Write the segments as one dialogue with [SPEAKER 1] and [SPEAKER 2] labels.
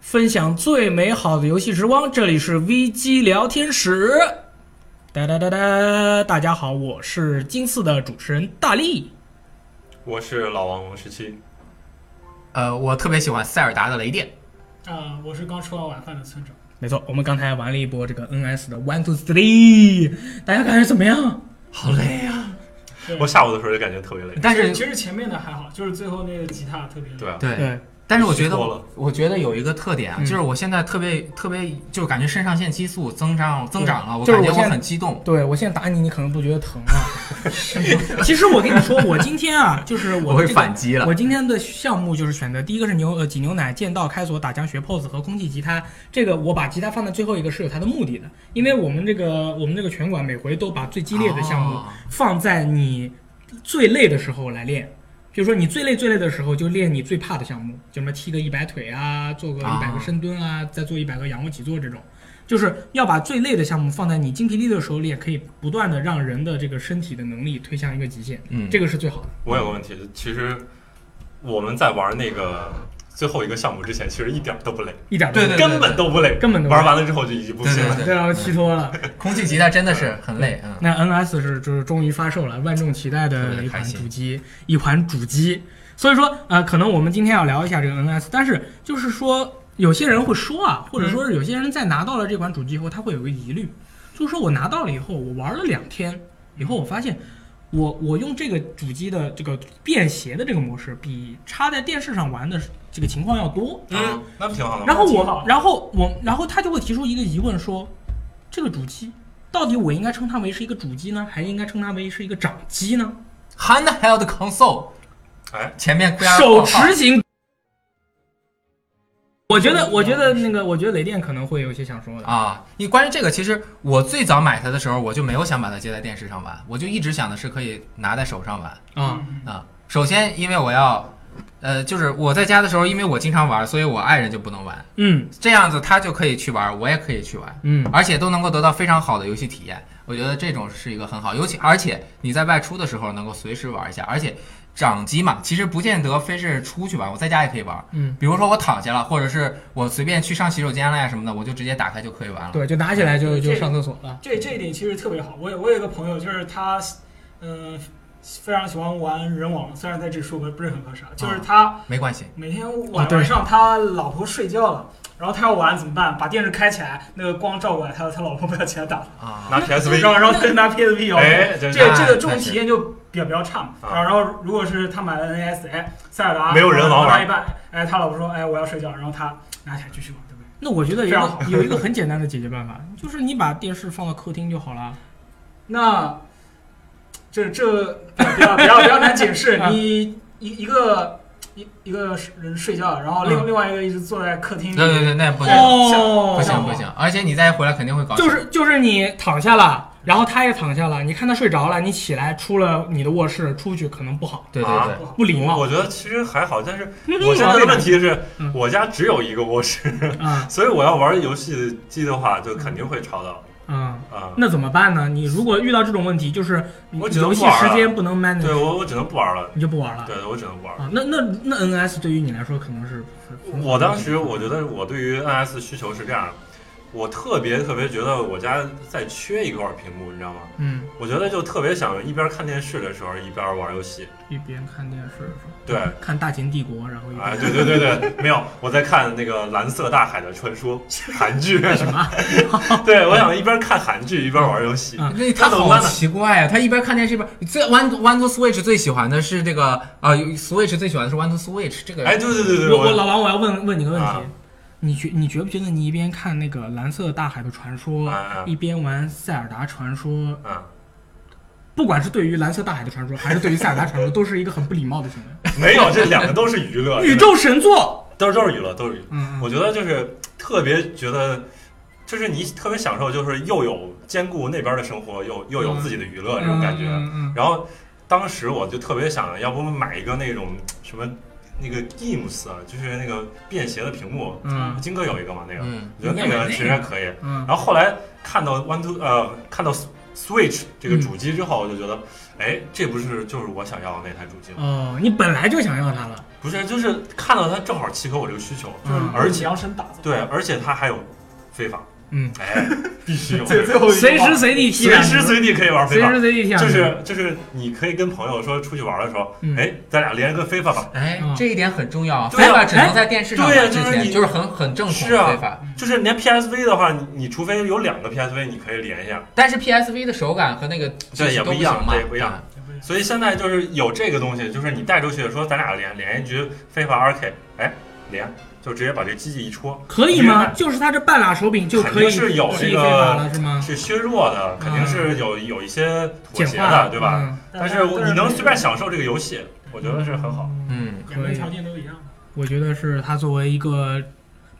[SPEAKER 1] 分享最美好的游戏时光，这里是 VG 聊天室。哒哒哒哒，大家好，我是今次的主持人大力。
[SPEAKER 2] 我是老王王十七，
[SPEAKER 3] 呃，我特别喜欢塞尔达的雷电，
[SPEAKER 4] 啊、我是刚吃完晚饭的村长。
[SPEAKER 1] 没错，我们刚才玩了一波这个 NS 的 One Two Three，大家感觉怎么样？
[SPEAKER 3] 好累啊！
[SPEAKER 1] 嗯
[SPEAKER 4] 对
[SPEAKER 2] 我下午的时候就感觉特别累。
[SPEAKER 3] 但
[SPEAKER 4] 其实
[SPEAKER 3] 是
[SPEAKER 4] 其实前面的还好，就是最后那个吉他特别
[SPEAKER 2] 对啊，
[SPEAKER 3] 对，
[SPEAKER 1] 对，
[SPEAKER 3] 但是我觉得
[SPEAKER 2] 虚脱了
[SPEAKER 3] 我觉得有一个特点啊，
[SPEAKER 1] 嗯
[SPEAKER 3] 就是我现在特别特别，就感觉肾上腺激素增长增长了，我
[SPEAKER 1] 嗯就是
[SPEAKER 3] 感觉
[SPEAKER 1] 我现在
[SPEAKER 3] 我很激动。
[SPEAKER 1] 对我现在打你，你可能不觉得疼啊。 其实我跟你说，我今天啊，就是我、
[SPEAKER 3] 我会反击了
[SPEAKER 1] 我今天的项目就是选择第一个是牛呃挤牛奶、剑道、开锁、打浆、学 pose 和空气吉他。这个我把吉他放在最后一个是有它的目的的，因为我们这个我们这个拳馆每回都把最激烈的项目
[SPEAKER 3] 哦
[SPEAKER 1] 放在你最累的时候来练。比如说你最累最累的时候，就练你最怕的项目，就什么踢个一百腿啊，做个一百个深蹲啊，再做一百个仰卧起坐这种，就是要把最累的项目放在你精疲力的时候练，可以不断的让人的这个身体的能力推向一个极限，
[SPEAKER 3] 嗯
[SPEAKER 1] 这个是最好的。
[SPEAKER 2] 我有个问题，其实我们在玩那个最后一个项目之前，其实一点儿都不累，
[SPEAKER 1] 一点都不
[SPEAKER 3] 对对对
[SPEAKER 2] 根本都不累，
[SPEAKER 1] 根本都不累
[SPEAKER 2] 玩完了之后就已经不行了。
[SPEAKER 3] 对
[SPEAKER 1] 对啊，虚脱了。
[SPEAKER 3] 空气吉他真的是很累，嗯，
[SPEAKER 1] 那 NS 是就是终于发售了，万众期待的一款主机，一款主机。所以说，呃，可能我们今天要聊一下这个 NS，但是就是说，有些人会说啊，或者说是有些人在拿到了这款主机以后，他会有个疑虑，就是说我拿到了以后，我玩了两天以后，我发现我我用这个主机的这个便携的这个模式，比插在电视上玩的这个情况要多。
[SPEAKER 2] 嗯，那不挺好的吗？
[SPEAKER 1] 然后
[SPEAKER 4] 挺
[SPEAKER 1] 我
[SPEAKER 4] 好，
[SPEAKER 1] 然后我，然后他就会提出一个疑问说，这个主机到底我应该称它为是一个主机呢，还应该称它为是一个掌机呢？
[SPEAKER 3] handheld console，
[SPEAKER 2] 哎，
[SPEAKER 3] 前面不要
[SPEAKER 1] 手持型。我觉得，我觉得那个，我觉得雷电可能会有一些想说的。
[SPEAKER 3] 啊。你关于这个，其实我最早买它的时候，我就没有想把它接在电视上玩，我就一直想的是可以拿在手上玩
[SPEAKER 1] 啊，
[SPEAKER 4] 嗯
[SPEAKER 3] 啊。首先，因为我要，呃，就是我在家的时候，因为我经常玩，所以我爱人就不能玩。
[SPEAKER 1] 嗯
[SPEAKER 3] 这样子他就可以去玩，我也可以去玩，
[SPEAKER 1] 嗯，
[SPEAKER 3] 而且都能够得到非常好的游戏体验。我觉得这种是一个很好，尤其而且你在外出的时候能够随时玩一下，而且掌机嘛，其实不见得非是出去玩，我在家也可以玩。
[SPEAKER 1] 嗯，
[SPEAKER 3] 比如说我躺下了，或者是我随便去上洗手间了呀什么的，我就直接打开就可以玩了。
[SPEAKER 1] 对，就拿起来就
[SPEAKER 4] 这
[SPEAKER 1] 就
[SPEAKER 4] 个
[SPEAKER 1] 上厕所了。
[SPEAKER 4] 这这一点其实特别好。我有我有一个朋友，就是他，嗯、非常喜欢玩人网，虽然在这说不不是很合适啊，就是他
[SPEAKER 3] 没关系，
[SPEAKER 4] 每天
[SPEAKER 1] 啊
[SPEAKER 4] 晚
[SPEAKER 1] 对
[SPEAKER 4] 晚上他老婆睡觉了，然后他要玩怎么办？把电视开起来，那个光照过来，他他老婆不要起来打他，
[SPEAKER 3] 啊，
[SPEAKER 2] 拿 PSV，
[SPEAKER 4] 然后然后再拿 PSP 摇。
[SPEAKER 2] 哎，真
[SPEAKER 4] 这
[SPEAKER 2] 是
[SPEAKER 3] 哎
[SPEAKER 4] 这个这种
[SPEAKER 3] 那是
[SPEAKER 4] 体验就比较比较差嘛。
[SPEAKER 2] 啊
[SPEAKER 4] 然后然后如果是他买了 NS，哎，塞尔达
[SPEAKER 2] 没有人玩
[SPEAKER 4] 玩
[SPEAKER 2] 玩
[SPEAKER 4] 到一半，哎，他老婆说，哎，我要睡觉，然后他拿起来继续玩，对不对？
[SPEAKER 1] 那我觉得有一
[SPEAKER 4] 非常
[SPEAKER 1] 个有一个很简单的解决办法，就是你把电视放到客厅就好了。
[SPEAKER 4] 那这这哎比较比较比较难解释，
[SPEAKER 1] 啊
[SPEAKER 4] 你一一个一一个人睡觉，然后另、
[SPEAKER 1] 嗯
[SPEAKER 4] 另外一个一直坐在客厅
[SPEAKER 3] 对
[SPEAKER 4] 里，
[SPEAKER 3] 对对，那不行、
[SPEAKER 1] 哦
[SPEAKER 3] 不行不行，而且你再回来肯定会搞笑
[SPEAKER 1] 就是就是你躺下了，然后他也躺下了，你看他睡着了，你起来出了你的卧室出去可能不好，
[SPEAKER 3] 对对
[SPEAKER 2] 啊
[SPEAKER 3] 对，
[SPEAKER 4] 不好。
[SPEAKER 1] 不礼貌。
[SPEAKER 2] 我觉得其实还好，但是
[SPEAKER 1] 那
[SPEAKER 2] 我现在的问题是
[SPEAKER 1] 嗯，
[SPEAKER 2] 我家只有一个卧室，
[SPEAKER 1] 啊
[SPEAKER 2] 所以我要玩游戏机的话，就肯定会吵到
[SPEAKER 1] 啊，
[SPEAKER 2] 啊。
[SPEAKER 1] 那怎么办呢？你如果遇到这种问题，就是你
[SPEAKER 2] 我只能
[SPEAKER 1] 游戏
[SPEAKER 2] 玩
[SPEAKER 1] 时
[SPEAKER 2] 了
[SPEAKER 1] 间不能
[SPEAKER 2] 对
[SPEAKER 1] manage，
[SPEAKER 2] 我，我只能不玩了。
[SPEAKER 1] 你就不玩了。
[SPEAKER 2] 对，我只能不玩。
[SPEAKER 1] 啊，那那那 NS 对于你来说可能是，
[SPEAKER 2] 我当时我觉得我对于 NS 需求是这样，我特别特别觉得我家再缺一块屏幕，你知道吗？
[SPEAKER 1] 嗯，
[SPEAKER 2] 我觉得就特别想一边看电视的时候一边玩游戏。
[SPEAKER 1] 一边看电视的时候，
[SPEAKER 2] 对，
[SPEAKER 1] 看《大秦帝国》，然后一
[SPEAKER 2] 啊，
[SPEAKER 1] 边
[SPEAKER 2] 对对对对，没有，我在看那个《蓝色大海的传说》韩剧。
[SPEAKER 1] 什么？
[SPEAKER 2] 对，我想一边看韩剧一边玩游戏。
[SPEAKER 1] 嗯
[SPEAKER 3] 那啊他
[SPEAKER 2] 那怎么办
[SPEAKER 3] 好
[SPEAKER 2] 呢
[SPEAKER 3] 奇怪啊！他一边看电视一边最 One One to Switch 最喜欢的是这个啊、有 Switch 最喜欢的是 One to Switch 这个。
[SPEAKER 2] 哎，对对对对，
[SPEAKER 1] 我我老王，我要问问你个问题
[SPEAKER 2] 啊，
[SPEAKER 1] 你觉你觉不觉得你一边看那个《蓝色大海的传说》
[SPEAKER 2] 啊啊
[SPEAKER 1] 一边玩《塞尔达传说》，
[SPEAKER 2] 嗯，
[SPEAKER 1] 不管是对于《蓝色大海的传说》还是对于《塞尔达传说》，都是一个很不礼貌的行 为。
[SPEAKER 2] 没有，这两个都是娱乐，
[SPEAKER 1] 宇宙神作，
[SPEAKER 2] 都是都是娱乐，都是娱乐。
[SPEAKER 1] 嗯
[SPEAKER 2] 我觉得就是特别觉得，就是你特别享受，就是又有兼顾那边的生活，又又有自己的娱乐这种感觉。
[SPEAKER 1] 嗯嗯
[SPEAKER 2] 然后当时我就特别想要不买一个那种什么那个 Games 啊，就是那个便携的屏幕，
[SPEAKER 1] 嗯
[SPEAKER 2] 金哥有一个嘛那个，
[SPEAKER 3] 嗯
[SPEAKER 2] 我觉得那个其实还可以。
[SPEAKER 1] 嗯
[SPEAKER 2] 然后后来看到 One Two 呃看到 Switch
[SPEAKER 1] 嗯
[SPEAKER 2] 这个主机之后，我就觉得，哎，这不是就是我想要的那台主机吗？
[SPEAKER 1] 哦，你本来就想要它了，
[SPEAKER 2] 不是，就是看到它正好契合我这个需求。
[SPEAKER 4] 就是
[SPEAKER 1] 嗯
[SPEAKER 2] 而且
[SPEAKER 4] 量身打造。
[SPEAKER 2] 对，而且它还有非法，
[SPEAKER 1] 嗯，
[SPEAKER 2] 哎，必须有
[SPEAKER 4] 最最后一
[SPEAKER 1] 随
[SPEAKER 4] 句话
[SPEAKER 1] 时随地踢
[SPEAKER 2] 哦随
[SPEAKER 1] 染
[SPEAKER 2] 时随地可以玩非
[SPEAKER 1] 随
[SPEAKER 2] 法
[SPEAKER 1] 时，随地踢染
[SPEAKER 2] 就是就是你可以跟朋友说出去玩的时候，
[SPEAKER 1] 嗯
[SPEAKER 2] 哎，咱俩连一个非法吧，
[SPEAKER 3] 哎
[SPEAKER 1] 嗯，
[SPEAKER 3] 这一点很重要啊。
[SPEAKER 2] 对
[SPEAKER 3] 非
[SPEAKER 2] 啊
[SPEAKER 3] 法只能在电视上
[SPEAKER 2] 哎对
[SPEAKER 3] 玩
[SPEAKER 2] 啊
[SPEAKER 3] 之
[SPEAKER 2] 就是
[SPEAKER 3] 前，
[SPEAKER 2] 你
[SPEAKER 3] 就是很很正统
[SPEAKER 2] 是
[SPEAKER 3] 的
[SPEAKER 2] 啊
[SPEAKER 3] 非法。
[SPEAKER 1] 嗯
[SPEAKER 2] 就是连 PSV 的话，你你除非有两个 PSV，你可以连一下。
[SPEAKER 3] 但是 PSV 的手感和那个
[SPEAKER 2] 对也
[SPEAKER 3] 都
[SPEAKER 2] 不一样
[SPEAKER 3] 行嘛，
[SPEAKER 2] 对也不一样所以现在就是有这个东西，就是你带出去说咱俩连连一局非法 RK，哎，连就直接把这机器一戳，
[SPEAKER 1] 可以吗？就是它这半拉手柄就可以
[SPEAKER 2] 肯定是有
[SPEAKER 1] 踢
[SPEAKER 2] 这
[SPEAKER 1] 非
[SPEAKER 2] 个
[SPEAKER 1] 法了，是吗？
[SPEAKER 2] 是削弱的，肯定是有有一些妥
[SPEAKER 1] 简
[SPEAKER 2] 协
[SPEAKER 1] 化
[SPEAKER 2] 的，
[SPEAKER 1] 了
[SPEAKER 2] 对吧？？
[SPEAKER 1] 嗯
[SPEAKER 2] 但是我你能随便
[SPEAKER 4] 想，
[SPEAKER 2] 享受这个游戏，我觉得是很好。。
[SPEAKER 3] 嗯，
[SPEAKER 4] 两个条件都一样。
[SPEAKER 1] 我觉得是它作为一个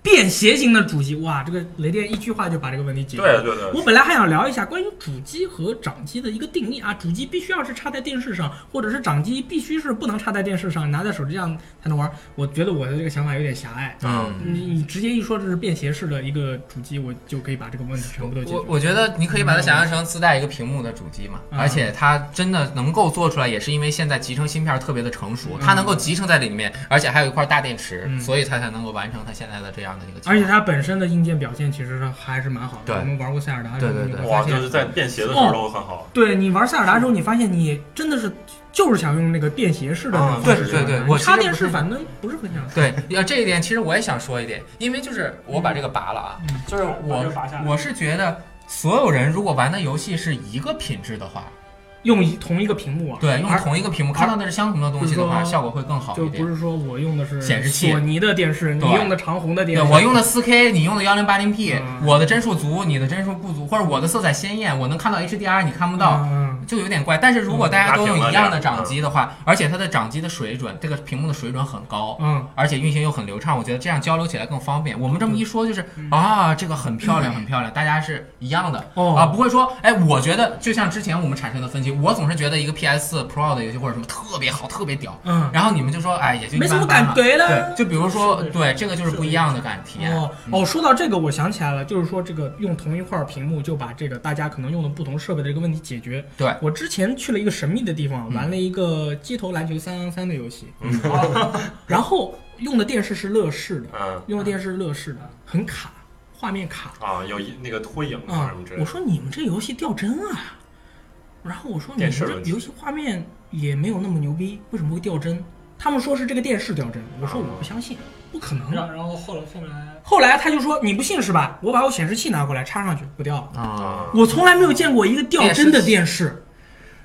[SPEAKER 1] 便携型的主机，哇，这个雷电一句话就把这个问题解决了。
[SPEAKER 2] 对啊对对，
[SPEAKER 1] 我本来还想聊一下关于主机和掌机的一个定义啊，主机必须要是插在电视上，或者是掌机必须是不能插在电视上，拿在手机上才能玩。我觉得我的这个想法有点狭隘。啊
[SPEAKER 3] 嗯。
[SPEAKER 1] 你你直接一说这是便携式的一个主机，我就可以把这个问题全部都解
[SPEAKER 3] 我
[SPEAKER 1] 决。
[SPEAKER 3] 我觉得你可以把它想象成自带一个屏幕的主机嘛，
[SPEAKER 1] 嗯
[SPEAKER 3] 而且它真的能够做出来，也是因为现在集成芯片特别的成熟，
[SPEAKER 1] 嗯
[SPEAKER 3] 它能够集成在里面，而且还有一块大电池，
[SPEAKER 1] 嗯
[SPEAKER 3] 所以它才能够完成它现在的这样的一个情况。
[SPEAKER 1] 而且它本身的硬件表现其实是还是蛮好的。
[SPEAKER 3] 对
[SPEAKER 1] 我们玩过塞尔达的时
[SPEAKER 3] 对
[SPEAKER 1] 候，
[SPEAKER 3] 对
[SPEAKER 1] 你
[SPEAKER 3] 对
[SPEAKER 1] 会
[SPEAKER 2] 哇，
[SPEAKER 1] 发
[SPEAKER 2] 就
[SPEAKER 1] 现嗯
[SPEAKER 2] 是在便携的时候都很好。
[SPEAKER 1] 对你玩塞尔达的时候，你发现你真的是就是想用那个便携式的那种
[SPEAKER 2] 嗯
[SPEAKER 1] 方式
[SPEAKER 3] 对
[SPEAKER 1] 去玩
[SPEAKER 3] 对对
[SPEAKER 1] 它
[SPEAKER 3] 我
[SPEAKER 1] 插
[SPEAKER 3] 其实
[SPEAKER 1] 电
[SPEAKER 3] 不
[SPEAKER 1] 视
[SPEAKER 3] 是
[SPEAKER 1] 反正不是很想。
[SPEAKER 3] 对，要这一点，其实我也想说一点，因为就是我把这个拔了啊，就是
[SPEAKER 4] 把这
[SPEAKER 3] 我
[SPEAKER 4] 个拔
[SPEAKER 1] 嗯
[SPEAKER 4] 下来
[SPEAKER 3] 我是觉得所有人如果玩的游戏是一个品质的话，
[SPEAKER 1] 用一同一个屏幕啊，
[SPEAKER 3] 对，用
[SPEAKER 1] 而
[SPEAKER 3] 同一个屏幕看到的是相同的东西的话，
[SPEAKER 1] 比如说
[SPEAKER 3] 效果会更好
[SPEAKER 1] 就
[SPEAKER 3] 一
[SPEAKER 1] 不
[SPEAKER 3] 点。
[SPEAKER 1] 是说我用的是
[SPEAKER 3] 显示器
[SPEAKER 1] 索尼的电视，你
[SPEAKER 3] 对
[SPEAKER 1] 用的长虹的电
[SPEAKER 3] 对
[SPEAKER 1] 视，
[SPEAKER 3] 我用的4 K，你用的1 0 8 0 P，
[SPEAKER 1] 嗯
[SPEAKER 3] 我的帧数足，你的帧数不足，或者我的色彩鲜艳，我能看到 HDR，你看不到，
[SPEAKER 1] 嗯
[SPEAKER 3] 就有点怪。但是如果大家都用一样的
[SPEAKER 2] 嗯
[SPEAKER 3] 掌机的话，而且它的掌机的水准，这个屏幕的水准很高，
[SPEAKER 1] 嗯，
[SPEAKER 3] 而且运行又很流畅，我觉得这样交流起来更方便。我们这么一说，就是
[SPEAKER 1] 嗯
[SPEAKER 3] 啊，这个很漂亮，很漂亮，大家是一样的。
[SPEAKER 1] 哦
[SPEAKER 3] 啊，不会说，哎，我觉得就像之前我们产生的分歧，我总是觉得一个 PS 4 Pro 的游戏或者什么特别好，特别屌，
[SPEAKER 1] 嗯
[SPEAKER 3] 然后你们就说，哎，也就一
[SPEAKER 1] 没什么
[SPEAKER 3] 般
[SPEAKER 1] 感
[SPEAKER 3] 般嘛
[SPEAKER 1] 觉了。
[SPEAKER 3] 对，就比如说，
[SPEAKER 4] 是的
[SPEAKER 3] 对，这个就是不一样的感体验。嗯
[SPEAKER 1] 哦哦，说到这个，我想起来了，就是说这个用同一块屏幕就把这个大家可能用的不同设备的这个问题解决。
[SPEAKER 3] 对
[SPEAKER 1] 我之前去了一个神秘的地方，
[SPEAKER 3] 嗯
[SPEAKER 1] 玩了一个街头篮球三 on 三的游戏，
[SPEAKER 4] 啊
[SPEAKER 1] 然后用的电视是乐视的，
[SPEAKER 2] 嗯
[SPEAKER 1] 用的电视是乐视的，很卡，画面卡
[SPEAKER 2] 啊，有一那个拖影啊
[SPEAKER 1] 啊
[SPEAKER 2] 什么之。类
[SPEAKER 1] 我
[SPEAKER 2] 的。
[SPEAKER 1] 说你们这游戏掉帧啊，然后我说你
[SPEAKER 2] 电
[SPEAKER 1] 们
[SPEAKER 2] 视
[SPEAKER 1] 这
[SPEAKER 2] 问题
[SPEAKER 1] 游戏画面也没有那么牛逼，为什么会掉帧？他们说是这个电视掉帧，我说
[SPEAKER 2] 啊
[SPEAKER 1] 我不相信，不可能。
[SPEAKER 4] 然然后后来后来
[SPEAKER 1] 后来他就说：“你不信是吧？我把我显示器拿过来插上去，不掉了。
[SPEAKER 3] 啊，
[SPEAKER 1] 嗯我从来没有见过一个掉帧的电视，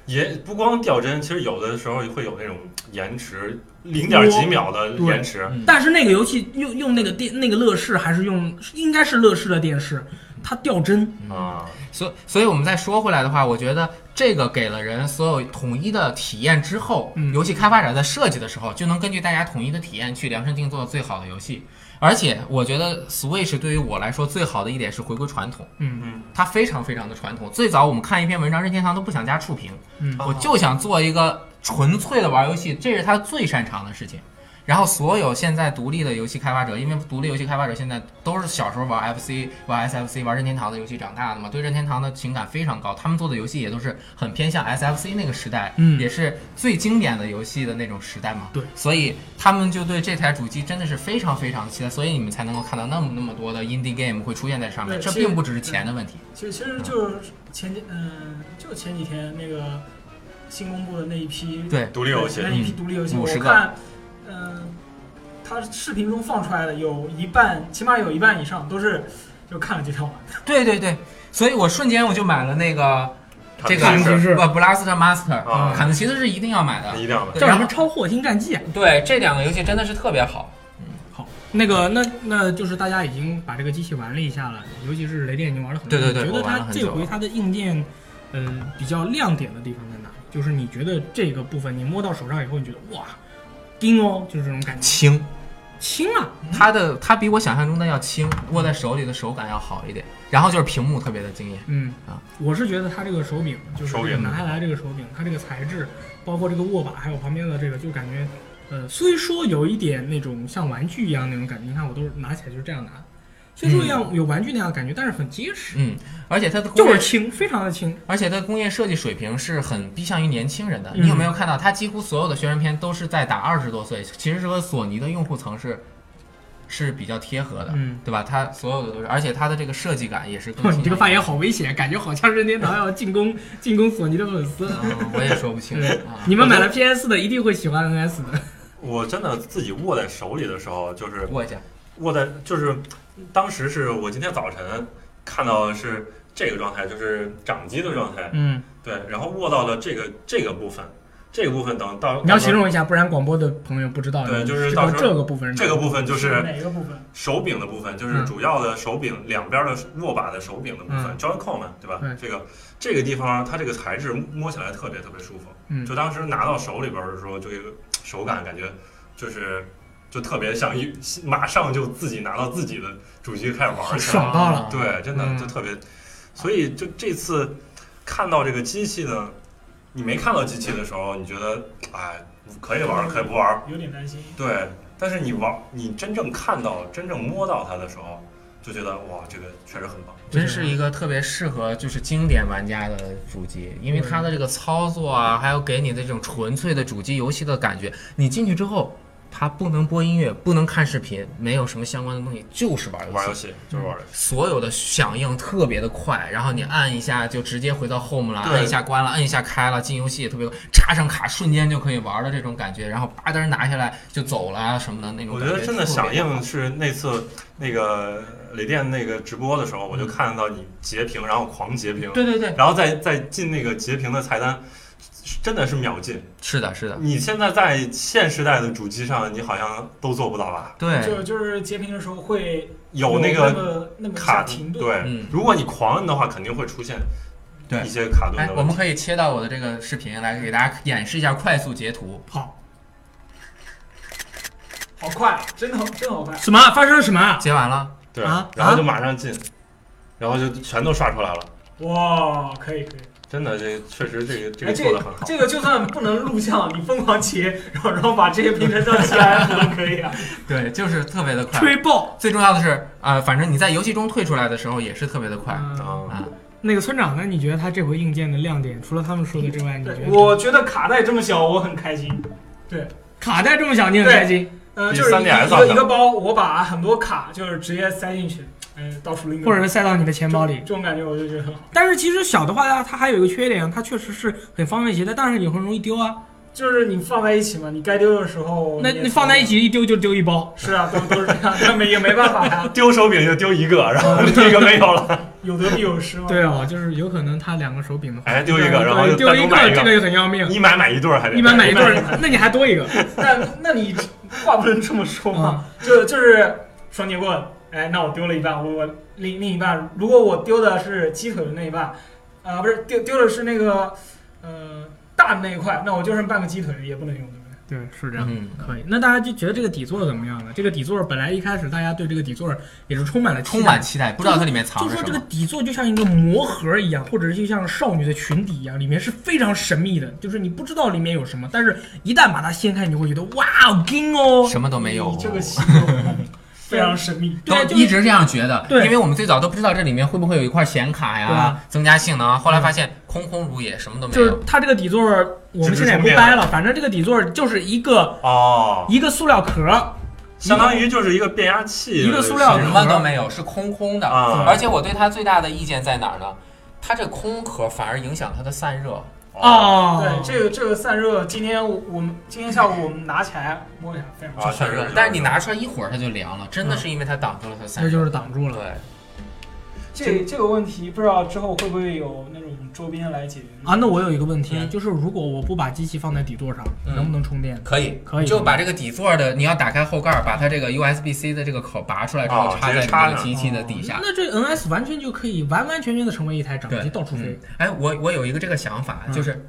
[SPEAKER 2] 也不光掉帧，其实有的时候会有那种延迟，零点几秒的延迟。
[SPEAKER 3] 嗯
[SPEAKER 1] 但是那个游戏用用那个电那个乐视还是用应该是乐视的电视，它掉帧。
[SPEAKER 2] 啊，
[SPEAKER 3] 所所以我们再说回来的话，我觉得这个给了人所有统一的体验之后，
[SPEAKER 1] 嗯
[SPEAKER 3] 游戏开发者在设计的时候就能根据大家统一的体验去量身定做最好的游戏。而且我觉得 Switch 对于我来说最好的一点是回归传统，
[SPEAKER 1] 嗯
[SPEAKER 3] 它非常非常的传统。最早我们看一篇文章，任天堂都不想加触屏，
[SPEAKER 1] 嗯
[SPEAKER 3] 我就想做一个纯粹的玩游戏，这是他最擅长的事情。然后所有现在独立的游戏开发者，因为独立游戏开发者现在都是小时候玩 FC、玩 SFC、玩任天堂的游戏长大的嘛，对任天堂的情感非常高。他们做的游戏也都是很偏向 SFC 那个时代，
[SPEAKER 1] 嗯
[SPEAKER 3] 也是最经典的游戏的那种时代嘛。
[SPEAKER 1] 对
[SPEAKER 3] 所以他们就对这台主机真的是非常非常期待，所以你们才能够看到那么那么多的 indie game 会出现在上面。
[SPEAKER 4] 对
[SPEAKER 3] 这
[SPEAKER 4] 其实
[SPEAKER 3] 并不只是钱的问题。
[SPEAKER 4] 其实其实就是前几嗯，就前几天那个新公布的那一批
[SPEAKER 3] 对，
[SPEAKER 2] 独立游戏
[SPEAKER 4] 那一批独立游戏，
[SPEAKER 3] 嗯
[SPEAKER 4] 我
[SPEAKER 3] 50个
[SPEAKER 4] 看嗯，它视频中放出来的有一半，起码有一半以上都是就看了几条玩的。
[SPEAKER 3] 对对对，所以我瞬间我就买了那个这个
[SPEAKER 2] 它
[SPEAKER 1] 看
[SPEAKER 2] 不
[SPEAKER 1] 上
[SPEAKER 2] 是
[SPEAKER 1] 去是
[SPEAKER 3] 不布拉斯特 Master，
[SPEAKER 2] 啊
[SPEAKER 3] 坎特奇斯是一定要买的。
[SPEAKER 2] 一样的。
[SPEAKER 3] 对
[SPEAKER 1] 叫什
[SPEAKER 3] 然
[SPEAKER 1] 么
[SPEAKER 3] 后
[SPEAKER 1] 超霍星战记啊？
[SPEAKER 3] 对这两个游戏真的是特别好。
[SPEAKER 1] 好，那个那那就是大家已经把这个机器玩了一下了，尤其是雷电已经玩了很多。
[SPEAKER 3] 对对对
[SPEAKER 1] 你觉
[SPEAKER 3] 我
[SPEAKER 1] 得
[SPEAKER 3] 玩了
[SPEAKER 1] 它
[SPEAKER 3] 很
[SPEAKER 1] 这
[SPEAKER 3] 久
[SPEAKER 1] 回它的硬件，呃，比较亮点的地方在哪？就是你觉得这个部分你摸到手上以后，你觉得哇，叮哦，就是这种感觉，
[SPEAKER 3] 轻，
[SPEAKER 1] 轻啊，
[SPEAKER 3] 它的它比我想象中的要轻，握在手里的手感要好一点。然后就是屏幕特别的惊艳，
[SPEAKER 1] 嗯
[SPEAKER 3] 啊，
[SPEAKER 1] 我是觉得它这个手柄，就是这
[SPEAKER 2] 手
[SPEAKER 1] 个
[SPEAKER 2] 柄
[SPEAKER 1] 拿下来这个手柄，它这个材质，包括这个握把，还有旁边的这个，就感觉，呃，虽说有一点那种像玩具一样那种感觉，你看我都是拿起来就是这样拿，虽说像有玩具那样的感觉，但是很结实，
[SPEAKER 3] 嗯，而且它的工
[SPEAKER 1] 就是
[SPEAKER 3] 业
[SPEAKER 1] 轻，非常的轻。
[SPEAKER 3] 而且它工业设计水平是很偏向于年轻人的。
[SPEAKER 1] 嗯
[SPEAKER 3] 你有没有看到，它几乎所有的宣传片都是在打二十多岁，其实和索尼的用户层是是比较贴合的，
[SPEAKER 1] 嗯
[SPEAKER 3] 对吧？它所有的都是，而且它的这个设计感也是更
[SPEAKER 1] 哇，
[SPEAKER 3] 倾向
[SPEAKER 1] 你
[SPEAKER 3] 于。
[SPEAKER 1] 这个发言好危险，感觉好像任天堂要进攻进攻索尼的粉丝。
[SPEAKER 3] 嗯，我也说不清
[SPEAKER 1] 对
[SPEAKER 3] 啊。
[SPEAKER 1] 你们买了 PS 的一定会喜欢 NS 的。
[SPEAKER 2] 我真的自己握在手里的时候，就是
[SPEAKER 3] 握一下，
[SPEAKER 2] 握在，就是当时是我今天早晨看到的是这个状态，就是掌机的状态，
[SPEAKER 1] 嗯，
[SPEAKER 2] 对，然后握到了这个这个部分，这个部分等到
[SPEAKER 1] 你要形容一下，不然广播的朋友不知道。
[SPEAKER 2] 对
[SPEAKER 1] 你
[SPEAKER 2] 就是
[SPEAKER 1] 这
[SPEAKER 2] 到
[SPEAKER 1] 个
[SPEAKER 2] 时候
[SPEAKER 1] 这个嗯部分是
[SPEAKER 2] 这个部分就是
[SPEAKER 4] 哪个部分？
[SPEAKER 2] 手柄的部分，就是
[SPEAKER 1] 嗯
[SPEAKER 2] 主要的手柄、两边的握把的手柄的部分、
[SPEAKER 1] 嗯
[SPEAKER 2] Joy-Con 嘛，对吧？
[SPEAKER 1] 对
[SPEAKER 2] 这个这个地方它这个材质摸起来特别特别舒服，
[SPEAKER 1] 嗯
[SPEAKER 2] 就当时拿到手里边的时候，就一个手感感觉就是就特别像一马上就自己拿到自己的主机开始玩起来
[SPEAKER 1] 爽到了。
[SPEAKER 2] 对，真的
[SPEAKER 1] 嗯
[SPEAKER 2] 就特别，所以就这次看到这个机器呢，你没看到机器的时候，你觉得哎可以玩可以不玩，
[SPEAKER 4] 有点担心。
[SPEAKER 2] 对，但是你玩，你真正看到、真正摸到它的时候，就觉得哇，这个确实很棒。
[SPEAKER 3] 真是一个特别适合就是经典玩家的主机，因为它的这个操作啊，还有给你的这种纯粹的主机游戏的感觉。你进去之后，它不能播音乐，不能看视频，没有什么相关的东西，就是玩
[SPEAKER 2] 玩
[SPEAKER 3] 游
[SPEAKER 2] 游
[SPEAKER 3] 戏。
[SPEAKER 2] 戏就是玩游戏，
[SPEAKER 3] 所有的响应特别的快，然后你按一下就直接回到 home 了，
[SPEAKER 2] 对
[SPEAKER 3] 按一下关了，按一下开了，进游戏也特别快，插上卡瞬间就可以玩的这种感觉，然后叭噔拿下来就走了啊什么的那种
[SPEAKER 2] 我
[SPEAKER 3] 感
[SPEAKER 2] 觉得真的
[SPEAKER 3] 特别
[SPEAKER 2] 响
[SPEAKER 3] 好
[SPEAKER 2] 应是那次那个雷电那个直播的时候，我就看到你截屏，然后狂截屏，
[SPEAKER 3] 嗯对对对，
[SPEAKER 2] 然后再再进那个截屏的菜单，真的是秒进。
[SPEAKER 3] 是的，是的，
[SPEAKER 2] 你现在在现时代的主机上，你好像都做不到吧？
[SPEAKER 3] 对，
[SPEAKER 4] 就就是截屏的时候会
[SPEAKER 2] 有那
[SPEAKER 4] 那
[SPEAKER 2] 个
[SPEAKER 4] 个那么一
[SPEAKER 2] 卡
[SPEAKER 4] 下停顿，
[SPEAKER 2] 对，
[SPEAKER 3] 嗯
[SPEAKER 2] 如果你狂摁的话，肯定会出现
[SPEAKER 3] 对
[SPEAKER 2] 一些卡顿
[SPEAKER 3] 哎
[SPEAKER 2] 的，
[SPEAKER 3] 我
[SPEAKER 2] 问
[SPEAKER 3] 们
[SPEAKER 2] 题。
[SPEAKER 3] 可以切到我的这个视频来给大家演示一下快速截图。
[SPEAKER 1] 好，
[SPEAKER 4] 好快，啊真的好真的好快。
[SPEAKER 1] 什么发生了什么啊？
[SPEAKER 3] 截完了，
[SPEAKER 2] 对
[SPEAKER 1] 啊，
[SPEAKER 2] 然后就马上进，然后就全都刷出来了。
[SPEAKER 4] 哇，可以可以。
[SPEAKER 2] 真的，这确实这个这
[SPEAKER 4] 哎
[SPEAKER 2] 个做的很好。
[SPEAKER 4] 这个就算不能录像，你疯狂切，然后然后把这些拼成到 TIF 都可以啊。
[SPEAKER 3] 对，就是特别的快。
[SPEAKER 1] 吹爆！
[SPEAKER 3] 最重要的是，啊，反正你在游戏中退出来的时候也是特别的快啊。
[SPEAKER 1] 嗯
[SPEAKER 2] 啊，
[SPEAKER 1] 那个村长呢？你觉得他这回硬件的亮点，除了他们说的之外，你觉
[SPEAKER 4] 对，
[SPEAKER 1] 得
[SPEAKER 4] 我觉得卡带这么小，我很开心。
[SPEAKER 1] 卡带这么小，你很
[SPEAKER 4] 对
[SPEAKER 1] 开心，
[SPEAKER 4] 呃，
[SPEAKER 2] 比
[SPEAKER 4] 就是一
[SPEAKER 2] 3DS
[SPEAKER 4] 个一
[SPEAKER 2] 好
[SPEAKER 4] 个
[SPEAKER 2] 像
[SPEAKER 4] 包，我把很多卡就是直接塞进去，嗯，到处拎着
[SPEAKER 1] 或者是塞到你的钱
[SPEAKER 4] 这
[SPEAKER 1] 包里
[SPEAKER 4] 这。种感觉我就觉得很好。
[SPEAKER 1] 但是其实小的话，它它还有一个缺点，它确实是很方便携带，但是也很容易丢啊。
[SPEAKER 4] 就是你放在一起嘛，你该丢的时候
[SPEAKER 1] 哦那
[SPEAKER 4] 哦也
[SPEAKER 1] 你放在一起一丢就丢一包，
[SPEAKER 4] 是啊，都都是这样，那没也没办法呀，
[SPEAKER 2] 丢手柄就丢一个，然
[SPEAKER 1] 嗯
[SPEAKER 2] 后这个没有了，
[SPEAKER 4] 有得必有失嘛。
[SPEAKER 1] 对哦，就是有可能它两个手柄的话，
[SPEAKER 2] 哎，丢一个，然后
[SPEAKER 1] 嗯对丢
[SPEAKER 2] 就单
[SPEAKER 1] 一
[SPEAKER 2] 独
[SPEAKER 1] 个
[SPEAKER 2] 买，一
[SPEAKER 1] 这
[SPEAKER 2] 个
[SPEAKER 1] 个，也很要命。
[SPEAKER 2] 一买买一对儿还得
[SPEAKER 1] 一般买一对
[SPEAKER 2] 儿。
[SPEAKER 1] 儿，那你还多一个
[SPEAKER 4] 那那你话不能这么说嘛，
[SPEAKER 1] 啊？
[SPEAKER 4] 就就是双截棍，哎，那我丢了一半，我我另另一半，如果我丢的是鸡腿的那一半，啊、不是丢丢的是那个呃大的那一块，那我就剩半个鸡腿也不能用，对不对？
[SPEAKER 1] 对，是这样。
[SPEAKER 3] 嗯，
[SPEAKER 1] 可以，那大家就觉得这个底座怎么样呢？这个底座本来一开始大家对这个底座也是充满了期待
[SPEAKER 3] 充满期待，不知道它里面藏
[SPEAKER 1] 就
[SPEAKER 3] 着
[SPEAKER 1] 说
[SPEAKER 3] 什
[SPEAKER 1] 这个
[SPEAKER 3] 么。
[SPEAKER 1] 底座就像一个魔盒一样，或者是就像少女的裙底一样，里面是非常神秘的，就是你不知道里面有什么，但是一旦把它掀开，你就会觉得哇，好惊哦！
[SPEAKER 3] 什么都没有，
[SPEAKER 4] 你这个形容 非常神秘。
[SPEAKER 1] 对啊
[SPEAKER 3] 都
[SPEAKER 1] 就是
[SPEAKER 3] 一直这样觉得，
[SPEAKER 1] 对
[SPEAKER 3] 因为我们最早都不知道这里面会不会有一块显卡
[SPEAKER 1] 对
[SPEAKER 3] 呀
[SPEAKER 1] 啊，
[SPEAKER 3] 增加性能啊，后来发现空空如也，什么都没
[SPEAKER 1] 就是
[SPEAKER 3] 有。
[SPEAKER 1] 它这个底座，我们现在也不掰了，反正这个底座就是一个啊
[SPEAKER 2] 哦，
[SPEAKER 1] 一个塑料壳，
[SPEAKER 2] 相当于就是一个变压器，
[SPEAKER 1] 一个塑料
[SPEAKER 2] 是
[SPEAKER 1] 盒
[SPEAKER 3] 什么都没有，是空空的。
[SPEAKER 2] 啊
[SPEAKER 3] 而且我对它最大的意见在哪儿呢？它这空壳反而影响它的散热。
[SPEAKER 2] 哦，
[SPEAKER 1] 哦
[SPEAKER 4] 对，，这个这个散热，今天我我们今天下午我们拿起来摸一下，非常
[SPEAKER 2] 啊
[SPEAKER 3] 散
[SPEAKER 2] 散热
[SPEAKER 3] 热，但是你拿出来一会儿它就凉了，真的是因为它挡住了它散
[SPEAKER 1] 嗯
[SPEAKER 3] 热。
[SPEAKER 1] 那就是挡住了。
[SPEAKER 3] 对，
[SPEAKER 4] 这这个问题不知道之后会不会有那种周边来解决
[SPEAKER 1] 啊，那我有一个问题，
[SPEAKER 3] 嗯
[SPEAKER 1] 就是如果我不把机器放在底座上，
[SPEAKER 3] 嗯
[SPEAKER 1] 能不能充电？
[SPEAKER 3] 可以，
[SPEAKER 1] 可以
[SPEAKER 3] 就把这个底座的，你要打开后盖儿，把它这个 USB C 的这个口拔出来之后，
[SPEAKER 2] 哦
[SPEAKER 3] 插在
[SPEAKER 2] 直
[SPEAKER 3] 你
[SPEAKER 2] 接插
[SPEAKER 3] 这个
[SPEAKER 2] 上
[SPEAKER 3] 机器的底下
[SPEAKER 1] 哦。那这 NS 完全就可以完完全全的成为一台掌
[SPEAKER 3] 对
[SPEAKER 1] 机到处飞
[SPEAKER 3] 嗯。哎，我我有一个这个想法，
[SPEAKER 1] 嗯
[SPEAKER 3] 就是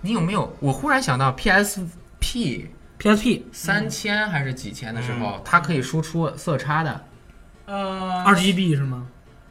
[SPEAKER 3] 你有没有？我忽然想到 PSP
[SPEAKER 1] PSP
[SPEAKER 3] 三千还是几千的
[SPEAKER 1] 嗯
[SPEAKER 3] 时候，它可以输出色差的。嗯
[SPEAKER 4] 呃，
[SPEAKER 1] 二 GB 是吗？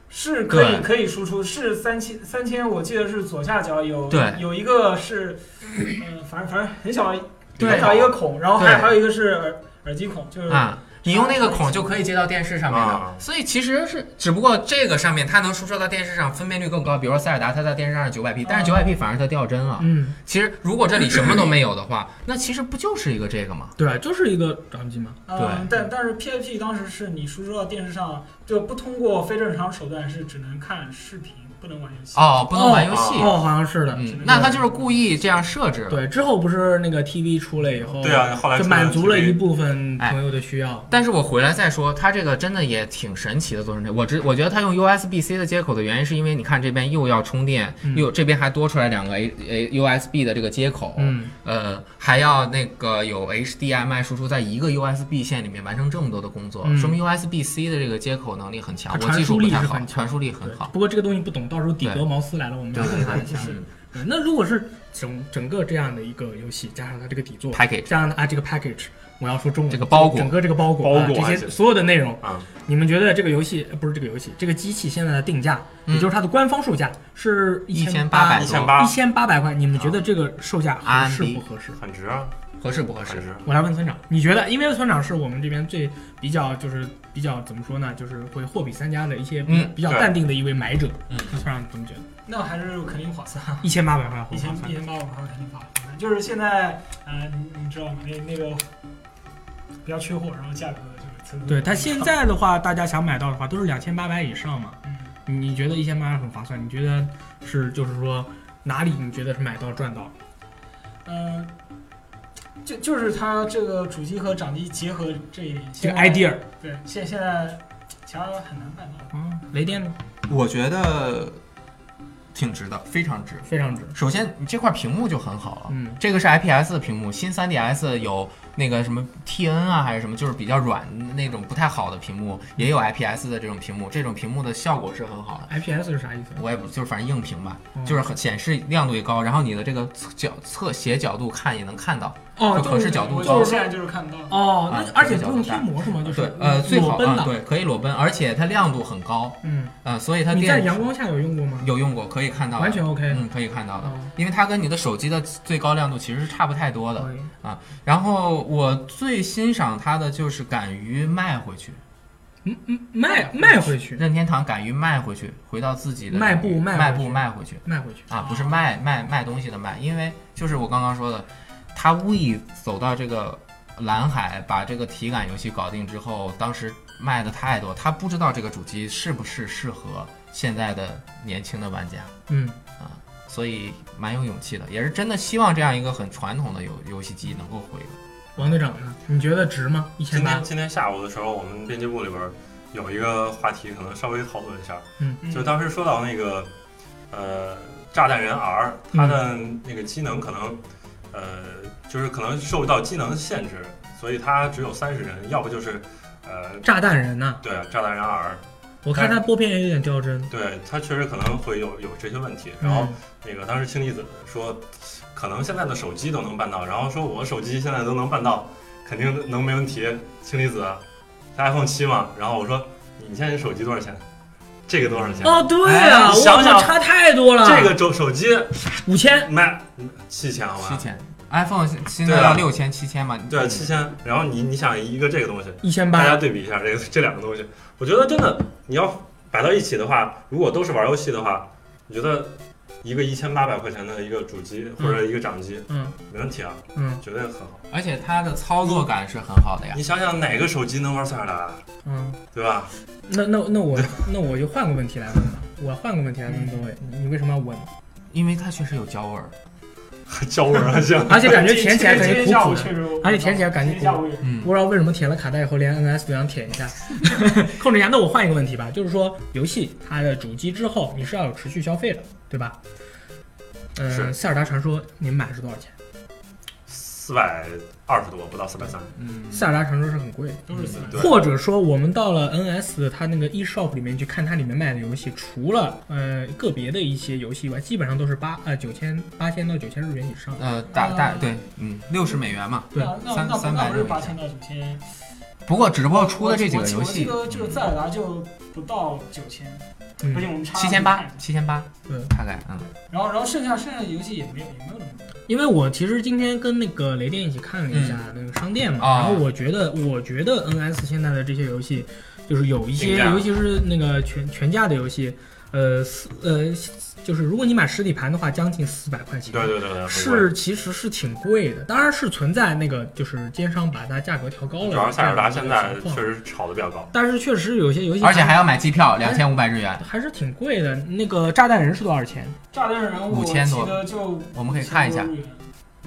[SPEAKER 4] 是可以
[SPEAKER 3] 对
[SPEAKER 4] 可以输出，是三千三千，我记得是左下角有
[SPEAKER 3] 对
[SPEAKER 4] 有一个是，嗯、反正反正很小，
[SPEAKER 3] 对
[SPEAKER 4] 很小一个孔，然后还
[SPEAKER 3] 对
[SPEAKER 4] 还有一个是耳耳机孔，就是
[SPEAKER 3] 啊，你用那个孔就可以接到电视上面
[SPEAKER 2] 啊
[SPEAKER 3] 了。所以其实是，只不过这个上面它能输出到电视上，分辨率更高。比如说塞尔达，它在电视上是九百 P，但是九百 P 反而它掉帧了。
[SPEAKER 1] 啊嗯，
[SPEAKER 3] 其实如果这里什么都没有的话，那其实不就是一个这个吗？
[SPEAKER 1] 对，就是一个掌机嘛。
[SPEAKER 3] 对
[SPEAKER 4] 嗯，但但是 PSP 当时是你输出到电视上，就不通过非正常手段，是只能看视频，不能玩游戏。
[SPEAKER 3] 哦，不能玩游戏。
[SPEAKER 1] 哦，好像是的。
[SPEAKER 3] 嗯，那它就是故意这样设置了。
[SPEAKER 1] 对，之后不是那个 TV 出来以后，
[SPEAKER 2] 对啊后来
[SPEAKER 1] 就
[SPEAKER 2] 出了
[SPEAKER 1] 满足了
[SPEAKER 2] TV
[SPEAKER 1] 一部分
[SPEAKER 3] 哎
[SPEAKER 1] 朋友的需要。
[SPEAKER 3] 但是我回来再说，它这个真的也挺神奇的做成这。我只我觉得它用 USB C 的接口的原因，是因为你看这边又要充电，
[SPEAKER 1] 嗯
[SPEAKER 3] 又这边还多出来两个 A A USB 的这个接口，
[SPEAKER 1] 嗯，
[SPEAKER 3] 呃，还要那个有 HDMI 输出，在一个 USB 线里面完成这么多的工作，
[SPEAKER 1] 嗯
[SPEAKER 3] 说明 USB C 的这个接口能力很强，
[SPEAKER 1] 它
[SPEAKER 3] 我技
[SPEAKER 1] 传输
[SPEAKER 3] 术不
[SPEAKER 1] 力
[SPEAKER 3] 太
[SPEAKER 1] 是
[SPEAKER 3] 好，
[SPEAKER 1] 很强
[SPEAKER 3] 传输力
[SPEAKER 1] 对
[SPEAKER 3] 很好。。
[SPEAKER 1] 不过这个东西不懂，到时候底格
[SPEAKER 3] 对
[SPEAKER 1] 毛斯来了，我们
[SPEAKER 3] 对
[SPEAKER 1] 要
[SPEAKER 3] 对
[SPEAKER 1] 问他一
[SPEAKER 3] 对
[SPEAKER 1] 下。对那如果是整整个这样的一个游戏，加上它这个底座，
[SPEAKER 3] ，package
[SPEAKER 1] 加上它这个 package，我要说中文
[SPEAKER 3] 这个包裹
[SPEAKER 1] 整个这个包裹，
[SPEAKER 2] 包
[SPEAKER 1] 啊
[SPEAKER 2] 裹
[SPEAKER 1] 这
[SPEAKER 2] 还
[SPEAKER 1] 些
[SPEAKER 2] 行
[SPEAKER 1] 所有的内容，
[SPEAKER 2] 啊，
[SPEAKER 1] 你们觉得这个游戏呃不是这个游戏，这个机器现在的定价，
[SPEAKER 3] 嗯
[SPEAKER 1] 也就是它的官方售价是一
[SPEAKER 3] 1800
[SPEAKER 1] 八
[SPEAKER 2] 一千八
[SPEAKER 1] 一千八百块，你们觉得这个售价合适不合适？
[SPEAKER 2] 很值啊，
[SPEAKER 3] 合适不合
[SPEAKER 2] 很
[SPEAKER 3] 适？
[SPEAKER 2] 值。
[SPEAKER 1] 我来问村长，你觉得？因为村长是我们这边最比较就是比较怎么说呢，就是会货比三家的一些比
[SPEAKER 3] 嗯
[SPEAKER 1] 比较
[SPEAKER 2] 对
[SPEAKER 1] 淡定的一位买者。
[SPEAKER 3] 嗯
[SPEAKER 1] 那村长怎么觉得？
[SPEAKER 4] 那还是肯定划算，
[SPEAKER 1] 一千八百块
[SPEAKER 4] 一
[SPEAKER 1] 很
[SPEAKER 4] 千
[SPEAKER 1] 划
[SPEAKER 4] 一
[SPEAKER 1] 算，
[SPEAKER 4] 千八百块肯定划算。就是现在，呃，你你知道吗？那那个比较缺货，然后价格就是蹭蹭
[SPEAKER 1] 对它现在的 话，大家想买到的话都是两千八百以上嘛。
[SPEAKER 4] 嗯
[SPEAKER 1] 你觉得一千八很划算？你觉得是就是说哪里你觉得是买到赚到？
[SPEAKER 4] 嗯，就就是它这个主机和掌机结合这一点，
[SPEAKER 1] 这
[SPEAKER 4] 现
[SPEAKER 1] 个
[SPEAKER 4] 在
[SPEAKER 1] idea
[SPEAKER 4] 对，现现在其他很难办到。
[SPEAKER 1] 啊，雷电呢
[SPEAKER 3] 我觉得挺值的，非常值。
[SPEAKER 1] 非常值。
[SPEAKER 3] 首先，你这块屏幕就很好了，
[SPEAKER 1] 嗯
[SPEAKER 3] 这个是 IPS 的屏幕，新 3DS 有那个什么 TN 啊，还是什么，就是比较软那种不太好的屏幕，也有 IPS 的这种屏幕，这种屏幕的效果是很好的。
[SPEAKER 1] ，IPS 是啥意思？
[SPEAKER 3] 我也不就是反正硬屏吧，
[SPEAKER 1] 嗯
[SPEAKER 3] 就是很显示亮度也高，然后你的这个侧角侧斜角度看也能看到。
[SPEAKER 1] 哦，
[SPEAKER 3] 就
[SPEAKER 1] 就
[SPEAKER 3] 可
[SPEAKER 1] 是
[SPEAKER 3] 视角度
[SPEAKER 4] 我
[SPEAKER 3] 高
[SPEAKER 4] 就是现在就是看不到。
[SPEAKER 1] 哦，
[SPEAKER 3] 啊
[SPEAKER 1] 那而且
[SPEAKER 3] 可视角
[SPEAKER 1] 不
[SPEAKER 3] 度
[SPEAKER 1] 用贴膜是吗？就是
[SPEAKER 3] 对，呃，最好
[SPEAKER 1] 裸奔
[SPEAKER 3] 啊，
[SPEAKER 1] 的。
[SPEAKER 3] 对，可以裸奔，而且它亮度很高，
[SPEAKER 1] 嗯，
[SPEAKER 3] 呃，所以它
[SPEAKER 1] 你在
[SPEAKER 3] 电
[SPEAKER 1] 阳光下有用过吗？
[SPEAKER 3] 有用过，可以看到的，
[SPEAKER 1] 完全 OK。
[SPEAKER 3] 嗯，可以看到的，
[SPEAKER 1] 哦
[SPEAKER 3] 因为它跟你的手机的最高亮度其实是差不太多的。
[SPEAKER 1] 可以
[SPEAKER 3] 然后我最欣赏它的就是敢于卖回去，
[SPEAKER 1] 卖卖回去，
[SPEAKER 3] 任天堂敢于卖回去，回到自己的
[SPEAKER 1] 卖布卖回去
[SPEAKER 3] 卖布卖回去
[SPEAKER 1] 卖回去。
[SPEAKER 3] 啊，不是卖卖卖东西的卖，因为就是我刚刚说的，他 We 走到这个蓝海，把这个体感游戏搞定之后，当时卖的太多，他不知道这个主机是不是适合现在的年轻的玩家。
[SPEAKER 1] 嗯，
[SPEAKER 3] 所以蛮有勇气的，也是真的希望这样一个很传统的游游戏机能够回流。
[SPEAKER 1] 王队长呢？你觉得值吗？一千
[SPEAKER 2] 今天
[SPEAKER 1] 八，
[SPEAKER 2] 今天下午的时候，我们编辑部里边有一个话题，可能稍微讨论一下，
[SPEAKER 1] 嗯
[SPEAKER 4] 嗯
[SPEAKER 2] 就当时说到那个呃炸弹人 R，它的那个机能可能呃就是可能受到机能限制，所以它只有三十人，要不就是呃
[SPEAKER 1] 炸弹人呐！
[SPEAKER 2] 对啊炸弹人 R，
[SPEAKER 1] 我看他播片也有点掉帧。
[SPEAKER 2] 对它确实可能会有有这些问题，
[SPEAKER 1] 嗯
[SPEAKER 2] 然后。那个当时氢离子说，可能现在的手机都能办到，然后说我手机现在都能办到，肯定能没问题。氢离子，它 iPhone 七嘛，然后我说你现在手机多少钱？这个多少钱？
[SPEAKER 1] 嗯哦，对
[SPEAKER 2] 哎
[SPEAKER 1] 啊，
[SPEAKER 2] 你
[SPEAKER 1] 我
[SPEAKER 2] 想想
[SPEAKER 1] 操差太多了。
[SPEAKER 2] 这个手手机
[SPEAKER 1] 五千，
[SPEAKER 2] 卖七千好
[SPEAKER 3] 七
[SPEAKER 2] 吧？
[SPEAKER 3] 千，iPhone 现现
[SPEAKER 2] 对
[SPEAKER 3] 在
[SPEAKER 2] 啊
[SPEAKER 3] 要六千七千嘛？嗯
[SPEAKER 2] 对，啊七千。然后你你想一个这个东西，
[SPEAKER 1] 一千
[SPEAKER 2] 大家
[SPEAKER 1] 八，
[SPEAKER 2] 对比一下这个这两个东西，我觉得真的你要摆到一起的话，如果都是玩游戏的话，你觉得一个一千八百块钱的一个主机或者一个掌机，
[SPEAKER 1] 嗯
[SPEAKER 2] 没问题啊，
[SPEAKER 1] 嗯
[SPEAKER 2] 绝对很好。
[SPEAKER 3] 而且它的操作感是很好的呀。
[SPEAKER 2] 你想想哪个手机能玩塞尔达，
[SPEAKER 1] 嗯。
[SPEAKER 2] 对吧？
[SPEAKER 1] 那那那我那我就换个问题来问吧，我换个问题来问各位，你为什么要问？
[SPEAKER 3] 因为它确实有胶味儿。
[SPEAKER 2] 教我还行，
[SPEAKER 1] 而且感觉填起来
[SPEAKER 4] 今
[SPEAKER 1] 感觉
[SPEAKER 4] 天今天下
[SPEAKER 1] 苦
[SPEAKER 4] 午
[SPEAKER 1] 苦
[SPEAKER 4] 确
[SPEAKER 1] 的，
[SPEAKER 4] 实我，
[SPEAKER 1] 而且填起来感觉
[SPEAKER 4] 今天下午也
[SPEAKER 3] 嗯
[SPEAKER 1] 不知道为什么填了卡带以后连 NS 都想舔一下，控制一下。那我换一个问题吧，就是说游戏它的主机之后你是要有持续消费的，对吧？嗯、
[SPEAKER 2] 是
[SPEAKER 1] 塞尔达传说你们买的是多少钱？
[SPEAKER 2] 四百二十多，不到四百三。
[SPEAKER 3] 嗯，
[SPEAKER 1] 塞尔达传说是很贵的。
[SPEAKER 4] 都是四百。
[SPEAKER 2] 对
[SPEAKER 1] 或者说，我们到了 NS 它那个 eShop 里面去看它里面卖的游戏，除了呃个别的一些游戏以外，基本上都是八呃九千八千到九千日元以上。
[SPEAKER 3] 呃，大大对，嗯，六十美元嘛。
[SPEAKER 1] 对
[SPEAKER 4] 那那
[SPEAKER 3] 三
[SPEAKER 4] 那不
[SPEAKER 3] 三
[SPEAKER 4] 那
[SPEAKER 3] 百
[SPEAKER 4] 不是
[SPEAKER 3] 六
[SPEAKER 4] 八
[SPEAKER 3] 一
[SPEAKER 4] 千
[SPEAKER 3] 下
[SPEAKER 4] 到九千，
[SPEAKER 3] 不过只不过出了这几
[SPEAKER 4] 我
[SPEAKER 3] 个游
[SPEAKER 4] 我记
[SPEAKER 3] 戏
[SPEAKER 4] 得就是塞尔达就不到九千，
[SPEAKER 1] 嗯
[SPEAKER 4] 不，行我们差
[SPEAKER 3] 七千八，七千八，
[SPEAKER 1] 对
[SPEAKER 3] 大概嗯，
[SPEAKER 4] 然后然后剩下剩下的游戏也没有也没有那么多。
[SPEAKER 1] 因为我其实今天跟那个雷电一起看了一下
[SPEAKER 2] 嗯
[SPEAKER 1] 那个商店嘛，
[SPEAKER 3] 啊
[SPEAKER 1] 然后我觉得，我觉得 NS 现在的这些游戏，就是有一些，
[SPEAKER 2] 定价
[SPEAKER 1] 尤其是那个全全价的游戏，呃，四呃，就是如果你买实体盘的话，将近四百块钱。
[SPEAKER 2] 对对对对，
[SPEAKER 1] 是，其实是挺贵的，当然是存在那个就是奸商把它价格调高了。
[SPEAKER 2] 主要是塞尔达现在
[SPEAKER 1] 这样的情
[SPEAKER 2] 确
[SPEAKER 1] 况
[SPEAKER 2] 实炒的比较高，
[SPEAKER 1] 但是确实有些游戏，
[SPEAKER 3] 而且还要买机票，两千五百日元，
[SPEAKER 1] 还是挺贵的。那个炸弹人是多少钱？
[SPEAKER 4] 炸弹人我
[SPEAKER 3] 5000多
[SPEAKER 4] 记得就
[SPEAKER 3] 我们可以看一下
[SPEAKER 4] 5000多日元，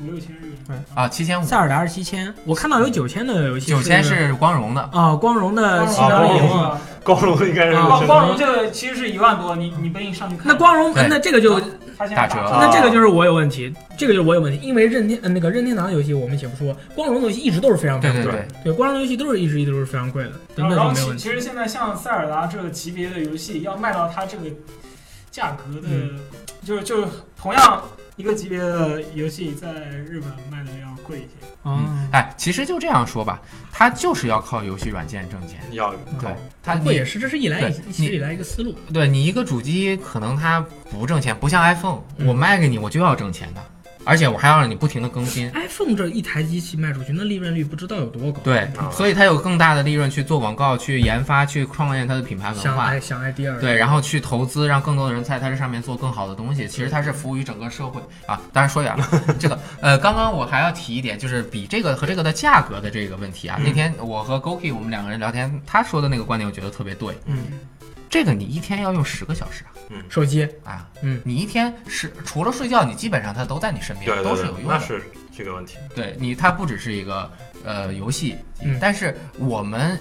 [SPEAKER 4] 五六千日元。
[SPEAKER 1] 对
[SPEAKER 3] 啊，七千五
[SPEAKER 1] 塞，尔达是七千，我看到有九千的游戏，
[SPEAKER 3] 九千是光荣的，
[SPEAKER 1] 啊、光荣
[SPEAKER 4] 哦
[SPEAKER 1] 的西
[SPEAKER 2] 啊
[SPEAKER 1] 德
[SPEAKER 2] 光
[SPEAKER 1] 林
[SPEAKER 2] 荣
[SPEAKER 1] 啊。
[SPEAKER 3] 嗯
[SPEAKER 2] 高楼应该是
[SPEAKER 3] 哦
[SPEAKER 1] 啊
[SPEAKER 4] 光
[SPEAKER 1] 是
[SPEAKER 4] 光荣这个其实是一万多，你你不一定上去看。
[SPEAKER 1] 那光荣，
[SPEAKER 3] 对
[SPEAKER 1] 那这个就
[SPEAKER 4] 他现在
[SPEAKER 3] 打折
[SPEAKER 2] 啊
[SPEAKER 1] 那这个就是我有问题，这个就是我有问题，因为任天呃那个任天堂的游戏我们且不说，光荣的游戏一直都是非常非常
[SPEAKER 3] 对对
[SPEAKER 1] 贵
[SPEAKER 3] 对，
[SPEAKER 1] 的，对光荣的游戏都是一直一直都是非常贵的，那
[SPEAKER 4] 然后然
[SPEAKER 1] 就
[SPEAKER 4] 后
[SPEAKER 1] 没有
[SPEAKER 4] 其
[SPEAKER 1] 问题。
[SPEAKER 4] 其实现在像塞尔达这个级别的游戏，要卖到它这个价格的，
[SPEAKER 1] 嗯
[SPEAKER 4] 就是就是同样一个级别的游戏，在日本卖的要贵一些。
[SPEAKER 1] 啊，
[SPEAKER 3] 哎，其实就这样说吧，它就是要靠游戏软件挣钱，
[SPEAKER 2] 要
[SPEAKER 1] 嗯
[SPEAKER 3] 对，它
[SPEAKER 1] 贵
[SPEAKER 3] 你
[SPEAKER 1] 啊也是，这是一来
[SPEAKER 3] 对
[SPEAKER 1] 一一直以来一个思路。
[SPEAKER 3] 对你一个主机可能它不挣钱，不像 iPhone，
[SPEAKER 1] 嗯
[SPEAKER 3] 我卖给你我就要挣钱的，而且我还要让你不停的更新，
[SPEAKER 1] iPhone 这一台机器卖出去，那利润率不知道有多高。，
[SPEAKER 3] 对
[SPEAKER 2] 啊，
[SPEAKER 3] 所以它有更大的利润去做广告、去研发、去创建它的品牌文
[SPEAKER 1] 想
[SPEAKER 3] 化。
[SPEAKER 1] i 想 idea，
[SPEAKER 3] 对，然后去投资，让更多的人在它这上面做更好的东西。其实它是服务于整个社会啊。当然 说远了，这个呃，刚刚我还要提一点，就是比这个和这个的价格的这个问题
[SPEAKER 2] 嗯
[SPEAKER 3] 啊。那天我和 Goki 我们两个人聊天，他说的那个观点我觉得特别对。
[SPEAKER 1] 嗯，
[SPEAKER 3] 这个你一天要用十个小时
[SPEAKER 2] 嗯
[SPEAKER 1] 手机
[SPEAKER 3] 啊，啊，
[SPEAKER 1] 嗯，
[SPEAKER 3] 你一天是除了睡觉，你基本上它都在你身边，
[SPEAKER 2] 对
[SPEAKER 3] 哎都
[SPEAKER 2] 对
[SPEAKER 3] 是有
[SPEAKER 2] 对，
[SPEAKER 3] 用
[SPEAKER 2] 那
[SPEAKER 3] 的。
[SPEAKER 2] 是这个问题，
[SPEAKER 3] 对你，它不只是一个呃游戏，
[SPEAKER 1] 嗯
[SPEAKER 3] 但是我们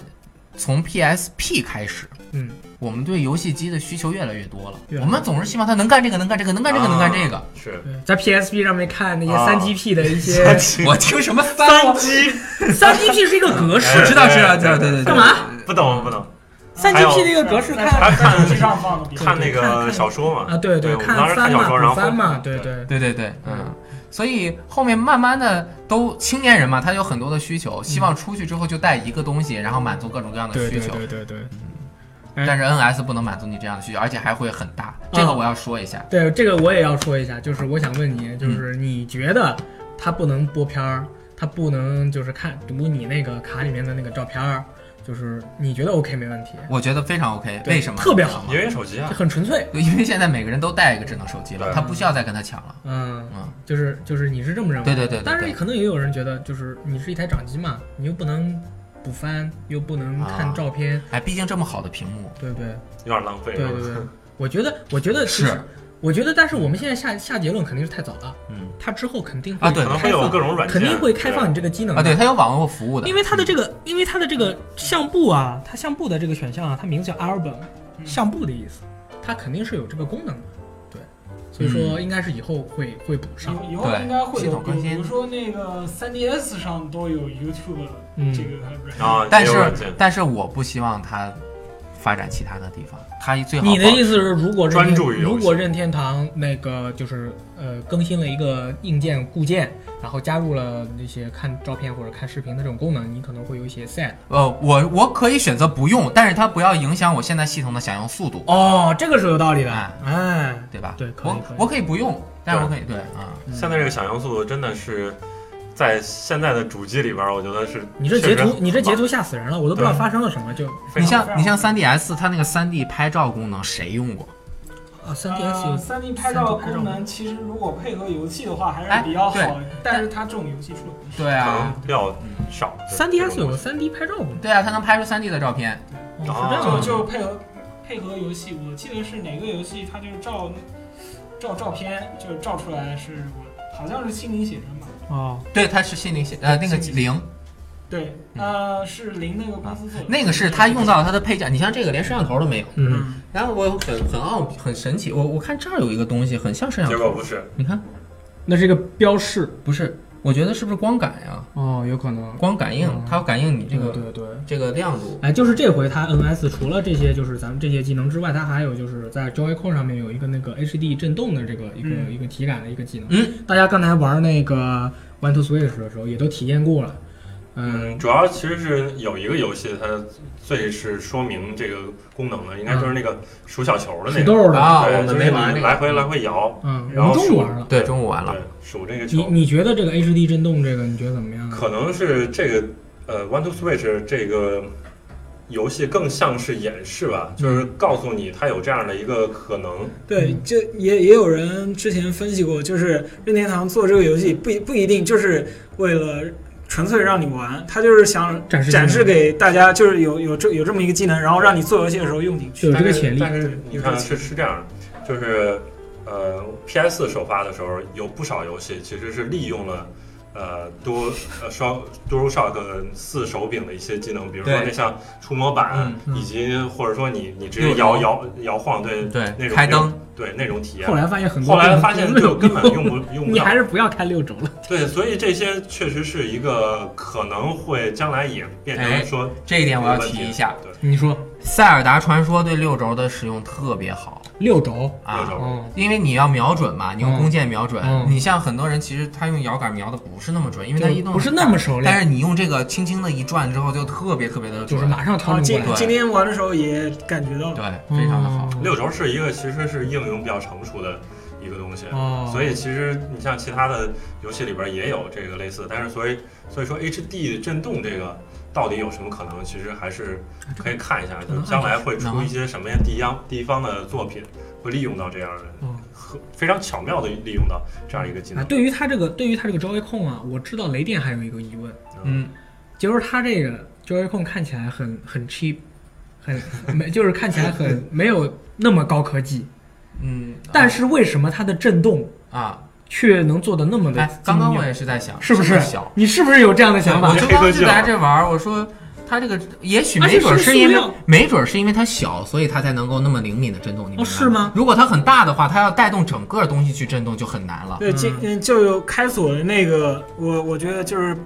[SPEAKER 3] 从 PSP 开始，
[SPEAKER 1] 嗯，
[SPEAKER 3] 我们对游戏机的需求越来越多了。
[SPEAKER 1] 越来越多
[SPEAKER 3] 我们总是希望它能干这个，能干这个，能干这个，
[SPEAKER 2] 啊
[SPEAKER 3] 能干这个。
[SPEAKER 2] 是
[SPEAKER 1] 对在 PSP 上面看那些
[SPEAKER 2] 啊
[SPEAKER 1] 三 GP 的一 些
[SPEAKER 3] 我听 什么三
[SPEAKER 1] 三
[SPEAKER 3] 我
[SPEAKER 1] G，三 GP 是一啊个格
[SPEAKER 2] 哎
[SPEAKER 1] 式，
[SPEAKER 3] 我知道，知道，
[SPEAKER 2] 哎
[SPEAKER 3] 知道，对对对。
[SPEAKER 1] 干嘛？
[SPEAKER 2] 不懂不懂，
[SPEAKER 1] 三
[SPEAKER 2] 还有
[SPEAKER 1] GP 的一个格式看
[SPEAKER 2] 还
[SPEAKER 4] 在
[SPEAKER 2] 看
[SPEAKER 4] 手机上放的比较
[SPEAKER 2] 看那
[SPEAKER 1] 看
[SPEAKER 2] 个
[SPEAKER 1] 看
[SPEAKER 2] 小说嘛，
[SPEAKER 1] 啊，对
[SPEAKER 2] 哎对我们当
[SPEAKER 1] 看
[SPEAKER 2] 时看
[SPEAKER 1] 番
[SPEAKER 2] 小
[SPEAKER 1] 嘛，
[SPEAKER 2] 说然后
[SPEAKER 1] 补番嘛，
[SPEAKER 2] 后
[SPEAKER 1] 对对，
[SPEAKER 3] 对对对，
[SPEAKER 2] 嗯
[SPEAKER 3] 嗯。所以后面慢慢的都青年人嘛，他有很多的需求，希望出去之后就带一个东西，然后满足各种各样的
[SPEAKER 1] 嗯对
[SPEAKER 3] 需
[SPEAKER 1] 对
[SPEAKER 3] 求。
[SPEAKER 1] 对对对。哎嗯
[SPEAKER 3] 但是 NS 不能满足你这样的需求，而且还会很大。这个我要说一下，
[SPEAKER 1] 对，这个我也要说一下，就是我想问你，就是
[SPEAKER 2] 嗯
[SPEAKER 1] 你觉得它不能播片儿，它不能就是看读你那个卡里面的那个照片儿，就是你觉得 OK 没问题？
[SPEAKER 3] 我觉得非常 OK。
[SPEAKER 1] 对
[SPEAKER 3] 为什么？
[SPEAKER 1] 特别好
[SPEAKER 2] 因为手机
[SPEAKER 1] 就
[SPEAKER 2] 啊，
[SPEAKER 1] 很纯粹，
[SPEAKER 3] 因为现在每个人都带一个智能手机了，
[SPEAKER 2] 对
[SPEAKER 3] 他不需要再跟他抢了。
[SPEAKER 1] 嗯，
[SPEAKER 3] 嗯，
[SPEAKER 1] 就是就是你是这么认为
[SPEAKER 3] 对
[SPEAKER 1] 的？
[SPEAKER 3] 对对对
[SPEAKER 1] 但是
[SPEAKER 3] 对
[SPEAKER 1] 可能也有人觉得，就是你是一台掌机嘛，你又不能补番，又不能看
[SPEAKER 3] 啊
[SPEAKER 1] 照片，
[SPEAKER 3] 哎，毕竟这么好的屏幕，
[SPEAKER 1] 对不对？
[SPEAKER 2] 有点浪费，
[SPEAKER 1] 对对对，我觉得我觉得其实
[SPEAKER 3] 是，
[SPEAKER 1] 我觉得，但是我们现在下下结论肯定是太早了，
[SPEAKER 3] 嗯
[SPEAKER 1] 它之后肯定会
[SPEAKER 3] 啊对
[SPEAKER 2] 可能会
[SPEAKER 1] 开
[SPEAKER 2] 有
[SPEAKER 1] 放
[SPEAKER 2] 各种软件，
[SPEAKER 1] 肯定会开放
[SPEAKER 2] 对
[SPEAKER 1] 你这个机能的
[SPEAKER 3] 啊，对，它有网络服务的，
[SPEAKER 1] 因为它的这个，因为它的这个相簿啊，它相簿的这个选项啊，它名字叫 album，
[SPEAKER 4] 嗯
[SPEAKER 1] 相簿的意思，它肯定是有这个功能的，对，所以说
[SPEAKER 3] 嗯
[SPEAKER 1] 应该是以后会会补上，
[SPEAKER 4] 以以后应该会
[SPEAKER 3] 对系
[SPEAKER 4] 有，
[SPEAKER 3] 统更新
[SPEAKER 4] 比如说那个 3DS 上都有 YouTube
[SPEAKER 1] 嗯
[SPEAKER 4] 这，个软件
[SPEAKER 2] 啊，
[SPEAKER 3] 但
[SPEAKER 2] 也有软
[SPEAKER 3] 是
[SPEAKER 2] 件
[SPEAKER 3] 嗯但是我不希望它发展其他的地方，它最好
[SPEAKER 1] 你的
[SPEAKER 3] 保
[SPEAKER 1] 意思是，如果任
[SPEAKER 2] 专
[SPEAKER 1] 天
[SPEAKER 2] 注于游戏
[SPEAKER 1] 如果任天堂那个就是呃更新了一个硬件固件，然后加入了那些看照片或者看视频的这种功能，你可能会有一些 sad。
[SPEAKER 3] 呃，我我可以选择不用，但是它不要影响我现在系统的享用速度，
[SPEAKER 1] 哦，这个是有道理的，
[SPEAKER 3] 哎
[SPEAKER 1] 哎，
[SPEAKER 3] 对吧？
[SPEAKER 1] 对可以
[SPEAKER 3] 我
[SPEAKER 1] 可以
[SPEAKER 3] 我可以不用，但是我可以对啊，
[SPEAKER 2] 现在这个响应速度真的是在现在的主机里边儿，我觉得是
[SPEAKER 1] 你这
[SPEAKER 2] 确
[SPEAKER 1] 截
[SPEAKER 2] 实
[SPEAKER 1] 图，你这
[SPEAKER 2] 很
[SPEAKER 1] 截
[SPEAKER 2] 棒
[SPEAKER 1] 图吓死人了，我都不知道
[SPEAKER 2] 对
[SPEAKER 1] 发生了什么就
[SPEAKER 2] 非常
[SPEAKER 3] 你像
[SPEAKER 4] 非常
[SPEAKER 3] 你像 3DS 它那个 3D 拍照功能谁用过？
[SPEAKER 1] 啊，三 DS 有
[SPEAKER 4] 呃，三 D 拍照功能其实如果配合游戏的话还
[SPEAKER 3] 哎
[SPEAKER 4] 是比较
[SPEAKER 3] 对
[SPEAKER 4] 好，但是它这种游戏出的不是
[SPEAKER 3] 对
[SPEAKER 2] 可
[SPEAKER 3] 啊
[SPEAKER 2] 能，比较少。
[SPEAKER 1] 三 DS 有个三 D 拍照功
[SPEAKER 3] 对啊，它能拍出 3D 的照片，
[SPEAKER 1] 能，哦
[SPEAKER 2] 啊
[SPEAKER 4] 就是
[SPEAKER 1] 这样
[SPEAKER 4] 就是配合配合游戏，我记得是哪个游戏，它就是照那照照片，就是照出来是我好像是心灵写真吧？
[SPEAKER 1] 啊，哦，
[SPEAKER 3] 对，它是心灵写呃那个
[SPEAKER 4] 心灵
[SPEAKER 3] 零，
[SPEAKER 4] 对，呃，是零那个公司做的，
[SPEAKER 3] 嗯那个是它用到了它的配件，你像这个连摄像头都没有。
[SPEAKER 1] 嗯，
[SPEAKER 4] 嗯，
[SPEAKER 3] 然后我很很奥很神奇，我我看这儿有一个东西很像摄像
[SPEAKER 2] 结
[SPEAKER 3] 头，
[SPEAKER 2] 果不是，
[SPEAKER 3] 你看
[SPEAKER 1] 那这个标示
[SPEAKER 3] 不是，我觉得是不是光感呀、
[SPEAKER 1] 哦，有可能
[SPEAKER 3] 光感应
[SPEAKER 1] 嗯，
[SPEAKER 3] 它要感应你这个、
[SPEAKER 1] 对对。
[SPEAKER 3] 这个亮度。
[SPEAKER 1] 哎，就是这回它 NS 除了这些，就是咱们这些技能之外，它还有就是在 Joy-Con 上面有一个那个 HD 震动的这个一个、
[SPEAKER 4] 嗯
[SPEAKER 1] 一个体感的一个技能。
[SPEAKER 3] 嗯，
[SPEAKER 1] 大家刚才玩那个 One to Switch 的时候也都体验过了，嗯，
[SPEAKER 2] 主要其实是有一个游戏，它最是说明这个功能的，应该就是那
[SPEAKER 1] 嗯
[SPEAKER 2] 个数小球的
[SPEAKER 1] 土
[SPEAKER 2] 那个。
[SPEAKER 1] 豆的，
[SPEAKER 3] 啊，
[SPEAKER 2] 对
[SPEAKER 3] 我们
[SPEAKER 2] 就
[SPEAKER 3] 没玩
[SPEAKER 2] 是
[SPEAKER 3] 那
[SPEAKER 2] 你
[SPEAKER 3] 个，
[SPEAKER 2] 来回来。回摇，
[SPEAKER 1] 嗯，我
[SPEAKER 2] 然
[SPEAKER 1] 们
[SPEAKER 2] 后
[SPEAKER 1] 中午玩了。
[SPEAKER 3] 对，中午完了
[SPEAKER 2] 对，，数这个
[SPEAKER 1] 你
[SPEAKER 2] 球。
[SPEAKER 1] 你觉得这个 HD 震动这个你觉得怎么样？啊
[SPEAKER 2] 可能是这个呃，One to Switch 这个游戏更像是演示吧，就是告诉你它有这样的一个可能。
[SPEAKER 4] 对，
[SPEAKER 1] 嗯
[SPEAKER 4] 就也也有人之前分析过，就是任天堂做这个游戏不一不一定就是为了纯粹让你玩，他就是想
[SPEAKER 1] 展示技能
[SPEAKER 4] 展示给大家，就是有有这有这么一个技能，然后让你做游戏的时候用进去。
[SPEAKER 1] 有这个潜力
[SPEAKER 2] 但是但是你
[SPEAKER 4] 有这个
[SPEAKER 2] 看
[SPEAKER 4] 潜
[SPEAKER 2] 是是这样的，就是呃，PS 首发的时候有不少游戏其实是利用了。呃，多呃双 DualShock 四手柄的一些技能，比如说
[SPEAKER 3] 对
[SPEAKER 2] 那像触摸板
[SPEAKER 3] 嗯，
[SPEAKER 1] 嗯
[SPEAKER 2] 以及或者说你你直
[SPEAKER 3] 对
[SPEAKER 2] 接摇摇摇晃，对那
[SPEAKER 3] 对，
[SPEAKER 2] 种
[SPEAKER 3] 开灯，
[SPEAKER 2] 对那种体验
[SPEAKER 1] 后。来发现很多，
[SPEAKER 2] 后来发现就根本用 不用不
[SPEAKER 1] 你
[SPEAKER 2] 到
[SPEAKER 1] 还。是不要看六轴了。
[SPEAKER 2] 对，所以这些确实是一个可能会将来也变
[SPEAKER 3] 哎
[SPEAKER 2] 成说
[SPEAKER 3] 这一
[SPEAKER 2] 一
[SPEAKER 3] 点我要提一下，。
[SPEAKER 2] 对，
[SPEAKER 1] 你说
[SPEAKER 3] 《塞尔达传说》对六轴的使用特别好
[SPEAKER 1] 六轴，
[SPEAKER 3] 啊
[SPEAKER 2] 六，轴
[SPEAKER 1] 嗯，
[SPEAKER 3] 因为你要瞄准嘛，你用弓箭瞄准。
[SPEAKER 1] 嗯嗯
[SPEAKER 3] 你像很多人其实他用摇杆瞄的不是那么准，因为他
[SPEAKER 1] 就
[SPEAKER 3] 移动
[SPEAKER 1] 不是那么熟
[SPEAKER 3] 但
[SPEAKER 1] 练，
[SPEAKER 3] 是你用这个轻轻的一转之后，就特别特别的准，
[SPEAKER 1] 就是
[SPEAKER 2] 啊
[SPEAKER 1] 马上
[SPEAKER 4] 然后
[SPEAKER 1] 操纵
[SPEAKER 4] 今
[SPEAKER 1] 过来。
[SPEAKER 4] 今天玩的时候也感觉到了，
[SPEAKER 3] 对，非常的好。
[SPEAKER 1] 嗯
[SPEAKER 2] 六轴是一个其实是应用比较成熟的一个东西，
[SPEAKER 1] 哦，
[SPEAKER 2] 所以其实你像其他的游戏里边也有这个类似，但是所以所以说 HD 震动这个到底有什么可能，其实还是可以看一下，
[SPEAKER 3] 可
[SPEAKER 2] 就
[SPEAKER 3] 能
[SPEAKER 2] 将来会
[SPEAKER 3] 能
[SPEAKER 2] 出
[SPEAKER 3] 啊
[SPEAKER 2] 一些什么样地方地方的作品会利用到这样的
[SPEAKER 1] 嗯，
[SPEAKER 2] 和非常巧妙的利用到这样一个技
[SPEAKER 1] 啊，
[SPEAKER 2] 能。
[SPEAKER 1] 对于它这个，对于它这个 Joy 控啊，我知道雷电还有一个疑问，
[SPEAKER 3] 嗯，
[SPEAKER 1] 就是它这个 Joy 控看起来很很 cheap，很没，就是看起来很没有那么高科 技，
[SPEAKER 3] 嗯，
[SPEAKER 1] 但是为什么它的震动
[SPEAKER 3] 啊，
[SPEAKER 1] 却能做的那么的
[SPEAKER 3] 哎，刚刚
[SPEAKER 1] 精
[SPEAKER 3] 我
[SPEAKER 1] 妙
[SPEAKER 3] 也是在想，
[SPEAKER 1] 是不
[SPEAKER 3] 这
[SPEAKER 1] 是
[SPEAKER 3] 么小？
[SPEAKER 1] 你是不是有这样的想
[SPEAKER 3] 我
[SPEAKER 1] 法？
[SPEAKER 3] 就
[SPEAKER 2] 黑
[SPEAKER 3] 刚
[SPEAKER 2] 科
[SPEAKER 3] 刚
[SPEAKER 2] 技
[SPEAKER 3] 就在
[SPEAKER 2] 了
[SPEAKER 3] 这玩儿，我说它这个也许
[SPEAKER 1] 而且
[SPEAKER 3] 没准
[SPEAKER 1] 是
[SPEAKER 3] 是因
[SPEAKER 1] 塑
[SPEAKER 3] 为
[SPEAKER 1] 料
[SPEAKER 3] 没准是因为它小，所以它才能够那么灵敏的震动。你明白
[SPEAKER 1] 哦是吗？
[SPEAKER 3] 如果它很大的话，它要带动整个东西去震动就很难了。
[SPEAKER 4] 对，今嗯就有开锁的那个，我我觉得就是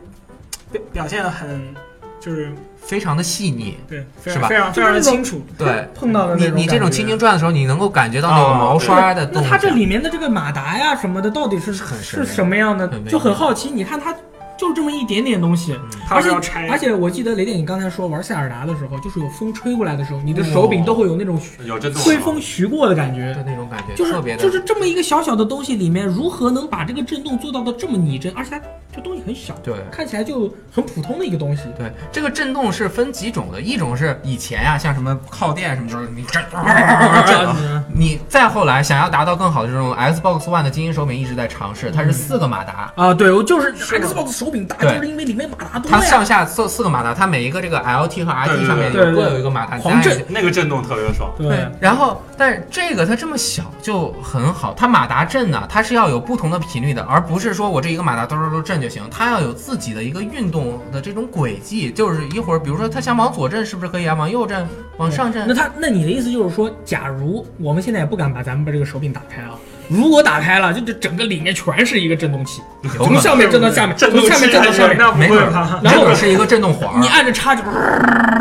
[SPEAKER 4] 表表现得很就是
[SPEAKER 3] 非常的细腻。
[SPEAKER 4] 对，非
[SPEAKER 3] 是吧
[SPEAKER 4] 常非常非常的清楚。
[SPEAKER 3] 对，
[SPEAKER 1] 碰到的那
[SPEAKER 3] 你你这种
[SPEAKER 1] 感觉
[SPEAKER 3] 轻轻转的时候，你能够感觉到
[SPEAKER 1] 哦
[SPEAKER 3] 那个
[SPEAKER 2] 啊
[SPEAKER 3] 毛
[SPEAKER 2] 对
[SPEAKER 3] 刷的动
[SPEAKER 1] 那
[SPEAKER 3] 作。
[SPEAKER 1] 它这里面的这个马达呀什么的，到底是
[SPEAKER 3] 很神
[SPEAKER 1] 是
[SPEAKER 3] 秘
[SPEAKER 1] 什么样的
[SPEAKER 3] 很？微
[SPEAKER 1] 就很
[SPEAKER 3] 妙
[SPEAKER 1] 好奇。你看它就这么一点点东西，
[SPEAKER 4] 他是要拆，
[SPEAKER 1] 而且我记得雷电，你刚才说玩塞尔达的时候，就是有风吹过来的时候，你的手柄都会有那种
[SPEAKER 2] 有震动
[SPEAKER 1] 吹
[SPEAKER 2] 吗
[SPEAKER 1] 风徐过的感
[SPEAKER 3] 的
[SPEAKER 1] 觉。
[SPEAKER 3] 那种感觉，
[SPEAKER 1] 就是
[SPEAKER 3] 特别的，
[SPEAKER 1] 就是这么一个小小的东西里面，如何能把这个震动做到的这么拟真？而且它这东西很小，
[SPEAKER 3] 对。
[SPEAKER 1] 看起来就很普通的一个东西。
[SPEAKER 3] 对，这个震动是分几种的，一种是以前呀、像什么靠垫什么时候你这，
[SPEAKER 1] 嗯
[SPEAKER 3] 你再后来想要达到更好的这种 Xbox One 的精英手柄一直在尝试，它
[SPEAKER 1] 嗯
[SPEAKER 3] 是四个马达，
[SPEAKER 1] 啊，对我就是
[SPEAKER 4] 是吗
[SPEAKER 1] Xbox 手柄大，
[SPEAKER 3] 对
[SPEAKER 1] 就是因为里面马达多
[SPEAKER 3] 它
[SPEAKER 1] 呀。
[SPEAKER 3] 上下四四个马达，它每一个这个 L T 和 R
[SPEAKER 2] 对
[SPEAKER 3] T
[SPEAKER 2] 对
[SPEAKER 3] 上面
[SPEAKER 1] 对对
[SPEAKER 3] 各有一个马达，
[SPEAKER 1] 狂震
[SPEAKER 3] 你按下去。
[SPEAKER 2] 那个震动特别爽。
[SPEAKER 1] 对，
[SPEAKER 3] 然后，但是这个它这么小就很好，它马达震呢、它是要有不同的频率的，而不是说我这一个马达哆哆哆震就行，它要有自己的一个运动的这种轨迹，就是一会儿，比如说它想往左震是不是可以啊？往右震，往上震
[SPEAKER 1] 那，他，那你的意思就是说，假如我们现在也不敢把咱们把这个手柄打开啊，如果打开了，就这整个里面全是一个震动器，
[SPEAKER 3] 有可
[SPEAKER 1] 从
[SPEAKER 3] 能
[SPEAKER 1] 上面震到下面，
[SPEAKER 2] 震
[SPEAKER 1] 从
[SPEAKER 2] 动器
[SPEAKER 1] 下面震到上
[SPEAKER 2] 还
[SPEAKER 1] 面
[SPEAKER 2] 是，
[SPEAKER 4] 那不
[SPEAKER 3] 没
[SPEAKER 4] 会
[SPEAKER 3] 准儿
[SPEAKER 4] 吧？
[SPEAKER 1] 然后
[SPEAKER 3] 这个是一个震动环
[SPEAKER 1] 你
[SPEAKER 3] 儿。
[SPEAKER 1] 按着插就，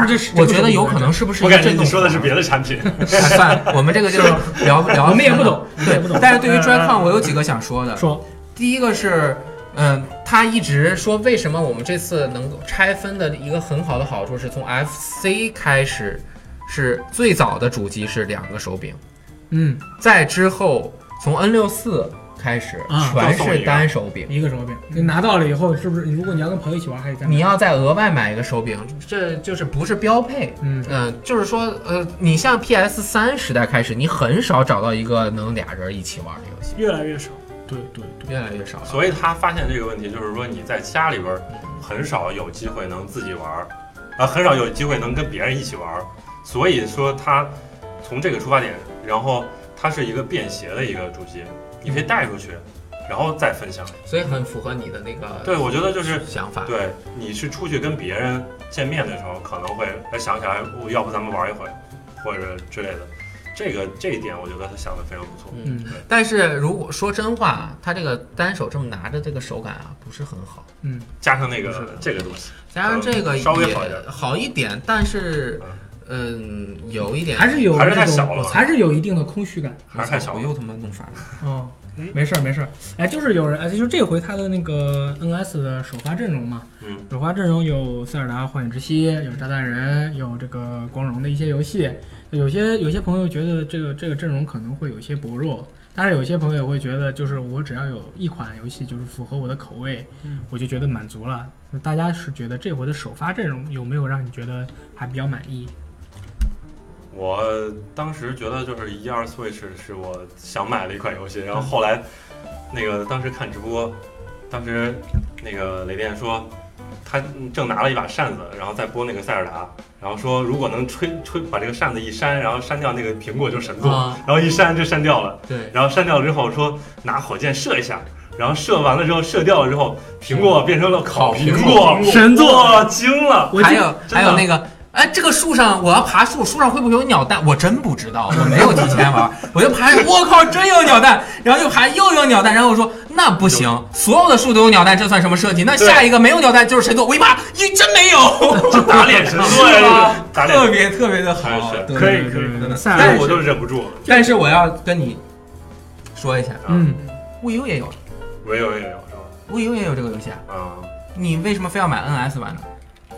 [SPEAKER 1] 这是
[SPEAKER 3] 我觉得有可能。是不是
[SPEAKER 2] 我
[SPEAKER 3] 一个
[SPEAKER 2] 感觉
[SPEAKER 3] 震
[SPEAKER 2] 你
[SPEAKER 3] 动
[SPEAKER 2] 说的是
[SPEAKER 3] 环儿
[SPEAKER 2] 别的产品，
[SPEAKER 3] 哎 算了，我们这个就是聊聊，
[SPEAKER 1] 我们也不懂，我们也
[SPEAKER 3] 对
[SPEAKER 1] 不懂。，嗯
[SPEAKER 3] 但是对于 Joy-Con 我有几个想说的，
[SPEAKER 1] 说
[SPEAKER 3] 第一个是，嗯，他一直说为什么我们这次能够拆分的一个很好的好处是从 FC 开始，是最早的主机是两个手柄，
[SPEAKER 1] 嗯，
[SPEAKER 3] 再之后从 N 6 4开始
[SPEAKER 1] 啊
[SPEAKER 3] 全是单手柄。
[SPEAKER 1] 一个手柄，你拿到了以后，是不是？如果你要跟朋友一起玩，还得再买
[SPEAKER 3] 你要再额外买一个手柄，这就是不是标配。
[SPEAKER 1] 嗯
[SPEAKER 3] 呃，就是说，呃，你像 PS 3时代开始，你很少找到一个能俩人一起玩的游戏，
[SPEAKER 4] 越来越少。
[SPEAKER 1] 对对对，
[SPEAKER 3] 越来越少 了。
[SPEAKER 2] 所以他发现这个问题，就是说你在家里边儿很少有机会能自己玩儿，啊，很少有机会能跟别人一起玩儿。所以说他从这个出发点，然后它是一个便携的一个主机，你可以带出去，然后再分享。
[SPEAKER 3] 所以很符合你的那个
[SPEAKER 2] 对，我觉得就是
[SPEAKER 3] 想法。
[SPEAKER 2] 对，你是出去跟别人见面的时候，可能会哎想起来，哦要不咱们玩一会儿，或者之类的。这个这一点，我觉得他想的非常不错。
[SPEAKER 1] 嗯
[SPEAKER 3] 但是如果说真话，啊它这个单手这么拿着，这个手感啊不是很好。
[SPEAKER 1] 嗯，
[SPEAKER 2] 加上那
[SPEAKER 3] 是的
[SPEAKER 2] 个这个东西，
[SPEAKER 3] 加上这个
[SPEAKER 2] 嗯稍微
[SPEAKER 3] 也
[SPEAKER 2] 好一点
[SPEAKER 3] 好一点，但是，嗯，有一点
[SPEAKER 1] 还是有
[SPEAKER 2] 还是
[SPEAKER 1] 那
[SPEAKER 2] 太小
[SPEAKER 1] 种，
[SPEAKER 2] 了
[SPEAKER 1] 还是有一定的空虚感。
[SPEAKER 2] 还是太小
[SPEAKER 3] 我
[SPEAKER 2] 了
[SPEAKER 3] 又他妈弄反了。
[SPEAKER 1] 嗯，
[SPEAKER 4] 嗯
[SPEAKER 1] 没事儿没事儿。哎，就是有人，哎，就是这回他的那个 NS 的首发阵容嘛，
[SPEAKER 2] 嗯，
[SPEAKER 1] 首发阵容有塞尔达幻影之息，有炸弹人，有这个光荣的一些游戏。有些有些朋友觉得这个这个阵容可能会有些薄弱，但是有些朋友也会觉得，就是我只要有一款游戏就是符合我的口味，
[SPEAKER 4] 嗯
[SPEAKER 1] 我就觉得满足了。那大家是觉得这回的首发阵容有没有让你觉得还比较满意？
[SPEAKER 2] 我当时觉得就是一二 Switch 是我想买的一款游戏，然后后来那个当时看直播，当时那个雷电说他正拿了一把扇子，然后在播那个塞尔达，然后说如果能吹吹把这个扇子一扇，然后扇掉那个苹果就神作，
[SPEAKER 3] 啊
[SPEAKER 2] 然后一扇就扇掉了，
[SPEAKER 3] 对，
[SPEAKER 2] 然后删掉之后说拿火箭射一下，然后射完了之后射掉了之后，苹果变成了烤苹
[SPEAKER 3] 烤
[SPEAKER 2] 果
[SPEAKER 3] 苹，
[SPEAKER 1] 果神作
[SPEAKER 2] 哇，惊了！
[SPEAKER 1] 我
[SPEAKER 3] 还
[SPEAKER 1] 记得
[SPEAKER 3] 有
[SPEAKER 2] 真的
[SPEAKER 3] 还有那个，哎，这个树上我要爬树，树上会不会有鸟蛋？我真不知道，我没有提前玩， 我就爬，我靠，真有鸟蛋，然后又爬又有鸟蛋，然后我说那不行，所有的树都有鸟蛋，这算什么设计？那
[SPEAKER 2] 对
[SPEAKER 3] 下一个没有鸟蛋就是神作，我一爬，咦，真没有，
[SPEAKER 2] 这打脸神作
[SPEAKER 3] 是
[SPEAKER 2] 呀
[SPEAKER 3] 吧，
[SPEAKER 2] 打
[SPEAKER 3] 特
[SPEAKER 2] 脸！
[SPEAKER 3] 别特别的好，
[SPEAKER 2] 是
[SPEAKER 3] 对
[SPEAKER 2] 可以
[SPEAKER 1] 对
[SPEAKER 2] 可以
[SPEAKER 1] 对
[SPEAKER 3] 真的
[SPEAKER 1] 塞尔
[SPEAKER 2] 但
[SPEAKER 1] 达
[SPEAKER 2] 是我
[SPEAKER 3] 是
[SPEAKER 2] 就忍不住了。
[SPEAKER 3] 但是我要跟你说一下
[SPEAKER 1] 嗯，
[SPEAKER 3] ，w i U 也有
[SPEAKER 2] 我有我有有是吧？
[SPEAKER 3] ，w i U 也有这个游戏啊，
[SPEAKER 2] 啊，
[SPEAKER 3] 你为什么非要买 NS 玩呢？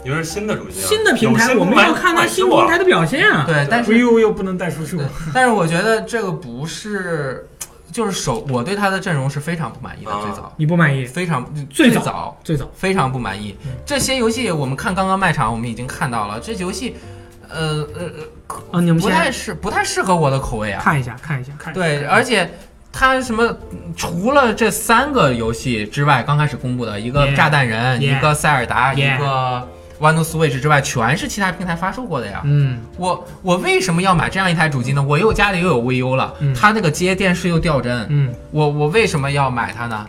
[SPEAKER 2] 因为是新的主机啊，
[SPEAKER 1] 新的平台我们要看它新平台
[SPEAKER 2] 的。
[SPEAKER 1] 的表现啊。
[SPEAKER 3] 对，但是
[SPEAKER 4] v u 又不能带出去
[SPEAKER 3] 对，但是我觉得这个不是，就是首我对他的阵容是非常不满意的，
[SPEAKER 2] 啊
[SPEAKER 3] 最早
[SPEAKER 1] 你不满意？
[SPEAKER 3] 非常
[SPEAKER 1] 最早嗯
[SPEAKER 3] 早
[SPEAKER 1] 最早
[SPEAKER 3] 非常不满意。这些游戏我们看刚刚卖场，我们已经看到了，这游戏，呃呃
[SPEAKER 1] 啊，你
[SPEAKER 3] 呃，
[SPEAKER 1] 们
[SPEAKER 3] 不
[SPEAKER 1] 先
[SPEAKER 3] 太适不太适合我的口味啊。
[SPEAKER 1] 看一下看一下。
[SPEAKER 4] 看
[SPEAKER 3] 对，而且它什么除了这三个游戏之外，刚开始公布的一个
[SPEAKER 1] Yeah
[SPEAKER 3] 炸弹人
[SPEAKER 1] Yeah
[SPEAKER 3] 一个塞尔达
[SPEAKER 1] Yeah
[SPEAKER 3] 一个 One Switch 之外，全是其他平台发售过的呀。
[SPEAKER 1] 嗯，
[SPEAKER 3] 我我为什么要买这样一台主机呢？我又家里又有 VU 了，
[SPEAKER 1] 嗯
[SPEAKER 3] 它这个接电视又掉帧，
[SPEAKER 1] 嗯，
[SPEAKER 3] 我我为什么要买它呢？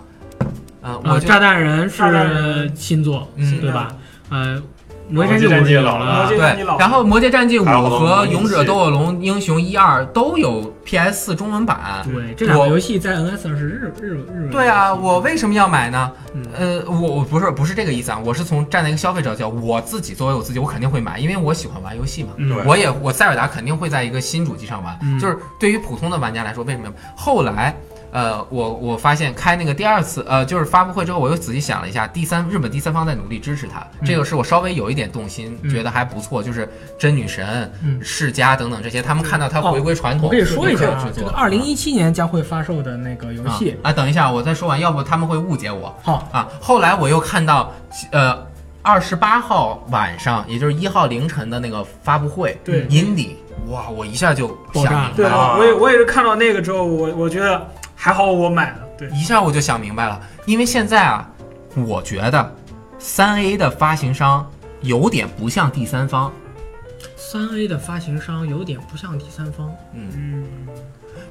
[SPEAKER 3] 嗯、
[SPEAKER 1] 呃，
[SPEAKER 3] 我就、
[SPEAKER 1] 炸弹人
[SPEAKER 4] 炸弹人
[SPEAKER 1] 是新作，
[SPEAKER 3] 嗯
[SPEAKER 1] 对吧？呃，魔
[SPEAKER 2] 魔
[SPEAKER 1] 界
[SPEAKER 2] 界
[SPEAKER 1] 战
[SPEAKER 2] 战
[SPEAKER 1] 记
[SPEAKER 2] 记
[SPEAKER 1] 我是
[SPEAKER 2] 老
[SPEAKER 1] 有
[SPEAKER 2] 了
[SPEAKER 1] 了
[SPEAKER 4] 魔，界
[SPEAKER 3] 对，然后《魔界战记五》
[SPEAKER 2] 还有龙
[SPEAKER 3] 和
[SPEAKER 2] 龙
[SPEAKER 3] 《
[SPEAKER 2] 一
[SPEAKER 3] 勇者
[SPEAKER 2] 系
[SPEAKER 3] 斗恶龙英雄一二》都有 PS 中文版。
[SPEAKER 1] 对，这两个
[SPEAKER 3] 我
[SPEAKER 1] 游戏在 NS 上是日日日文。
[SPEAKER 3] 对啊，我为什么要买呢？
[SPEAKER 1] 嗯
[SPEAKER 3] 呃，我我不是不是这个意思啊，我是从站在一个消费者角度，我自己作为我自己，我肯定会买，因为我喜欢玩游戏嘛。
[SPEAKER 1] 嗯
[SPEAKER 2] 对
[SPEAKER 3] 我也我塞尔达肯定会在一个新主机上玩，
[SPEAKER 1] 嗯
[SPEAKER 3] 就是对于普通的玩家来说，为什么要后来？呃，我我发现开那个第二次，呃，就是发布会之后，我又仔细想了一下，第三日本第三方在努力支持它，
[SPEAKER 1] 嗯
[SPEAKER 3] 这个是我稍微有一点动心，
[SPEAKER 1] 嗯
[SPEAKER 3] 觉得还不错，就是真女神、
[SPEAKER 1] 嗯
[SPEAKER 3] 世嘉等等这些，他们看到它
[SPEAKER 1] 哦
[SPEAKER 3] 回归传统，
[SPEAKER 1] 我可以说一下
[SPEAKER 3] 就
[SPEAKER 1] 啊
[SPEAKER 3] 去，
[SPEAKER 1] 这
[SPEAKER 3] 做
[SPEAKER 1] 个二零一七年将会发售的那个游戏，
[SPEAKER 3] 啊啊，等一下我再说完，要不他们会误解我。
[SPEAKER 1] 好，
[SPEAKER 3] 啊，后来我又看到，呃，二十八号晚上，也就是一号凌晨的那个发布会，
[SPEAKER 4] 对
[SPEAKER 3] ，Indie，哇，我一下就
[SPEAKER 1] 爆炸
[SPEAKER 3] 想
[SPEAKER 1] 了
[SPEAKER 3] 明
[SPEAKER 4] 对
[SPEAKER 3] 白了，
[SPEAKER 2] 啊
[SPEAKER 4] 我也我也是看到那个之后，我我觉得还好我买了，对，
[SPEAKER 3] 一下我就想明白了，因为现在啊，我觉得三 A 的发行商有点不像第三方，
[SPEAKER 1] 三 A 的发行商有点不像第三方，
[SPEAKER 3] 嗯，
[SPEAKER 4] 嗯，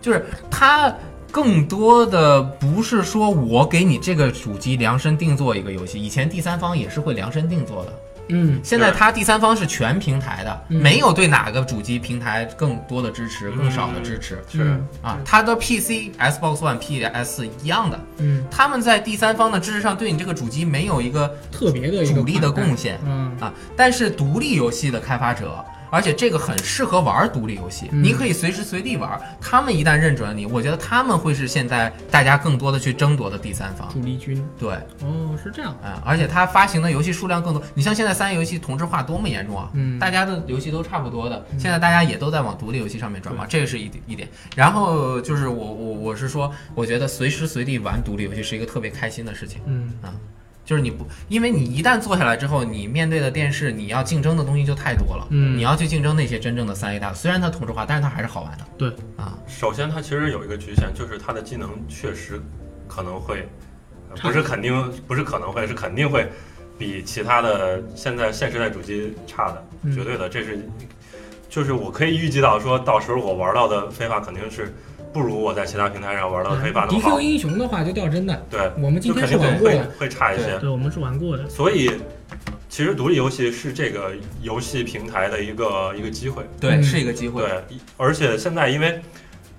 [SPEAKER 3] 就是它。更多的不是说我给你这个主机量身定做一个游戏，以前第三方也是会量身定做的，
[SPEAKER 1] 嗯
[SPEAKER 3] 现在它第三方是全平台的，
[SPEAKER 1] 嗯
[SPEAKER 3] 没有对哪个主机平台更多的支持，
[SPEAKER 2] 嗯
[SPEAKER 3] 更少的支持
[SPEAKER 2] 是
[SPEAKER 3] 啊
[SPEAKER 4] 嗯。
[SPEAKER 3] 它的 PC、Xbox One、PS 一样的，
[SPEAKER 1] 嗯，
[SPEAKER 3] 他们在第三方的支持上对你这个主机没有一个
[SPEAKER 1] 特别的一个
[SPEAKER 3] 主力的
[SPEAKER 1] 款待
[SPEAKER 3] 贡，献
[SPEAKER 1] 嗯
[SPEAKER 3] 啊。但是独立游戏的开发者，而且这个很适合玩独立游戏，
[SPEAKER 1] 嗯
[SPEAKER 3] 你可以随时随地玩。他们一旦认准了你，我觉得他们会是现在大家更多的去争夺的第三方。
[SPEAKER 1] 主力军，
[SPEAKER 3] 对，
[SPEAKER 1] 哦，是这样，
[SPEAKER 3] 啊，而且它发行的游戏数量更多。你像现在三 A 游戏同质化多么严重啊！
[SPEAKER 1] 嗯
[SPEAKER 3] 大家的游戏都差不多的，现在大家也都在往独立游戏上面转嘛，这个是一点一点。然后就是我我我是说，我觉得随时随地玩独立游戏是一个特别开心的事情。
[SPEAKER 1] 嗯
[SPEAKER 3] 就是你不，因为你一旦坐下来之后，你面对的电视，你要竞争的东西就太多了。
[SPEAKER 1] 嗯
[SPEAKER 3] 你要去竞争那些真正的三 A 大，虽然它同质化，但是它还是好玩的。
[SPEAKER 1] 对
[SPEAKER 3] 啊，
[SPEAKER 2] 首先，它其实有一个局限，就是它的技能确实可能会，呃
[SPEAKER 1] 差
[SPEAKER 2] 不是肯定不是可能会，是肯定会比其他的现在现时代主机差的，
[SPEAKER 1] 嗯
[SPEAKER 2] 绝对的。这是就是我可以预计到，说到时候我玩到的非法肯定是不如我在其他平台上玩
[SPEAKER 1] 嗯
[SPEAKER 2] 到的非法那么好
[SPEAKER 1] ，DQ，英雄的话就掉帧的，
[SPEAKER 2] 对，
[SPEAKER 1] 我 E 们今
[SPEAKER 2] 就
[SPEAKER 1] 天
[SPEAKER 2] 肯
[SPEAKER 1] 是
[SPEAKER 2] 定
[SPEAKER 1] 玩
[SPEAKER 2] 会
[SPEAKER 1] 过
[SPEAKER 2] 会
[SPEAKER 1] 的，
[SPEAKER 2] 会差一些。
[SPEAKER 1] 对，我们是玩过的，
[SPEAKER 2] 所以，其实独立游戏是这个游戏平台的一个一个机会。
[SPEAKER 3] 对，
[SPEAKER 1] 嗯
[SPEAKER 3] 是一个机会。
[SPEAKER 2] 对，一而且现在因为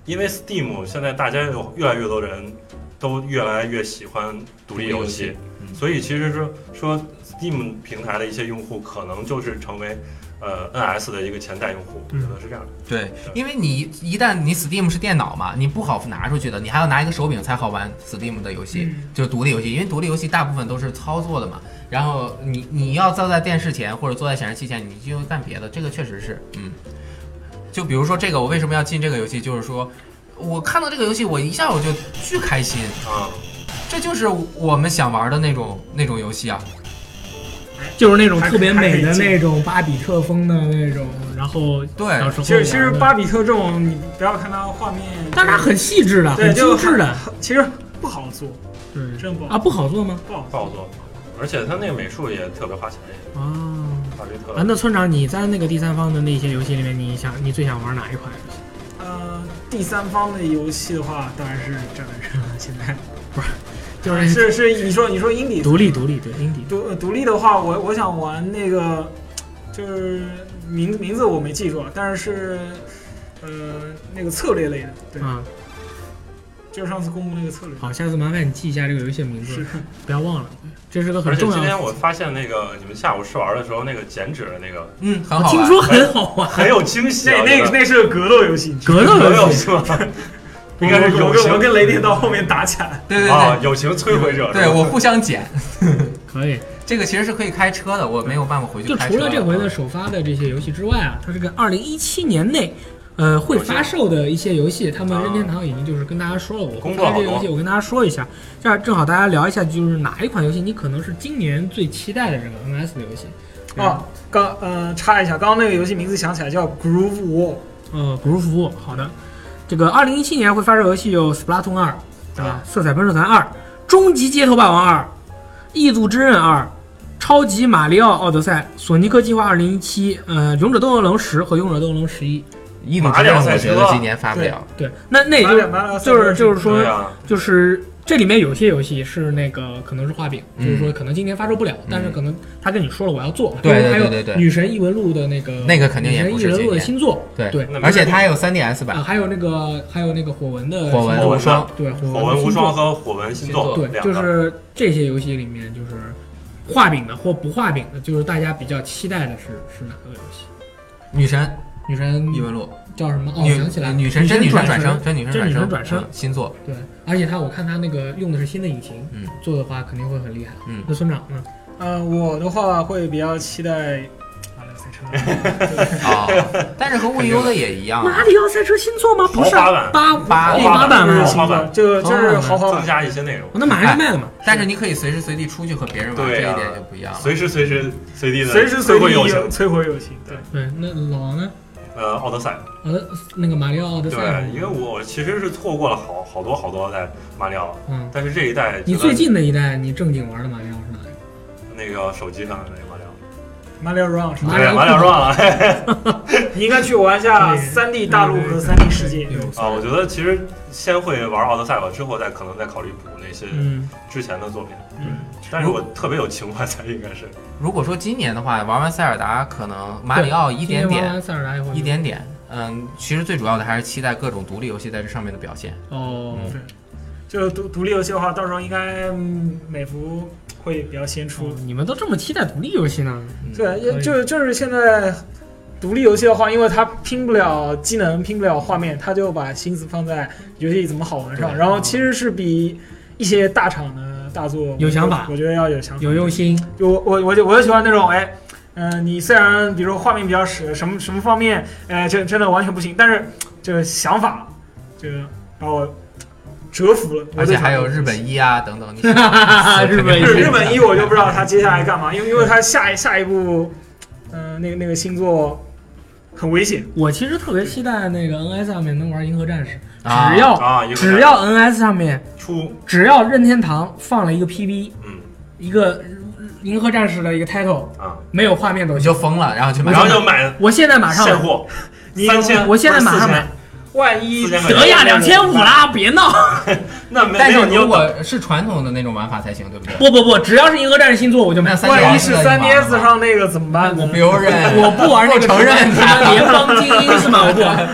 [SPEAKER 2] 因为 Steam 现在大家有越来越多人都越来越喜欢独立游
[SPEAKER 3] 独立游
[SPEAKER 2] 戏，
[SPEAKER 3] 嗯
[SPEAKER 2] 所以其实说说 Steam 平台的一些用户，可能就是成为呃 NS 的一个潜在用户，我
[SPEAKER 1] 嗯
[SPEAKER 2] 觉得是这样的。
[SPEAKER 3] 对
[SPEAKER 2] 对，
[SPEAKER 3] 因为你一旦你 Steam 是电脑嘛，你不好拿出去的，你还要拿一个手柄才好玩 Steam 的游戏，
[SPEAKER 4] 嗯
[SPEAKER 3] 就是独立游戏，因为独立游戏大部分都是操作的嘛。然后你你要坐在电视前或者坐在显示器前，你就干别的，这个确实是，嗯。就比如说这个，我为什么要进这个游戏？就是说我看到这个游戏，我一下我就巨开心，
[SPEAKER 2] 啊，
[SPEAKER 3] 这就是我们想玩的那种那种游戏啊。
[SPEAKER 1] 就是那种特别美的那种巴比特风的那种，然后
[SPEAKER 3] 对
[SPEAKER 1] 小时候
[SPEAKER 4] 其实其实
[SPEAKER 1] 玩的
[SPEAKER 4] 巴，比特这种，你不要看它画面，
[SPEAKER 1] 但是它很细致的，
[SPEAKER 4] 对
[SPEAKER 1] 很
[SPEAKER 4] 就
[SPEAKER 1] 精致的，
[SPEAKER 4] 其实不好做，
[SPEAKER 1] 对
[SPEAKER 4] 真不好
[SPEAKER 1] 啊，不好做吗？
[SPEAKER 4] 不好做。
[SPEAKER 2] 不好做，而且他那个美术也特别花钱，也
[SPEAKER 1] 啊。
[SPEAKER 2] 花这特
[SPEAKER 1] 啊，那村长，你在那个第三方的那些游戏里面，你想你最想玩哪一款游戏？
[SPEAKER 4] 呃，第三方的游戏的话，当然是战狼人了。现在
[SPEAKER 1] 就是
[SPEAKER 4] 是是，你说你说英里
[SPEAKER 1] 独立、独立，对，indie。
[SPEAKER 4] 独独立的话，我我想玩那个，就是名名字我没记住，啊，但是是呃那个策略类的，对，
[SPEAKER 1] 啊，
[SPEAKER 4] 就是上次公布那个策略。
[SPEAKER 1] 好，下次麻烦你记一下这个游戏的名字
[SPEAKER 4] 是，
[SPEAKER 1] 不要忘了，这是个
[SPEAKER 2] 而
[SPEAKER 1] 很
[SPEAKER 2] 且
[SPEAKER 1] 重
[SPEAKER 2] 今
[SPEAKER 1] 要的
[SPEAKER 2] 天。我发现那个你们下午试玩的时候，那个剪纸的那个
[SPEAKER 3] 嗯，很
[SPEAKER 1] 我
[SPEAKER 3] 好玩。
[SPEAKER 1] 听说很好玩，
[SPEAKER 2] 很有惊喜、
[SPEAKER 4] 那
[SPEAKER 2] 啊，
[SPEAKER 4] 那
[SPEAKER 2] 这个
[SPEAKER 4] 那是个格斗游戏，你知道
[SPEAKER 1] 格斗
[SPEAKER 2] 没
[SPEAKER 1] 游
[SPEAKER 2] 有
[SPEAKER 1] 戏
[SPEAKER 2] 是吗？应该是
[SPEAKER 4] 吗我
[SPEAKER 2] 友
[SPEAKER 4] 跟我
[SPEAKER 2] 情
[SPEAKER 4] 跟雷电到后面打起来，
[SPEAKER 3] 对对对，
[SPEAKER 2] 啊，友情摧毁者。
[SPEAKER 3] 对我互相捡。
[SPEAKER 1] 可以。
[SPEAKER 3] 这个其实是可以开车的，我没有办法回去
[SPEAKER 1] 就
[SPEAKER 3] 开车。嗯
[SPEAKER 1] 除了这回的首发的这些游戏之外啊，它这个二零一七年内，呃，会发售的一些游戏，他们
[SPEAKER 2] 啊
[SPEAKER 1] 任天堂已经就是跟大家说了，我
[SPEAKER 2] 工
[SPEAKER 1] 关
[SPEAKER 2] 作
[SPEAKER 1] 于这
[SPEAKER 2] 好
[SPEAKER 1] 个
[SPEAKER 2] 多
[SPEAKER 1] 游戏，我跟大家说一下，这样正好大家聊一下，就是哪一款游戏你可能是今年最期待的这个 NS 的游戏。
[SPEAKER 4] 哦，刚呃插一下，刚刚那个游戏名字想起来叫 Groove War，
[SPEAKER 1] 呃，古如服务，好的。这个二零一七年会发售游戏有《Splatoon 二》，
[SPEAKER 4] 啊
[SPEAKER 1] 对
[SPEAKER 3] 啊
[SPEAKER 1] 吧？色彩喷射团二》，《终极街头霸王二》，《异度之刃二》，《超级马里奥奥德赛》，《索尼克计划二零一七》，呃，《勇者斗恶龙十》和《勇者斗恶龙十一》。
[SPEAKER 3] 一种之刃，我觉得今年发不了。
[SPEAKER 1] 对，那那也
[SPEAKER 4] 马
[SPEAKER 1] 就
[SPEAKER 4] 里奥
[SPEAKER 1] 是
[SPEAKER 4] 马里奥赛
[SPEAKER 1] 就
[SPEAKER 4] 车
[SPEAKER 1] 是就是
[SPEAKER 2] 对
[SPEAKER 1] 说，
[SPEAKER 2] 啊，
[SPEAKER 1] 就是这里面有些游戏是那个可能是画饼，
[SPEAKER 3] 嗯
[SPEAKER 1] 就是说可能今年发售不了，但是可能他跟你说了我要做。
[SPEAKER 3] 对对对
[SPEAKER 1] 还有
[SPEAKER 3] 对对
[SPEAKER 1] 女神异闻录的那个
[SPEAKER 3] 那个肯定也
[SPEAKER 1] 女
[SPEAKER 3] 不
[SPEAKER 1] 神异闻录
[SPEAKER 3] 是今
[SPEAKER 1] 的
[SPEAKER 3] 年
[SPEAKER 1] 新作，
[SPEAKER 3] 对
[SPEAKER 1] 对。
[SPEAKER 2] 那
[SPEAKER 3] 而且它还有 3DS
[SPEAKER 1] 啊，
[SPEAKER 3] 版
[SPEAKER 1] 还有那个，还有那个火纹的
[SPEAKER 3] 《火纹
[SPEAKER 1] 新作
[SPEAKER 2] 火
[SPEAKER 3] 无
[SPEAKER 2] 纹
[SPEAKER 3] 双》，
[SPEAKER 1] 对，火
[SPEAKER 2] 火纹无双
[SPEAKER 1] 和
[SPEAKER 2] 和火纹星座
[SPEAKER 3] 星
[SPEAKER 1] 对，
[SPEAKER 2] 两
[SPEAKER 1] 就
[SPEAKER 2] 个。
[SPEAKER 1] 是这些游戏里面就是画饼的或不画饼的，就是大家比较期待的是是哪个游戏？
[SPEAKER 3] 女神
[SPEAKER 1] 女神
[SPEAKER 3] 异闻录，
[SPEAKER 1] 叫什么？哦，
[SPEAKER 3] 女
[SPEAKER 1] 想起来了，
[SPEAKER 3] 女神
[SPEAKER 1] 神
[SPEAKER 3] 真女
[SPEAKER 1] 转
[SPEAKER 3] 神转生，真女
[SPEAKER 1] 真女神
[SPEAKER 3] 神
[SPEAKER 1] 转生
[SPEAKER 3] 生嗯 新作，
[SPEAKER 1] 对，而且它我看它那个用的是新的引擎，
[SPEAKER 3] 嗯，
[SPEAKER 1] 做的话肯定会很厉害。
[SPEAKER 3] 嗯
[SPEAKER 1] 那村长呢？
[SPEAKER 4] 呃，我的话会比较期待马里奥赛车，对
[SPEAKER 3] 啊，但是和 VU 的也一样啊。
[SPEAKER 1] 马里奥赛车新作吗？不是啊
[SPEAKER 2] 豪华版
[SPEAKER 1] 八
[SPEAKER 3] 八哎
[SPEAKER 1] 第
[SPEAKER 2] 豪华
[SPEAKER 1] 八版
[SPEAKER 2] 版
[SPEAKER 1] 吗
[SPEAKER 4] 就是
[SPEAKER 2] 豪？华版
[SPEAKER 4] 新的，就就是
[SPEAKER 1] 豪
[SPEAKER 4] 豪华
[SPEAKER 2] 增
[SPEAKER 4] 版。
[SPEAKER 2] 加一些内容
[SPEAKER 1] 哦，那马上就卖了嘛。
[SPEAKER 3] 但是你可以随时随地出去和别人玩，这
[SPEAKER 2] 对
[SPEAKER 3] 一
[SPEAKER 2] 啊
[SPEAKER 3] 点就不一样了。
[SPEAKER 2] 随时随时随地的
[SPEAKER 4] 随时随
[SPEAKER 2] 会
[SPEAKER 4] 地
[SPEAKER 2] 友情。
[SPEAKER 4] 有摧毁友情，对，
[SPEAKER 1] 对，那老王呢？
[SPEAKER 2] 呃，奥德赛，
[SPEAKER 1] 呃，那个马里奥奥德
[SPEAKER 2] 对
[SPEAKER 1] 赛，吗，
[SPEAKER 2] 因为我其实是错过了好好多好多代马里奥，
[SPEAKER 1] 嗯，
[SPEAKER 2] 但是这一代
[SPEAKER 1] 你
[SPEAKER 2] 觉得
[SPEAKER 1] 最近的一代你正经玩的马里奥是哪一个？
[SPEAKER 2] 那个手机上的那个马里奥，
[SPEAKER 4] 马里奥 Run 是吧？
[SPEAKER 1] 马里奥
[SPEAKER 2] 对马里奥 run 了。
[SPEAKER 4] 你应该去玩一下
[SPEAKER 1] 对
[SPEAKER 4] 三 D 大陆和三 D 世界。
[SPEAKER 2] 啊，我觉得其实先会玩奥德赛吧，之后再可能再考虑补那些
[SPEAKER 1] 嗯，
[SPEAKER 2] 之前的作品。
[SPEAKER 4] 嗯
[SPEAKER 2] 但是我特别有情怀才应该 是，
[SPEAKER 3] 如果说今年的话，玩完塞尔达，可能马里奥一点
[SPEAKER 1] 今天玩
[SPEAKER 3] 点
[SPEAKER 1] 完塞尔达以后就
[SPEAKER 3] 一点点，嗯，其实最主要的还是期待各种独立游戏在这上面的表现。
[SPEAKER 1] 哦，
[SPEAKER 4] 对，就独独立游戏的话，到时候应该嗯美服会比较先出
[SPEAKER 1] 哦。你们都这么期待独立游戏呢？
[SPEAKER 3] 嗯
[SPEAKER 4] 对，
[SPEAKER 1] 可
[SPEAKER 4] 也
[SPEAKER 1] 以
[SPEAKER 4] 就就是现在独立游戏的话，因为它拼不了技能，拼不了画面，它就把心思放在游戏怎么好玩上。
[SPEAKER 3] 对
[SPEAKER 4] 然
[SPEAKER 1] 啊
[SPEAKER 4] 后其实是比一些大厂的大作
[SPEAKER 1] 有想法
[SPEAKER 4] 我觉得要有想法。
[SPEAKER 1] 有用心，
[SPEAKER 4] 就我我我就我就喜欢那种哎，嗯、你虽然比如说画面比较屎，什么什么方面，呃，这真的完全不行，但是就是想法，就是把我折服了。我
[SPEAKER 3] 而
[SPEAKER 4] 就
[SPEAKER 3] 且
[SPEAKER 4] 想
[SPEAKER 3] 还有日本一啊 等等，你
[SPEAKER 1] 日本一
[SPEAKER 4] 日日
[SPEAKER 3] 日
[SPEAKER 4] 本一，我就不知道他接下来干嘛，因为因为他下一下一步，嗯、那个那个星座很危险。
[SPEAKER 1] 我其实特别期待那个 NS 上面能玩《银河战士》，
[SPEAKER 3] 啊
[SPEAKER 1] 只要、
[SPEAKER 2] 啊银河战士
[SPEAKER 1] 只要 NS 上面
[SPEAKER 2] 出
[SPEAKER 1] 只要任天堂放了一个 PV，
[SPEAKER 2] 嗯
[SPEAKER 1] 一个呃银河战士的一个 title，
[SPEAKER 2] 啊，
[SPEAKER 1] 没有画面都
[SPEAKER 3] 你
[SPEAKER 1] 行
[SPEAKER 3] 就。疯了，然后去买。
[SPEAKER 2] 然后就买
[SPEAKER 1] 我现在马上
[SPEAKER 2] 现货，三千，
[SPEAKER 1] 我现在马上买
[SPEAKER 4] 万一
[SPEAKER 2] 四千块钱
[SPEAKER 1] 德亚两千五，啦，别闹！
[SPEAKER 2] 那没
[SPEAKER 3] 但
[SPEAKER 2] 没
[SPEAKER 3] 是
[SPEAKER 2] 有你
[SPEAKER 3] 如
[SPEAKER 2] 有
[SPEAKER 3] 果是传统的那种玩法才行，对不对？
[SPEAKER 1] 不不不，只要是银河战士新作我就买
[SPEAKER 3] 那。三
[SPEAKER 4] 万一是三 DS
[SPEAKER 3] 的
[SPEAKER 4] 上那个怎么办呢？
[SPEAKER 3] 留人，
[SPEAKER 1] 我不玩那个
[SPEAKER 3] 不承认
[SPEAKER 1] 什么
[SPEAKER 3] 他
[SPEAKER 1] 联邦精英是吗？我不玩，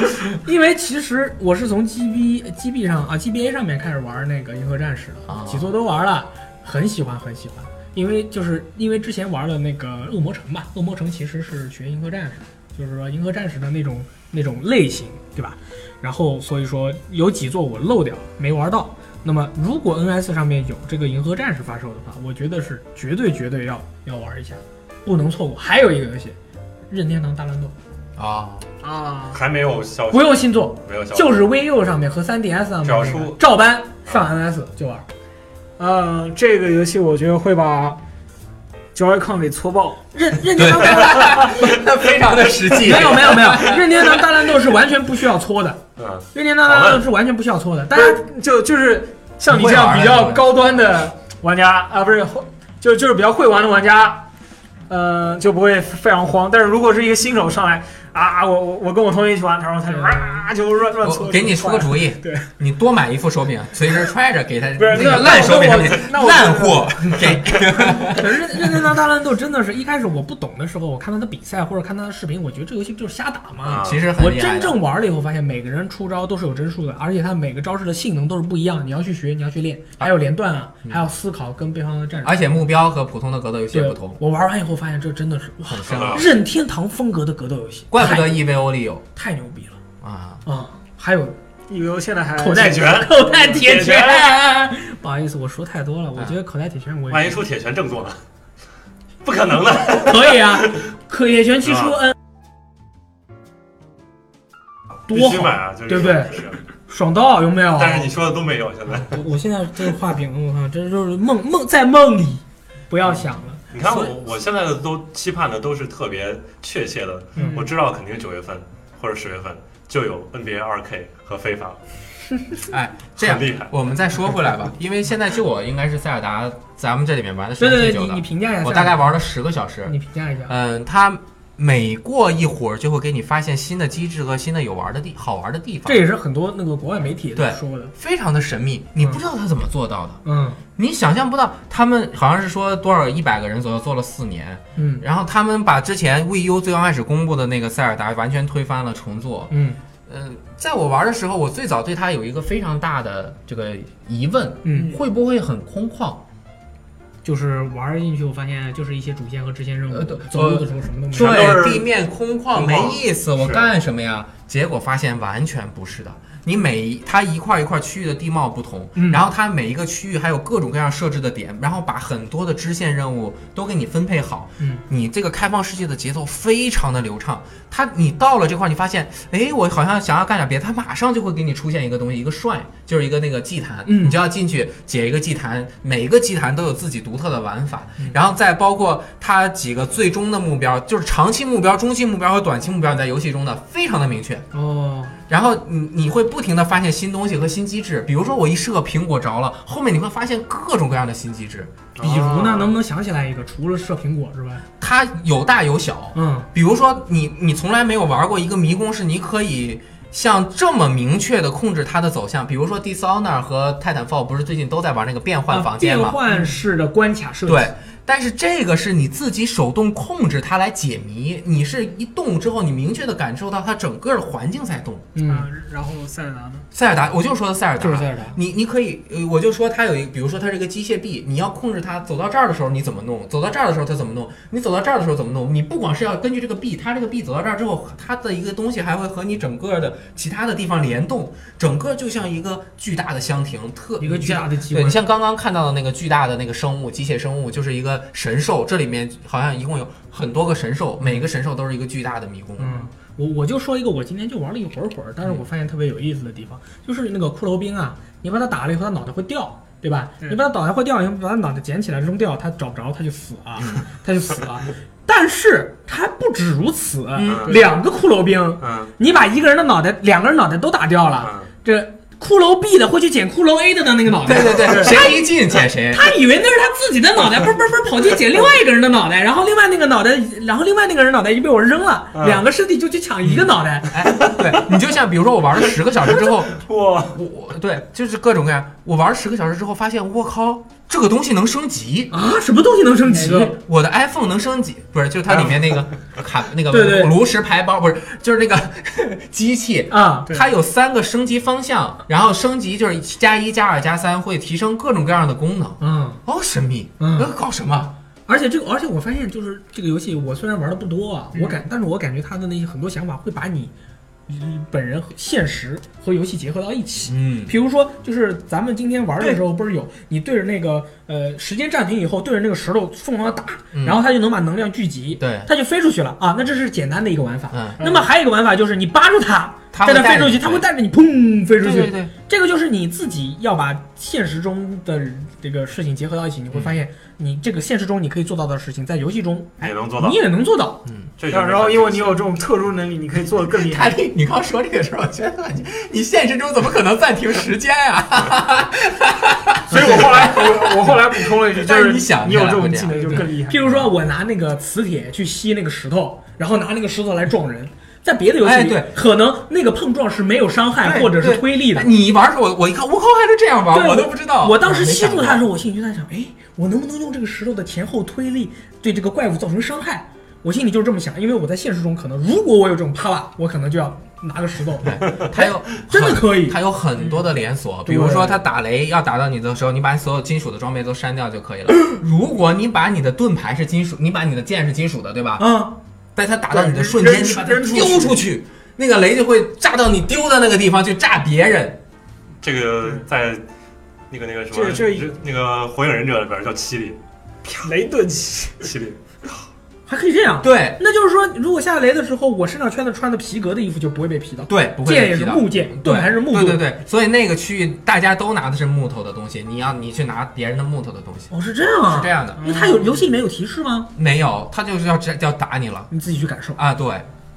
[SPEAKER 1] 因为其实我是从 GB GB 上啊 GBA 上面开始玩那个银河战士的
[SPEAKER 3] 啊，
[SPEAKER 1] 几座都玩了，很喜欢很喜欢。因为就是因为之前玩的那个恶魔城吧，恶魔城其实是学银河战士，就是说银河战士的那种那种类型，对吧？然后所以说有几座我漏掉没玩到。那么如果 NS 上面有这个银河战士发售的话，我觉得是绝对绝对要要玩一下，不能错过。还有一个游戏，任天堂大乱斗
[SPEAKER 3] 啊，
[SPEAKER 4] 啊，
[SPEAKER 2] 还没有消息
[SPEAKER 1] 不，用新作，
[SPEAKER 2] 没有消息，
[SPEAKER 1] 就是 VU 上面和 3DS 上面
[SPEAKER 2] 只要
[SPEAKER 1] 那个
[SPEAKER 2] 出
[SPEAKER 1] 照搬上 NS 就玩。
[SPEAKER 4] 嗯，这个游戏我觉得会把 Joy-Con 给搓爆。
[SPEAKER 1] 任任天堂 大乱
[SPEAKER 3] 那非常的实际。
[SPEAKER 1] 没有没有没 有，任天堂大乱斗是完全不需要搓的，
[SPEAKER 2] 嗯，
[SPEAKER 1] 任天堂大乱斗是完全不需要搓的，大
[SPEAKER 4] 大
[SPEAKER 1] 家
[SPEAKER 4] 家就就是像你这样比较高端的 玩家啊，不是，就就是比较会玩的玩家，呃，就不会非常慌。但是如果是一个新手上来啊，我我我跟我同学一起玩，然后他就啊就乱乱搓，
[SPEAKER 3] 我给你出个主意，
[SPEAKER 4] 对，
[SPEAKER 3] 你多买一副手柄，随时揣着，给他
[SPEAKER 4] 不是
[SPEAKER 3] 那
[SPEAKER 4] 那
[SPEAKER 3] 个烂手柄上
[SPEAKER 4] 那我
[SPEAKER 3] 面
[SPEAKER 4] 那我
[SPEAKER 3] 烂货给。
[SPEAKER 1] 可是任任天堂大乱斗真的是一开始我不懂的时候，我看他的比赛或者看他的视频，我觉得这游戏就是瞎打嘛。
[SPEAKER 2] 啊
[SPEAKER 3] 嗯其实很
[SPEAKER 1] 我
[SPEAKER 3] 厉害
[SPEAKER 1] 真
[SPEAKER 3] 的
[SPEAKER 1] 正玩了以后，发现每个人出招都是有帧数的，而且他每个招式的性能都是不一样，你要去学，你要去练，还有连段啊，
[SPEAKER 3] 嗯
[SPEAKER 1] 还有思考跟对方的战术。
[SPEAKER 3] 而且目标和普通的格斗游戏也
[SPEAKER 1] 对
[SPEAKER 3] 啊不同，，
[SPEAKER 1] 我玩完以后发现这真的是哇，
[SPEAKER 3] 很深
[SPEAKER 2] 啊
[SPEAKER 3] 奥。
[SPEAKER 1] 任天堂风格的格斗游戏，
[SPEAKER 3] 怪不
[SPEAKER 1] 太
[SPEAKER 3] 得 EVO 里有
[SPEAKER 1] 太牛逼了
[SPEAKER 3] 啊，
[SPEAKER 1] 啊！还有
[SPEAKER 4] 你游现在还
[SPEAKER 1] 口袋
[SPEAKER 2] 铁拳
[SPEAKER 1] 口袋铁
[SPEAKER 2] 铁拳
[SPEAKER 1] 不好意思，我说太多了，我觉得口袋铁拳我
[SPEAKER 2] 万一
[SPEAKER 1] 也
[SPEAKER 2] 出铁拳正作呢？不可能的，
[SPEAKER 1] 可以啊，可铁拳七出 N
[SPEAKER 2] 必
[SPEAKER 1] 多
[SPEAKER 2] 须
[SPEAKER 1] 好
[SPEAKER 2] 买啊，就是
[SPEAKER 1] 对不对
[SPEAKER 2] 是
[SPEAKER 1] 爽到有没有？
[SPEAKER 2] 但是你说的都没有，现在
[SPEAKER 1] 我我现在这个画饼，我靠，这就是梦梦在梦里，不要想了。
[SPEAKER 2] 你看
[SPEAKER 1] 所以
[SPEAKER 2] 我我现在的都期盼的都是特别确切的，
[SPEAKER 1] 嗯
[SPEAKER 2] 我知道肯定九月份或者十月份就有 NBA 二 K 和非法，
[SPEAKER 3] 哎，这样
[SPEAKER 2] 很厉害。
[SPEAKER 3] 我们再说回来吧，因为现在就我应该是塞尔达，咱们这里面玩的时
[SPEAKER 1] 对
[SPEAKER 3] 间最
[SPEAKER 1] 对对，
[SPEAKER 3] 嗯久
[SPEAKER 1] 你你
[SPEAKER 3] 的，
[SPEAKER 1] 评价一下，
[SPEAKER 3] 我大概玩了十个小时。
[SPEAKER 1] 你评价一下，
[SPEAKER 3] 嗯，它每过一会儿就会给你发现新的机制和新的有玩的地好玩的地方
[SPEAKER 1] 这，也是很多那个国外媒体都
[SPEAKER 3] 对
[SPEAKER 1] 说的，
[SPEAKER 3] 非常的神秘，你不知道它怎么做到的，
[SPEAKER 1] 嗯
[SPEAKER 3] 你想象不到。他们好像是说多少一百个人左右做了四年，
[SPEAKER 1] 嗯
[SPEAKER 3] 然后他们把之前 VU 最刚开始公布的那个塞尔达完全推翻了重做。
[SPEAKER 1] 嗯
[SPEAKER 3] 嗯，在我玩的时候，我最早对它有一个非常大的这个疑问，
[SPEAKER 1] 嗯，
[SPEAKER 3] 会不会很空旷？
[SPEAKER 1] 就是玩进去，我发现就是一些主线和支线任务
[SPEAKER 3] 呃对，
[SPEAKER 1] 走路的时候什么都没
[SPEAKER 2] 全
[SPEAKER 1] 有。
[SPEAKER 2] 都是
[SPEAKER 3] 对，地面空旷
[SPEAKER 2] 空旷
[SPEAKER 3] 没意思，我
[SPEAKER 2] 是
[SPEAKER 3] 干什么呀？结果发现完全不是的。你每一它一块一块区域的地貌不同，
[SPEAKER 1] 嗯
[SPEAKER 3] 然后它每一个区域还有各种各样设置的点，然后把很多的支线任务都给你分配好。
[SPEAKER 1] 嗯，
[SPEAKER 3] 你这个开放世界的节奏非常的流畅。它你到了这块儿，你发现，哎，我好像想要干点别的，它马上就会给你出现一个东西，一个帅，就是一个那个祭坛，
[SPEAKER 1] 嗯
[SPEAKER 3] 你就要进去解一个祭坛，每一个祭坛都有自己独特的玩法，然后再包括它几个最终的目标，就是长期目标、中期目标和短期目标，你在游戏中的非常的明确。
[SPEAKER 1] 哦，
[SPEAKER 3] 然后你你会不停的发现新东西和新机制，比如说我一射苹果着了，后面你会发现各种各样的新机制，
[SPEAKER 1] 比如
[SPEAKER 3] 哦
[SPEAKER 1] 呢，
[SPEAKER 2] 啊
[SPEAKER 1] 能不能想起来一个？除了射苹果之外，
[SPEAKER 3] 它有大有小，
[SPEAKER 1] 嗯
[SPEAKER 3] 比如说你你从来没有玩过一个迷宫，是你可以像这么明确的控制它的走向。比如说 Dishonor 和泰坦 fall 不是最近都在玩那个变换房间
[SPEAKER 1] 啊变
[SPEAKER 3] 吗？
[SPEAKER 1] 换式的关卡设计，
[SPEAKER 3] 对，但是这个是你自己手动控制它来解谜，你是一动之后，你明确的感受到它整个的环境在动。
[SPEAKER 1] 嗯，
[SPEAKER 4] 啊，然后塞尔达呢？
[SPEAKER 3] 塞尔达，我嗯就说的塞尔达，
[SPEAKER 1] 就是塞尔达
[SPEAKER 3] 你你可以，呃我就说它有一个，比如说它是一个机械臂，你要控制它走到这儿的时候你怎么弄，走到这儿的时候它怎么弄，你走到这儿的时候怎么弄，你不光是要根据这个臂，它这个臂走到这儿之后，它的一个东西还会和你整个的其他的地方联动，整个就像一个巨大的箱庭，特
[SPEAKER 1] 一个巨大的机
[SPEAKER 3] 对
[SPEAKER 1] 关
[SPEAKER 3] 你，像刚刚看到的那个巨大的那个生物，机械生物就是一个神兽，这里面好像一共有很多个神兽，每个神兽都是一个巨大的迷宫。
[SPEAKER 1] 嗯，我我就说一个，我今天就玩了一会儿会儿，但是我发现特别有意思的地方，
[SPEAKER 3] 嗯
[SPEAKER 1] 就是那个骷髅兵啊，你把他打了以后，他脑袋会掉，对吧？
[SPEAKER 3] 嗯
[SPEAKER 4] 对
[SPEAKER 1] 你把他脑袋会掉，你把他脑袋捡起来扔掉，他找不着他就死啊，
[SPEAKER 3] 嗯
[SPEAKER 1] 他就死啊。但是他还不止如此，
[SPEAKER 3] 嗯
[SPEAKER 1] 两个骷髅兵，
[SPEAKER 2] 嗯
[SPEAKER 1] 你把一个人的脑袋，两个人脑袋都打掉了，
[SPEAKER 2] 嗯，
[SPEAKER 1] 这骷髅 B 的会去捡骷髅 A 的的那个脑
[SPEAKER 3] 对
[SPEAKER 1] 袋。
[SPEAKER 3] 对对，谁一进捡 谁。
[SPEAKER 1] 他以为那是他自己的脑袋，嘣嘣嘣跑去捡另外一个人的脑袋，然后另外那个脑袋，然后另外那个人脑袋就被我扔了，
[SPEAKER 2] 嗯
[SPEAKER 1] 两个尸体就去抢一个脑袋，
[SPEAKER 3] 哎，对你就像比如说我玩了十个小时之后，
[SPEAKER 2] 哇，
[SPEAKER 3] 我我对就是各种各样，我玩了十个小时之后发现我靠，这个东西能升级，
[SPEAKER 1] 啊，什么东西能升级
[SPEAKER 4] 哪？个
[SPEAKER 3] 我的 iPhone 能升级，不是，就是它里面那个卡那个
[SPEAKER 1] 啊对对
[SPEAKER 3] 炉石排包，不是，就是那个 机器，
[SPEAKER 1] 啊，
[SPEAKER 4] 对
[SPEAKER 3] 它有三个升级方向，然后升级就是加一加二加三，会提升各种各样的功能。
[SPEAKER 1] 嗯，
[SPEAKER 3] 哦，神秘，
[SPEAKER 1] 嗯
[SPEAKER 3] 呃搞什么？
[SPEAKER 1] 而且这个，而且我发现就是这个游戏，我虽然玩的不多啊，我感，但是我感觉他的那些很多想法会把你嗯本人和现实和游戏结合到一起。
[SPEAKER 3] 嗯，
[SPEAKER 1] 比如说，就是咱们今天玩的
[SPEAKER 4] 对
[SPEAKER 1] 时候，不是有你对着那个呃时间暂停以后，对着那个石头疯狂的打，
[SPEAKER 3] 嗯
[SPEAKER 1] 然后它就能把能量聚集，
[SPEAKER 3] 对
[SPEAKER 1] 它就飞出去了啊。那这是简单的一个玩法。
[SPEAKER 3] 嗯，
[SPEAKER 1] 那么还有一个玩法就是你扒住它，
[SPEAKER 3] 它
[SPEAKER 1] 在
[SPEAKER 3] 会
[SPEAKER 1] 那
[SPEAKER 3] 带
[SPEAKER 1] 飞出去，
[SPEAKER 3] 你
[SPEAKER 1] 它会带着你砰飞出
[SPEAKER 3] 对
[SPEAKER 1] 去
[SPEAKER 3] 对。对，
[SPEAKER 1] 这个就是你自己要把现实中的这个事情结合到一起，你
[SPEAKER 3] 嗯
[SPEAKER 1] 会发现你这个现实中你可以做到的事情，在游戏中
[SPEAKER 2] 也
[SPEAKER 1] 哎
[SPEAKER 2] 能做到
[SPEAKER 1] 你。也能做到。
[SPEAKER 2] 这就是
[SPEAKER 4] 然后因为你有
[SPEAKER 2] 很神
[SPEAKER 4] 这种特殊能力，你可以做的更厉
[SPEAKER 3] 凯
[SPEAKER 4] 害。
[SPEAKER 3] 丽，你刚说这个时候，我觉得你你现实中怎么可能暂停时间啊？
[SPEAKER 4] 所以我后来我我后来补充了一句，就
[SPEAKER 3] 但是
[SPEAKER 4] 是
[SPEAKER 3] 你想
[SPEAKER 4] 你有这种技能就更
[SPEAKER 3] 嗯
[SPEAKER 4] 厉害。
[SPEAKER 1] 譬如说我拿那个磁铁去吸那个石头，然后拿那个石头来撞人，在别的游戏
[SPEAKER 3] 哎
[SPEAKER 1] 里，
[SPEAKER 3] 对
[SPEAKER 1] 可能那个碰撞是没有伤害
[SPEAKER 3] 对
[SPEAKER 1] 或者是
[SPEAKER 3] 对
[SPEAKER 1] 推力的。
[SPEAKER 3] 你玩的时候，我我一看，我靠，还能这样玩，
[SPEAKER 1] 对
[SPEAKER 3] 啊我都不知道。啊嗯
[SPEAKER 1] 我当时吸住它的时
[SPEAKER 3] 说，
[SPEAKER 1] 候，我心里就在想，哎，我能不能用这个石头的前后推力对这个怪物造成伤害？我心里就是这么想，因为我在现实中可能，如果我有这种啪啦，我可能就要拿个石头。
[SPEAKER 3] 它有
[SPEAKER 1] 哎真的可以
[SPEAKER 3] 它有很多的连锁，比
[SPEAKER 1] 对
[SPEAKER 3] 如说它打雷要打到你的时候，你把所有金属的装备都删掉就可以 了。如果你把你的盾牌是金属，你把你的剑是金属的，对吧？
[SPEAKER 1] 啊，
[SPEAKER 3] 在它打到你的
[SPEAKER 4] 对
[SPEAKER 3] 瞬间，
[SPEAKER 4] 扔
[SPEAKER 3] 你把它
[SPEAKER 4] 扔出
[SPEAKER 3] 丢
[SPEAKER 4] 去
[SPEAKER 3] 出去，那个雷就会炸到你丢的那个地方去炸别人。
[SPEAKER 2] 奇这个在那个那个什么，
[SPEAKER 4] 这这一
[SPEAKER 2] 那个火影忍者里边叫七里，
[SPEAKER 4] 雷顿奇，
[SPEAKER 2] 七里
[SPEAKER 1] 还可以这样。
[SPEAKER 3] 对
[SPEAKER 1] 那就是说，如果下雷的时候，我身上穿的穿的皮革的衣服就不会被劈到。
[SPEAKER 3] 对，不会
[SPEAKER 1] 剑
[SPEAKER 3] 被
[SPEAKER 1] 也
[SPEAKER 3] 踢
[SPEAKER 1] 是
[SPEAKER 3] 到。
[SPEAKER 1] 木剑，
[SPEAKER 3] 对
[SPEAKER 1] 盾牌是木
[SPEAKER 3] 对对
[SPEAKER 1] 盾。
[SPEAKER 3] 对，所以那个区域大家都拿的是木头的东西，你要你去拿别人的木头的东西，
[SPEAKER 1] 哦，是这样啊。
[SPEAKER 3] 是这。样的。
[SPEAKER 1] 那它有游戏里面有提示吗？
[SPEAKER 3] 没有，他就是要直要打你了
[SPEAKER 1] 你自己去感受。
[SPEAKER 3] 啊！对，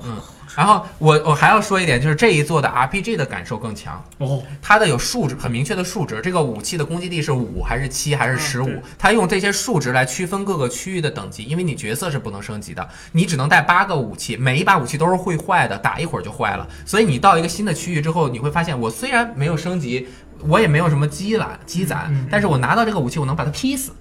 [SPEAKER 3] 嗯。然后我我还要说一点，就是这一座的 RPG 的感受更强，
[SPEAKER 1] 哦，
[SPEAKER 3] 它的有数值很明确的数值，这个武器的攻击力是五还是七
[SPEAKER 1] 啊
[SPEAKER 3] 还是十
[SPEAKER 4] 对
[SPEAKER 3] 五，它用这些数值来区分各个区域的等级，因为你角色是不能升级的，你只能带八个武器，每一把武器都是会坏的，打一会儿就坏了。所以你到一个新的区域之后，你会发现我虽然没有升级，我也没有什么积攒积攒，
[SPEAKER 1] 嗯
[SPEAKER 3] 但是我拿到这个武器，我能把它劈死。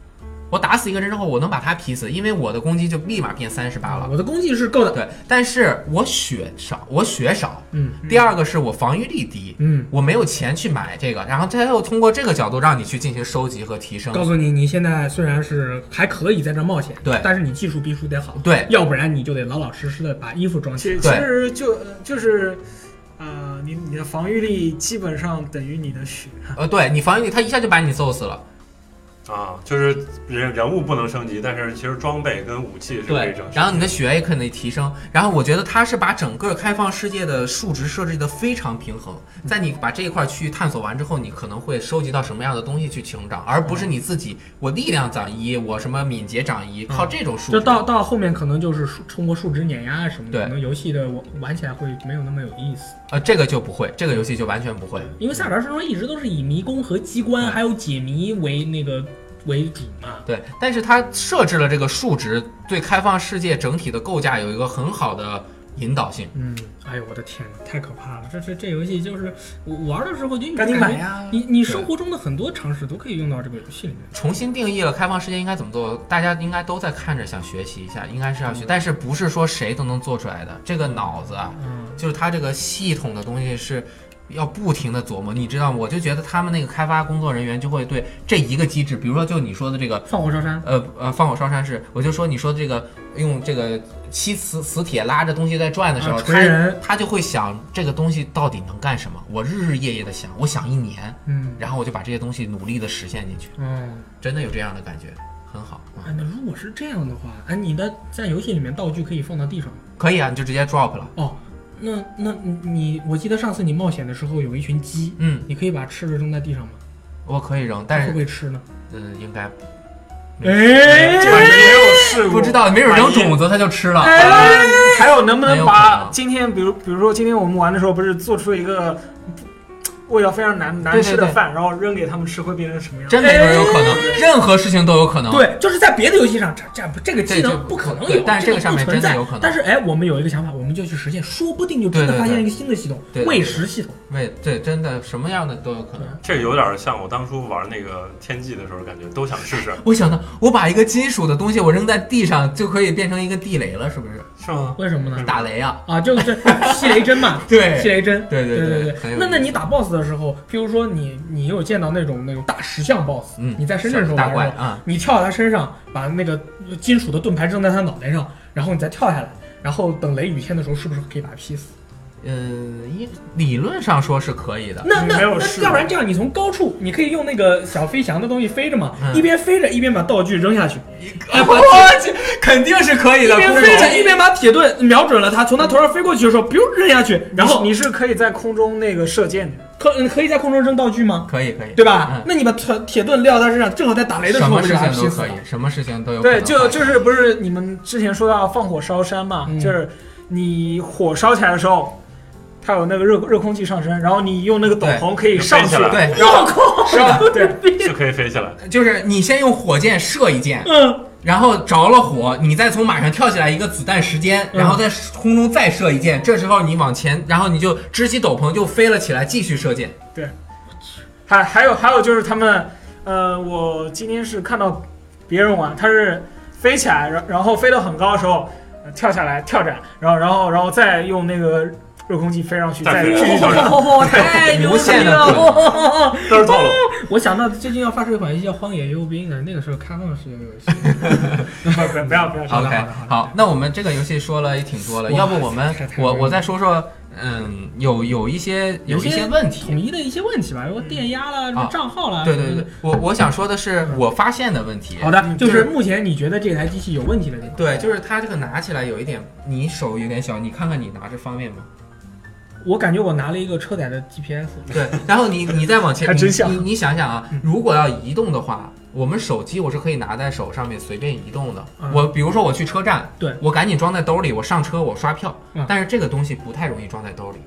[SPEAKER 3] 我打死一个人之后，我能把他劈死，因为我的攻击就立马变三十八了。
[SPEAKER 1] 我的攻击是够的。
[SPEAKER 3] 对，但是我血少，我血少。
[SPEAKER 1] 嗯
[SPEAKER 3] 第二个是我防御力低，
[SPEAKER 1] 嗯，
[SPEAKER 3] 我没有钱去买这个，然后他又通过这个角度让你去进行收集和提升。
[SPEAKER 1] 告诉你，你现在虽然是还可以在这儿冒险，
[SPEAKER 3] 对
[SPEAKER 1] 但是你技术必须得好，
[SPEAKER 3] 对
[SPEAKER 1] 要不然你就得老老实实的把衣服装起
[SPEAKER 4] 其
[SPEAKER 1] 来。
[SPEAKER 4] 其实就就是，呃，你你的防御力基本上等于你的血。
[SPEAKER 3] 呃，对你防御力，他一下就把你揍死了。
[SPEAKER 2] 啊，就是人人物不能升级，但是其实装备跟武器是可以
[SPEAKER 3] 对
[SPEAKER 2] 升级，的。
[SPEAKER 3] 然后你的血也可以提升。然后我觉得他是把整个开放世界的数值设置的非常平衡，
[SPEAKER 1] 嗯
[SPEAKER 3] 在你把这一块区域探索完之后，你可能会收集到什么样的东西去成长，而
[SPEAKER 1] 嗯
[SPEAKER 3] 不是你自己我力量涨一，我什么敏捷涨一，靠这种数值。
[SPEAKER 1] 嗯就到到后面可能就是数通过数值碾压啊什么的，
[SPEAKER 3] 对
[SPEAKER 1] 可能游戏的玩玩起来会没有那么有意思。
[SPEAKER 3] 呃，这个就不会，这个游戏就完全不会。
[SPEAKER 1] 因为萨达传说一直都是以迷宫和机关
[SPEAKER 3] 对
[SPEAKER 1] 还有解谜为那个为主嘛。
[SPEAKER 3] 对，但是它设置了这个数值，对开放世界整体的构架有一个很好的引导性。
[SPEAKER 1] 嗯，哎呦我的天哪，太可怕了！这这这游戏就是我玩的时候就有
[SPEAKER 4] 赶紧
[SPEAKER 1] 感
[SPEAKER 4] 买
[SPEAKER 1] 觉
[SPEAKER 4] 呀！
[SPEAKER 1] 你你生活中的很多常识都可以用到这个游戏里面。
[SPEAKER 3] 重新定义了开放世界应该怎么做，大家应该都在看着，想学习一下，应该是
[SPEAKER 1] 嗯
[SPEAKER 3] 要学，但是不是说谁都能做出来的。这个脑子啊，
[SPEAKER 1] 嗯，
[SPEAKER 3] 就是它这个系统的东西是要不停的琢磨，你知道吗？我就觉得他们那个开发工作人员就会对这一个机制，比如说就你说的这个
[SPEAKER 1] 放火烧山，
[SPEAKER 3] 呃呃，放火烧山是，我就说你说这个用这个吸磁磁铁拉着东西在转的时候，
[SPEAKER 1] 啊锤人
[SPEAKER 3] 他他就会想这个东西到底能干什么？我日日夜夜的想，我想一年，
[SPEAKER 1] 嗯
[SPEAKER 3] 然后我就把这些东西努力的实现进去，
[SPEAKER 1] 嗯。
[SPEAKER 3] 真的有这样的感觉，很好。
[SPEAKER 1] 啊
[SPEAKER 3] 嗯，
[SPEAKER 1] 那如果是这样的话，哎、你的在游戏里面道具可以放到地上吗
[SPEAKER 3] 可以啊，你就直接 drop 了。
[SPEAKER 1] 哦，那那你你，我记得上次你冒险的时候有一群鸡，
[SPEAKER 3] 嗯，
[SPEAKER 1] 你可以把吃的扔在地上吗？
[SPEAKER 3] 我可以扔，但
[SPEAKER 1] 会
[SPEAKER 3] 是
[SPEAKER 1] 不会吃呢？
[SPEAKER 3] 嗯、应该
[SPEAKER 1] 哎
[SPEAKER 4] 这个你没有试过，
[SPEAKER 3] 不知道，没准扔种子它就吃了。
[SPEAKER 4] 哎，还有能不能
[SPEAKER 3] 很有可
[SPEAKER 4] 把
[SPEAKER 3] 能
[SPEAKER 4] 今天，比如比如说今天我们玩的时候，不是做出一个味道非常难难
[SPEAKER 3] 对对
[SPEAKER 4] 吃的
[SPEAKER 3] 对
[SPEAKER 4] 饭，然后扔给他们吃会变成什么样？
[SPEAKER 3] 真没准有可能，任何事情都有可能。
[SPEAKER 1] 哎对，就是在别的游戏上，这这这个技
[SPEAKER 3] 这这
[SPEAKER 1] 能
[SPEAKER 3] 不
[SPEAKER 1] 不可能
[SPEAKER 3] 对
[SPEAKER 1] 有，
[SPEAKER 3] 但是
[SPEAKER 1] 这
[SPEAKER 3] 这
[SPEAKER 1] 个
[SPEAKER 3] 个上
[SPEAKER 1] 不
[SPEAKER 3] 面
[SPEAKER 1] 存
[SPEAKER 3] 真的
[SPEAKER 1] 在
[SPEAKER 3] 有可能
[SPEAKER 1] 但是哎，我们有一个想法，我们就去实现，说不定就真的
[SPEAKER 3] 对对对
[SPEAKER 1] 发现一个新的系统
[SPEAKER 3] 对，对
[SPEAKER 1] 喂
[SPEAKER 3] 对
[SPEAKER 1] 食系统。
[SPEAKER 3] 为对，真的什么样的都有可能。
[SPEAKER 2] 这有点像我当初玩那个天际的时候，感觉都想试试，
[SPEAKER 3] 我想到，我把一个金属的东西我扔在地上，就可以变成一个地雷了，是不是？
[SPEAKER 2] 是吗？
[SPEAKER 1] 为什么呢？
[SPEAKER 3] 打雷啊！
[SPEAKER 1] 啊，就是 吸雷针嘛，
[SPEAKER 3] 对
[SPEAKER 1] 吸雷针。
[SPEAKER 3] 对
[SPEAKER 1] 哎对
[SPEAKER 3] 对对
[SPEAKER 1] 对，
[SPEAKER 3] 很有
[SPEAKER 1] 那
[SPEAKER 3] 意
[SPEAKER 1] 那
[SPEAKER 3] 思
[SPEAKER 1] 你打 BOSS 的时候，譬如说你你有见到那种那种大石像 BOSS，
[SPEAKER 3] 嗯
[SPEAKER 1] 你在深圳的时候玩
[SPEAKER 3] 大
[SPEAKER 1] 的
[SPEAKER 3] 怪
[SPEAKER 1] 时候
[SPEAKER 3] 啊，
[SPEAKER 1] 你跳到他身上，把那个金属的盾牌扔在他脑袋上，然后你再跳下来，然后等雷雨天的时候，是不是可以把他劈死？
[SPEAKER 3] 嗯，一理论上说是可以的。
[SPEAKER 1] 那那
[SPEAKER 4] 没有试
[SPEAKER 1] 那，
[SPEAKER 4] 过
[SPEAKER 1] 要不然这样，你从高处，你可以用那个小飞翔的东西飞着嘛，
[SPEAKER 3] 嗯
[SPEAKER 1] 一边飞着一边把道具扔下去，
[SPEAKER 3] 哎我去，肯定是可以
[SPEAKER 1] 一
[SPEAKER 3] 的。
[SPEAKER 1] 边
[SPEAKER 3] 空
[SPEAKER 1] 飞着
[SPEAKER 3] 中
[SPEAKER 1] 一边把铁盾瞄准了他，从他头上飞过去的时候，biu 扔下去，然后
[SPEAKER 4] 你是可以在空中那个射箭的，
[SPEAKER 1] 可可以在空中扔道具吗？
[SPEAKER 3] 可以可以，
[SPEAKER 1] 对吧
[SPEAKER 3] 嗯？
[SPEAKER 1] 那你把铁铁盾撂到他身上，正好在打雷的时
[SPEAKER 3] 什
[SPEAKER 1] 候
[SPEAKER 3] 么
[SPEAKER 1] 就
[SPEAKER 3] 事
[SPEAKER 1] 把他
[SPEAKER 3] 情
[SPEAKER 1] 劈
[SPEAKER 3] 都
[SPEAKER 1] 死
[SPEAKER 3] 可
[SPEAKER 1] 了
[SPEAKER 3] 以，。什么事情都有可能
[SPEAKER 4] 对，
[SPEAKER 3] 发生。
[SPEAKER 4] 就就是不是你们之前说到放火烧山嘛，
[SPEAKER 1] 嗯
[SPEAKER 4] 就是你火烧起来的时候，它有那个热热空气上升，然后你用那个斗篷可以上去
[SPEAKER 2] 就飞起，来
[SPEAKER 3] 对，
[SPEAKER 4] 绕空是吧？对，
[SPEAKER 2] 就可以飞起来。
[SPEAKER 3] 就是你先用火箭射一箭，
[SPEAKER 1] 嗯，
[SPEAKER 3] 然后着了火，你再从马上跳起来一个子弹时间，
[SPEAKER 1] 嗯
[SPEAKER 3] 然后在空中再射一箭。这时候你往前，然后你就支起斗篷就飞了起来，继续射箭。
[SPEAKER 4] 还还有还有就是他们，呃，我今天是看到别人玩，他是飞起来，然然后飞得很高的时候、呃跳下来跳展，然后然后然后再用那个热空气飞上去，
[SPEAKER 2] 再
[SPEAKER 4] 再
[SPEAKER 2] 飞
[SPEAKER 4] 继续
[SPEAKER 2] 上
[SPEAKER 4] 跳
[SPEAKER 2] 去
[SPEAKER 4] 展。
[SPEAKER 1] 太牛
[SPEAKER 3] 无
[SPEAKER 1] 逼
[SPEAKER 3] 限的可
[SPEAKER 1] 了！
[SPEAKER 2] 都是套路，
[SPEAKER 1] 我想到最近要发售一款游戏叫《荒野幽兵》的，那个时候开放式游戏。
[SPEAKER 4] 不不不要不要，
[SPEAKER 1] 好的
[SPEAKER 3] OK，
[SPEAKER 1] 好的好的
[SPEAKER 3] 好，那我们这个游戏说了也挺多了，
[SPEAKER 1] 哇
[SPEAKER 3] 要不我们
[SPEAKER 1] 太太
[SPEAKER 3] 我
[SPEAKER 1] 太
[SPEAKER 3] 我再说说，嗯，有有一些有一些问题
[SPEAKER 1] 统。一的一些问题吧，比如说电压啦、什么
[SPEAKER 3] 啊
[SPEAKER 1] 账号啦。
[SPEAKER 3] 对对对，我我想说的是我发现的问题。
[SPEAKER 1] 好的，就
[SPEAKER 3] 就
[SPEAKER 1] 是
[SPEAKER 3] 是
[SPEAKER 1] 目前你觉得这台机器有问题的地方。
[SPEAKER 3] 对，就是它这个拿起来有一点，你手有点小，你看看你拿着方便吗？
[SPEAKER 1] 我感觉我拿了一个车载的 GPS，
[SPEAKER 3] 对，然后你你再往前，
[SPEAKER 4] 还真
[SPEAKER 3] 你
[SPEAKER 4] 像
[SPEAKER 3] 你你想想啊，如果要移动的话，我们手机我是可以拿在手上面随便移动的
[SPEAKER 1] 嗯。
[SPEAKER 3] 我比如说我去车站，
[SPEAKER 1] 对
[SPEAKER 3] 我赶紧装在兜里，我上车我刷票
[SPEAKER 1] 嗯。
[SPEAKER 3] 但是这个东西不太容易装在兜里，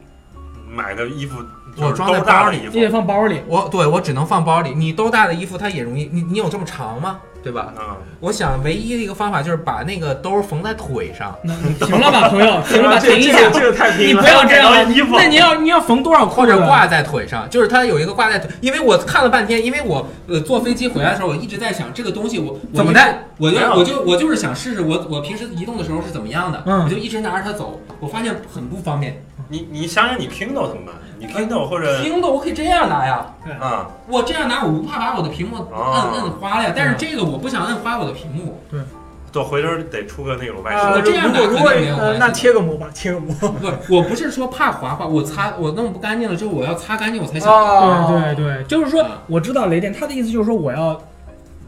[SPEAKER 2] 买的衣服
[SPEAKER 3] 我
[SPEAKER 2] 就是
[SPEAKER 3] 装在
[SPEAKER 2] 兜大
[SPEAKER 3] 包
[SPEAKER 2] 的
[SPEAKER 3] 里
[SPEAKER 2] 衣
[SPEAKER 1] 你得
[SPEAKER 2] 服，
[SPEAKER 1] 放包里。
[SPEAKER 3] 我对我只能放包里。你兜大的衣服它也容易，你你有这么长吗？对吧？
[SPEAKER 2] 嗯，
[SPEAKER 3] 我想唯一的一个方法就是把那个兜缝在腿上。
[SPEAKER 1] 那行了吧，朋友，行了吧，
[SPEAKER 4] 这
[SPEAKER 1] 停
[SPEAKER 4] 个
[SPEAKER 1] 一
[SPEAKER 4] 这
[SPEAKER 1] 下
[SPEAKER 4] 个，这个太
[SPEAKER 1] 你
[SPEAKER 4] 拼
[SPEAKER 1] 不
[SPEAKER 4] 了。
[SPEAKER 1] 要这样
[SPEAKER 2] 这
[SPEAKER 1] 了
[SPEAKER 2] 个衣服。
[SPEAKER 1] 那你要你要缝多少
[SPEAKER 3] 或
[SPEAKER 1] 裤子？
[SPEAKER 3] 者挂在腿上，就是它有一个挂在腿，因为我看了半天，因为我呃坐飞机回来的时候，我一直在想这个东西我
[SPEAKER 1] 怎么戴，
[SPEAKER 3] 我就
[SPEAKER 2] 没有
[SPEAKER 3] 我就我就是想试试我我平时移动的时候是怎么样的，
[SPEAKER 1] 嗯
[SPEAKER 3] 我就一直拿着它走，我发现很不方便。
[SPEAKER 2] 你你想想你 Kindle 怎么办？你
[SPEAKER 3] 呃
[SPEAKER 2] Kindle 或者
[SPEAKER 3] 听的我可以这样拿呀，
[SPEAKER 2] 啊，
[SPEAKER 3] 我这样拿我不怕把我的屏幕
[SPEAKER 2] 哦
[SPEAKER 3] 摁摁花了呀，但
[SPEAKER 1] 嗯
[SPEAKER 3] 是这个我不想摁花我的屏幕，
[SPEAKER 2] 对，回头得出个那种外
[SPEAKER 4] 呃，
[SPEAKER 3] 我
[SPEAKER 2] 设。
[SPEAKER 3] 这样
[SPEAKER 4] 如果
[SPEAKER 3] 拿
[SPEAKER 4] 如果
[SPEAKER 3] 肯定没有关
[SPEAKER 4] 呃，
[SPEAKER 3] 系
[SPEAKER 4] 那
[SPEAKER 3] 的
[SPEAKER 4] 贴个膜吧，贴个膜。
[SPEAKER 3] 不，我不是说怕划花，我擦我弄不干净了之后我要擦干净我才想，
[SPEAKER 4] 哦，
[SPEAKER 1] 对对对，就是说
[SPEAKER 3] 嗯，
[SPEAKER 1] 我知道雷电，他的意思就是说，我要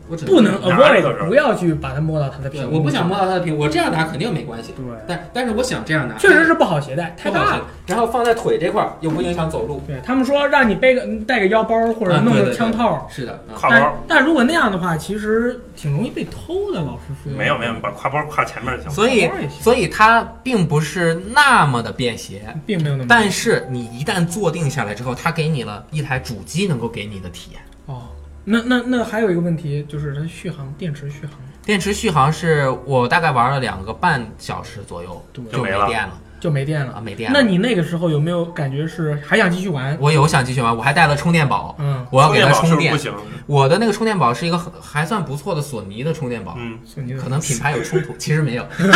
[SPEAKER 3] 我只
[SPEAKER 1] 不能
[SPEAKER 2] 拿着
[SPEAKER 1] avoid，
[SPEAKER 2] 的时候
[SPEAKER 1] 不要去把它摸到它的
[SPEAKER 3] 对，
[SPEAKER 1] 屏幕。
[SPEAKER 3] 我不想。摸到它的屏幕，我这样拿肯定没关系，
[SPEAKER 1] 对，
[SPEAKER 3] 但但是我想这样拿，
[SPEAKER 1] 确实是不好携带，太大了。。
[SPEAKER 3] 然后放在腿这块儿又不影响走路。
[SPEAKER 1] 对他们说让你背个嗯带个腰包或者
[SPEAKER 3] 啊
[SPEAKER 1] 弄
[SPEAKER 3] 对
[SPEAKER 1] 个
[SPEAKER 3] 对对
[SPEAKER 1] 枪套，
[SPEAKER 3] 是的，啊
[SPEAKER 2] 挎包
[SPEAKER 1] 但但如果那样的话，其实挺容易被偷的。老实说，
[SPEAKER 2] 没有没有，你把挎包挎前面就行。
[SPEAKER 3] 所以所以它并不是那么的便携，
[SPEAKER 1] 并没有那么。
[SPEAKER 3] 嗯但是你一旦坐定下来之后，它给你了一台主机能够给你的体验。
[SPEAKER 1] 哦，那那那还有一个问题就是它续航，电池续航。
[SPEAKER 3] 电池续航是我大概玩了两个半小时左右
[SPEAKER 1] 对
[SPEAKER 3] 就
[SPEAKER 2] 就
[SPEAKER 3] 没
[SPEAKER 2] 没了
[SPEAKER 3] 电了
[SPEAKER 1] 就没电
[SPEAKER 3] 啊，
[SPEAKER 1] 了。
[SPEAKER 3] 没电了。
[SPEAKER 1] 那你那个时候有没有感觉是还想继续玩？
[SPEAKER 3] 我有想继续玩，我还带了充电宝，
[SPEAKER 1] 嗯，
[SPEAKER 3] 我要给它
[SPEAKER 2] 宝是
[SPEAKER 3] 充
[SPEAKER 2] 不是
[SPEAKER 3] 电
[SPEAKER 2] 不。行，
[SPEAKER 3] 我的那个充电宝是一个很还算不错的索尼的充电宝，
[SPEAKER 2] 嗯，
[SPEAKER 1] 索尼的
[SPEAKER 3] 可能品牌有冲突，其实 没有。
[SPEAKER 2] 没有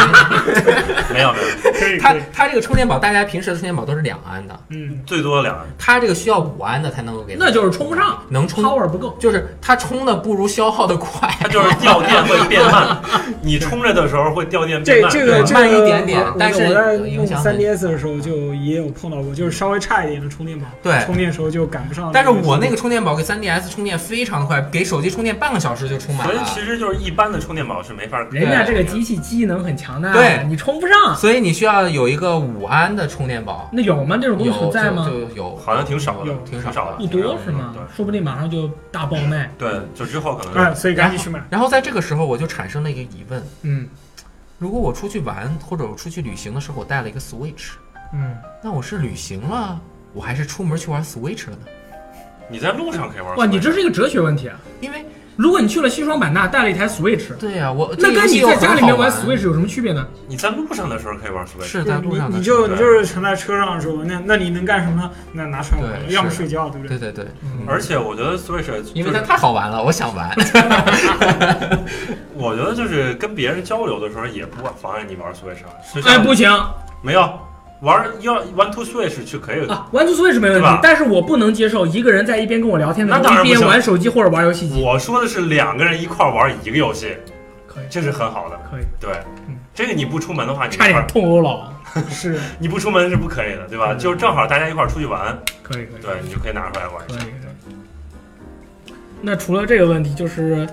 [SPEAKER 2] 没有，
[SPEAKER 4] 可 以
[SPEAKER 3] 它
[SPEAKER 4] 可以，
[SPEAKER 3] 它这个充电宝，大家平时的充电宝都是两安的，
[SPEAKER 4] 嗯，
[SPEAKER 2] 最多两个
[SPEAKER 3] 它这个需要五安的才能够给它，
[SPEAKER 1] 那就是充不上
[SPEAKER 3] 能充，
[SPEAKER 1] ，power 不够。
[SPEAKER 3] 就是它充的不如消耗的快，
[SPEAKER 2] 它就是掉电会变 慢，你充着的时候会掉电变
[SPEAKER 4] 这
[SPEAKER 2] 慢。
[SPEAKER 4] 这个
[SPEAKER 2] 对吧
[SPEAKER 4] 这
[SPEAKER 3] 慢
[SPEAKER 4] 个
[SPEAKER 3] 一点点
[SPEAKER 4] 我
[SPEAKER 3] 但是
[SPEAKER 4] 我在
[SPEAKER 3] 影
[SPEAKER 4] 弄
[SPEAKER 3] 响很
[SPEAKER 4] 3DS 的时候就也有碰到过，就是稍微差一点的充电宝，
[SPEAKER 3] 对
[SPEAKER 4] 充电时候就赶不上。
[SPEAKER 3] 但是我那个充电宝给 3DS 充电非常快，给手机充电半个小时就充满
[SPEAKER 2] 所以
[SPEAKER 3] 了。
[SPEAKER 2] 其实就是一般的充电宝是没法。
[SPEAKER 1] 人家这个机器机能很强大，
[SPEAKER 3] 对
[SPEAKER 1] 你充不上，
[SPEAKER 3] 所以你需要有一个五安的充电宝，
[SPEAKER 1] 那有吗？这种东
[SPEAKER 3] 有
[SPEAKER 1] 西存在吗？
[SPEAKER 3] 就就有，
[SPEAKER 2] 好像挺少的
[SPEAKER 4] 有，
[SPEAKER 2] 挺
[SPEAKER 3] 挺
[SPEAKER 2] 少
[SPEAKER 3] 少
[SPEAKER 2] 的，
[SPEAKER 1] 不多是吗？说不定马上就大爆卖。
[SPEAKER 2] 对，对，就之后可能
[SPEAKER 4] 哎，所以赶紧去买。
[SPEAKER 3] 然后在这个时候我就产生了一个疑问：
[SPEAKER 1] 嗯
[SPEAKER 3] 如果我出去玩或者我出去旅行的时候，我带了一个 Switch，
[SPEAKER 1] 嗯，
[SPEAKER 3] 那我是旅行了，我还是出门去玩 Switch 了呢？
[SPEAKER 2] 你在路上可以玩。
[SPEAKER 1] 哇，你这是一个哲学问题啊！
[SPEAKER 3] 因为
[SPEAKER 1] 如果你去了西双版纳，带了一台 Switch，
[SPEAKER 3] 对呀、我
[SPEAKER 1] 那
[SPEAKER 3] 这游
[SPEAKER 1] 跟
[SPEAKER 3] 戏
[SPEAKER 1] 你
[SPEAKER 3] 又
[SPEAKER 1] 在家
[SPEAKER 3] 很
[SPEAKER 1] 里
[SPEAKER 3] 好
[SPEAKER 1] 面玩
[SPEAKER 3] 玩
[SPEAKER 1] Switch 有什么区别呢？
[SPEAKER 2] 你在路上的时候可以玩 Switch，
[SPEAKER 3] 是在路上的
[SPEAKER 4] 你
[SPEAKER 3] 时候
[SPEAKER 4] 就你就是乘在车上是吧？那那你能干什么呢？那拿窗户
[SPEAKER 3] 对，
[SPEAKER 4] 要么
[SPEAKER 3] 是
[SPEAKER 4] 睡觉，对不对？
[SPEAKER 3] 对对对，
[SPEAKER 1] 嗯
[SPEAKER 2] 而且我觉得 Switch 就是
[SPEAKER 3] 因为它太好玩了，我想玩。
[SPEAKER 2] 我觉得就是跟别人交流的时候也不妨碍你玩 Switch，啊就
[SPEAKER 1] 哎，
[SPEAKER 2] 像
[SPEAKER 1] 不行
[SPEAKER 2] 没有玩要 One to Switch 去可以。
[SPEAKER 1] 啊，玩出 Switch 没问
[SPEAKER 2] 对
[SPEAKER 1] 题
[SPEAKER 2] 吧，
[SPEAKER 1] 但是我不能接受一个人在一边跟我聊天的
[SPEAKER 2] 那
[SPEAKER 1] 时
[SPEAKER 2] 当
[SPEAKER 1] 候，
[SPEAKER 2] 然
[SPEAKER 1] 一边
[SPEAKER 2] 不行
[SPEAKER 1] 玩手机或者玩游戏机。
[SPEAKER 2] 我说的是两个人一块儿玩一个游戏，
[SPEAKER 1] 可以，
[SPEAKER 2] 这是很好的。
[SPEAKER 1] 可以，
[SPEAKER 2] 对
[SPEAKER 1] 嗯，
[SPEAKER 2] 这个你不出门的话，你
[SPEAKER 1] 差
[SPEAKER 2] 一块
[SPEAKER 1] 点
[SPEAKER 2] 儿
[SPEAKER 1] 痛啊殴老王。是，
[SPEAKER 4] 啊
[SPEAKER 2] 你不出门是不可以的，对吧？
[SPEAKER 1] 嗯
[SPEAKER 2] 就是正好大家一块儿出去玩，
[SPEAKER 1] 可以，可以，
[SPEAKER 2] 对你就可以拿出来玩一
[SPEAKER 1] 可以，
[SPEAKER 2] 下。
[SPEAKER 1] 可以。那除了这个问题，就是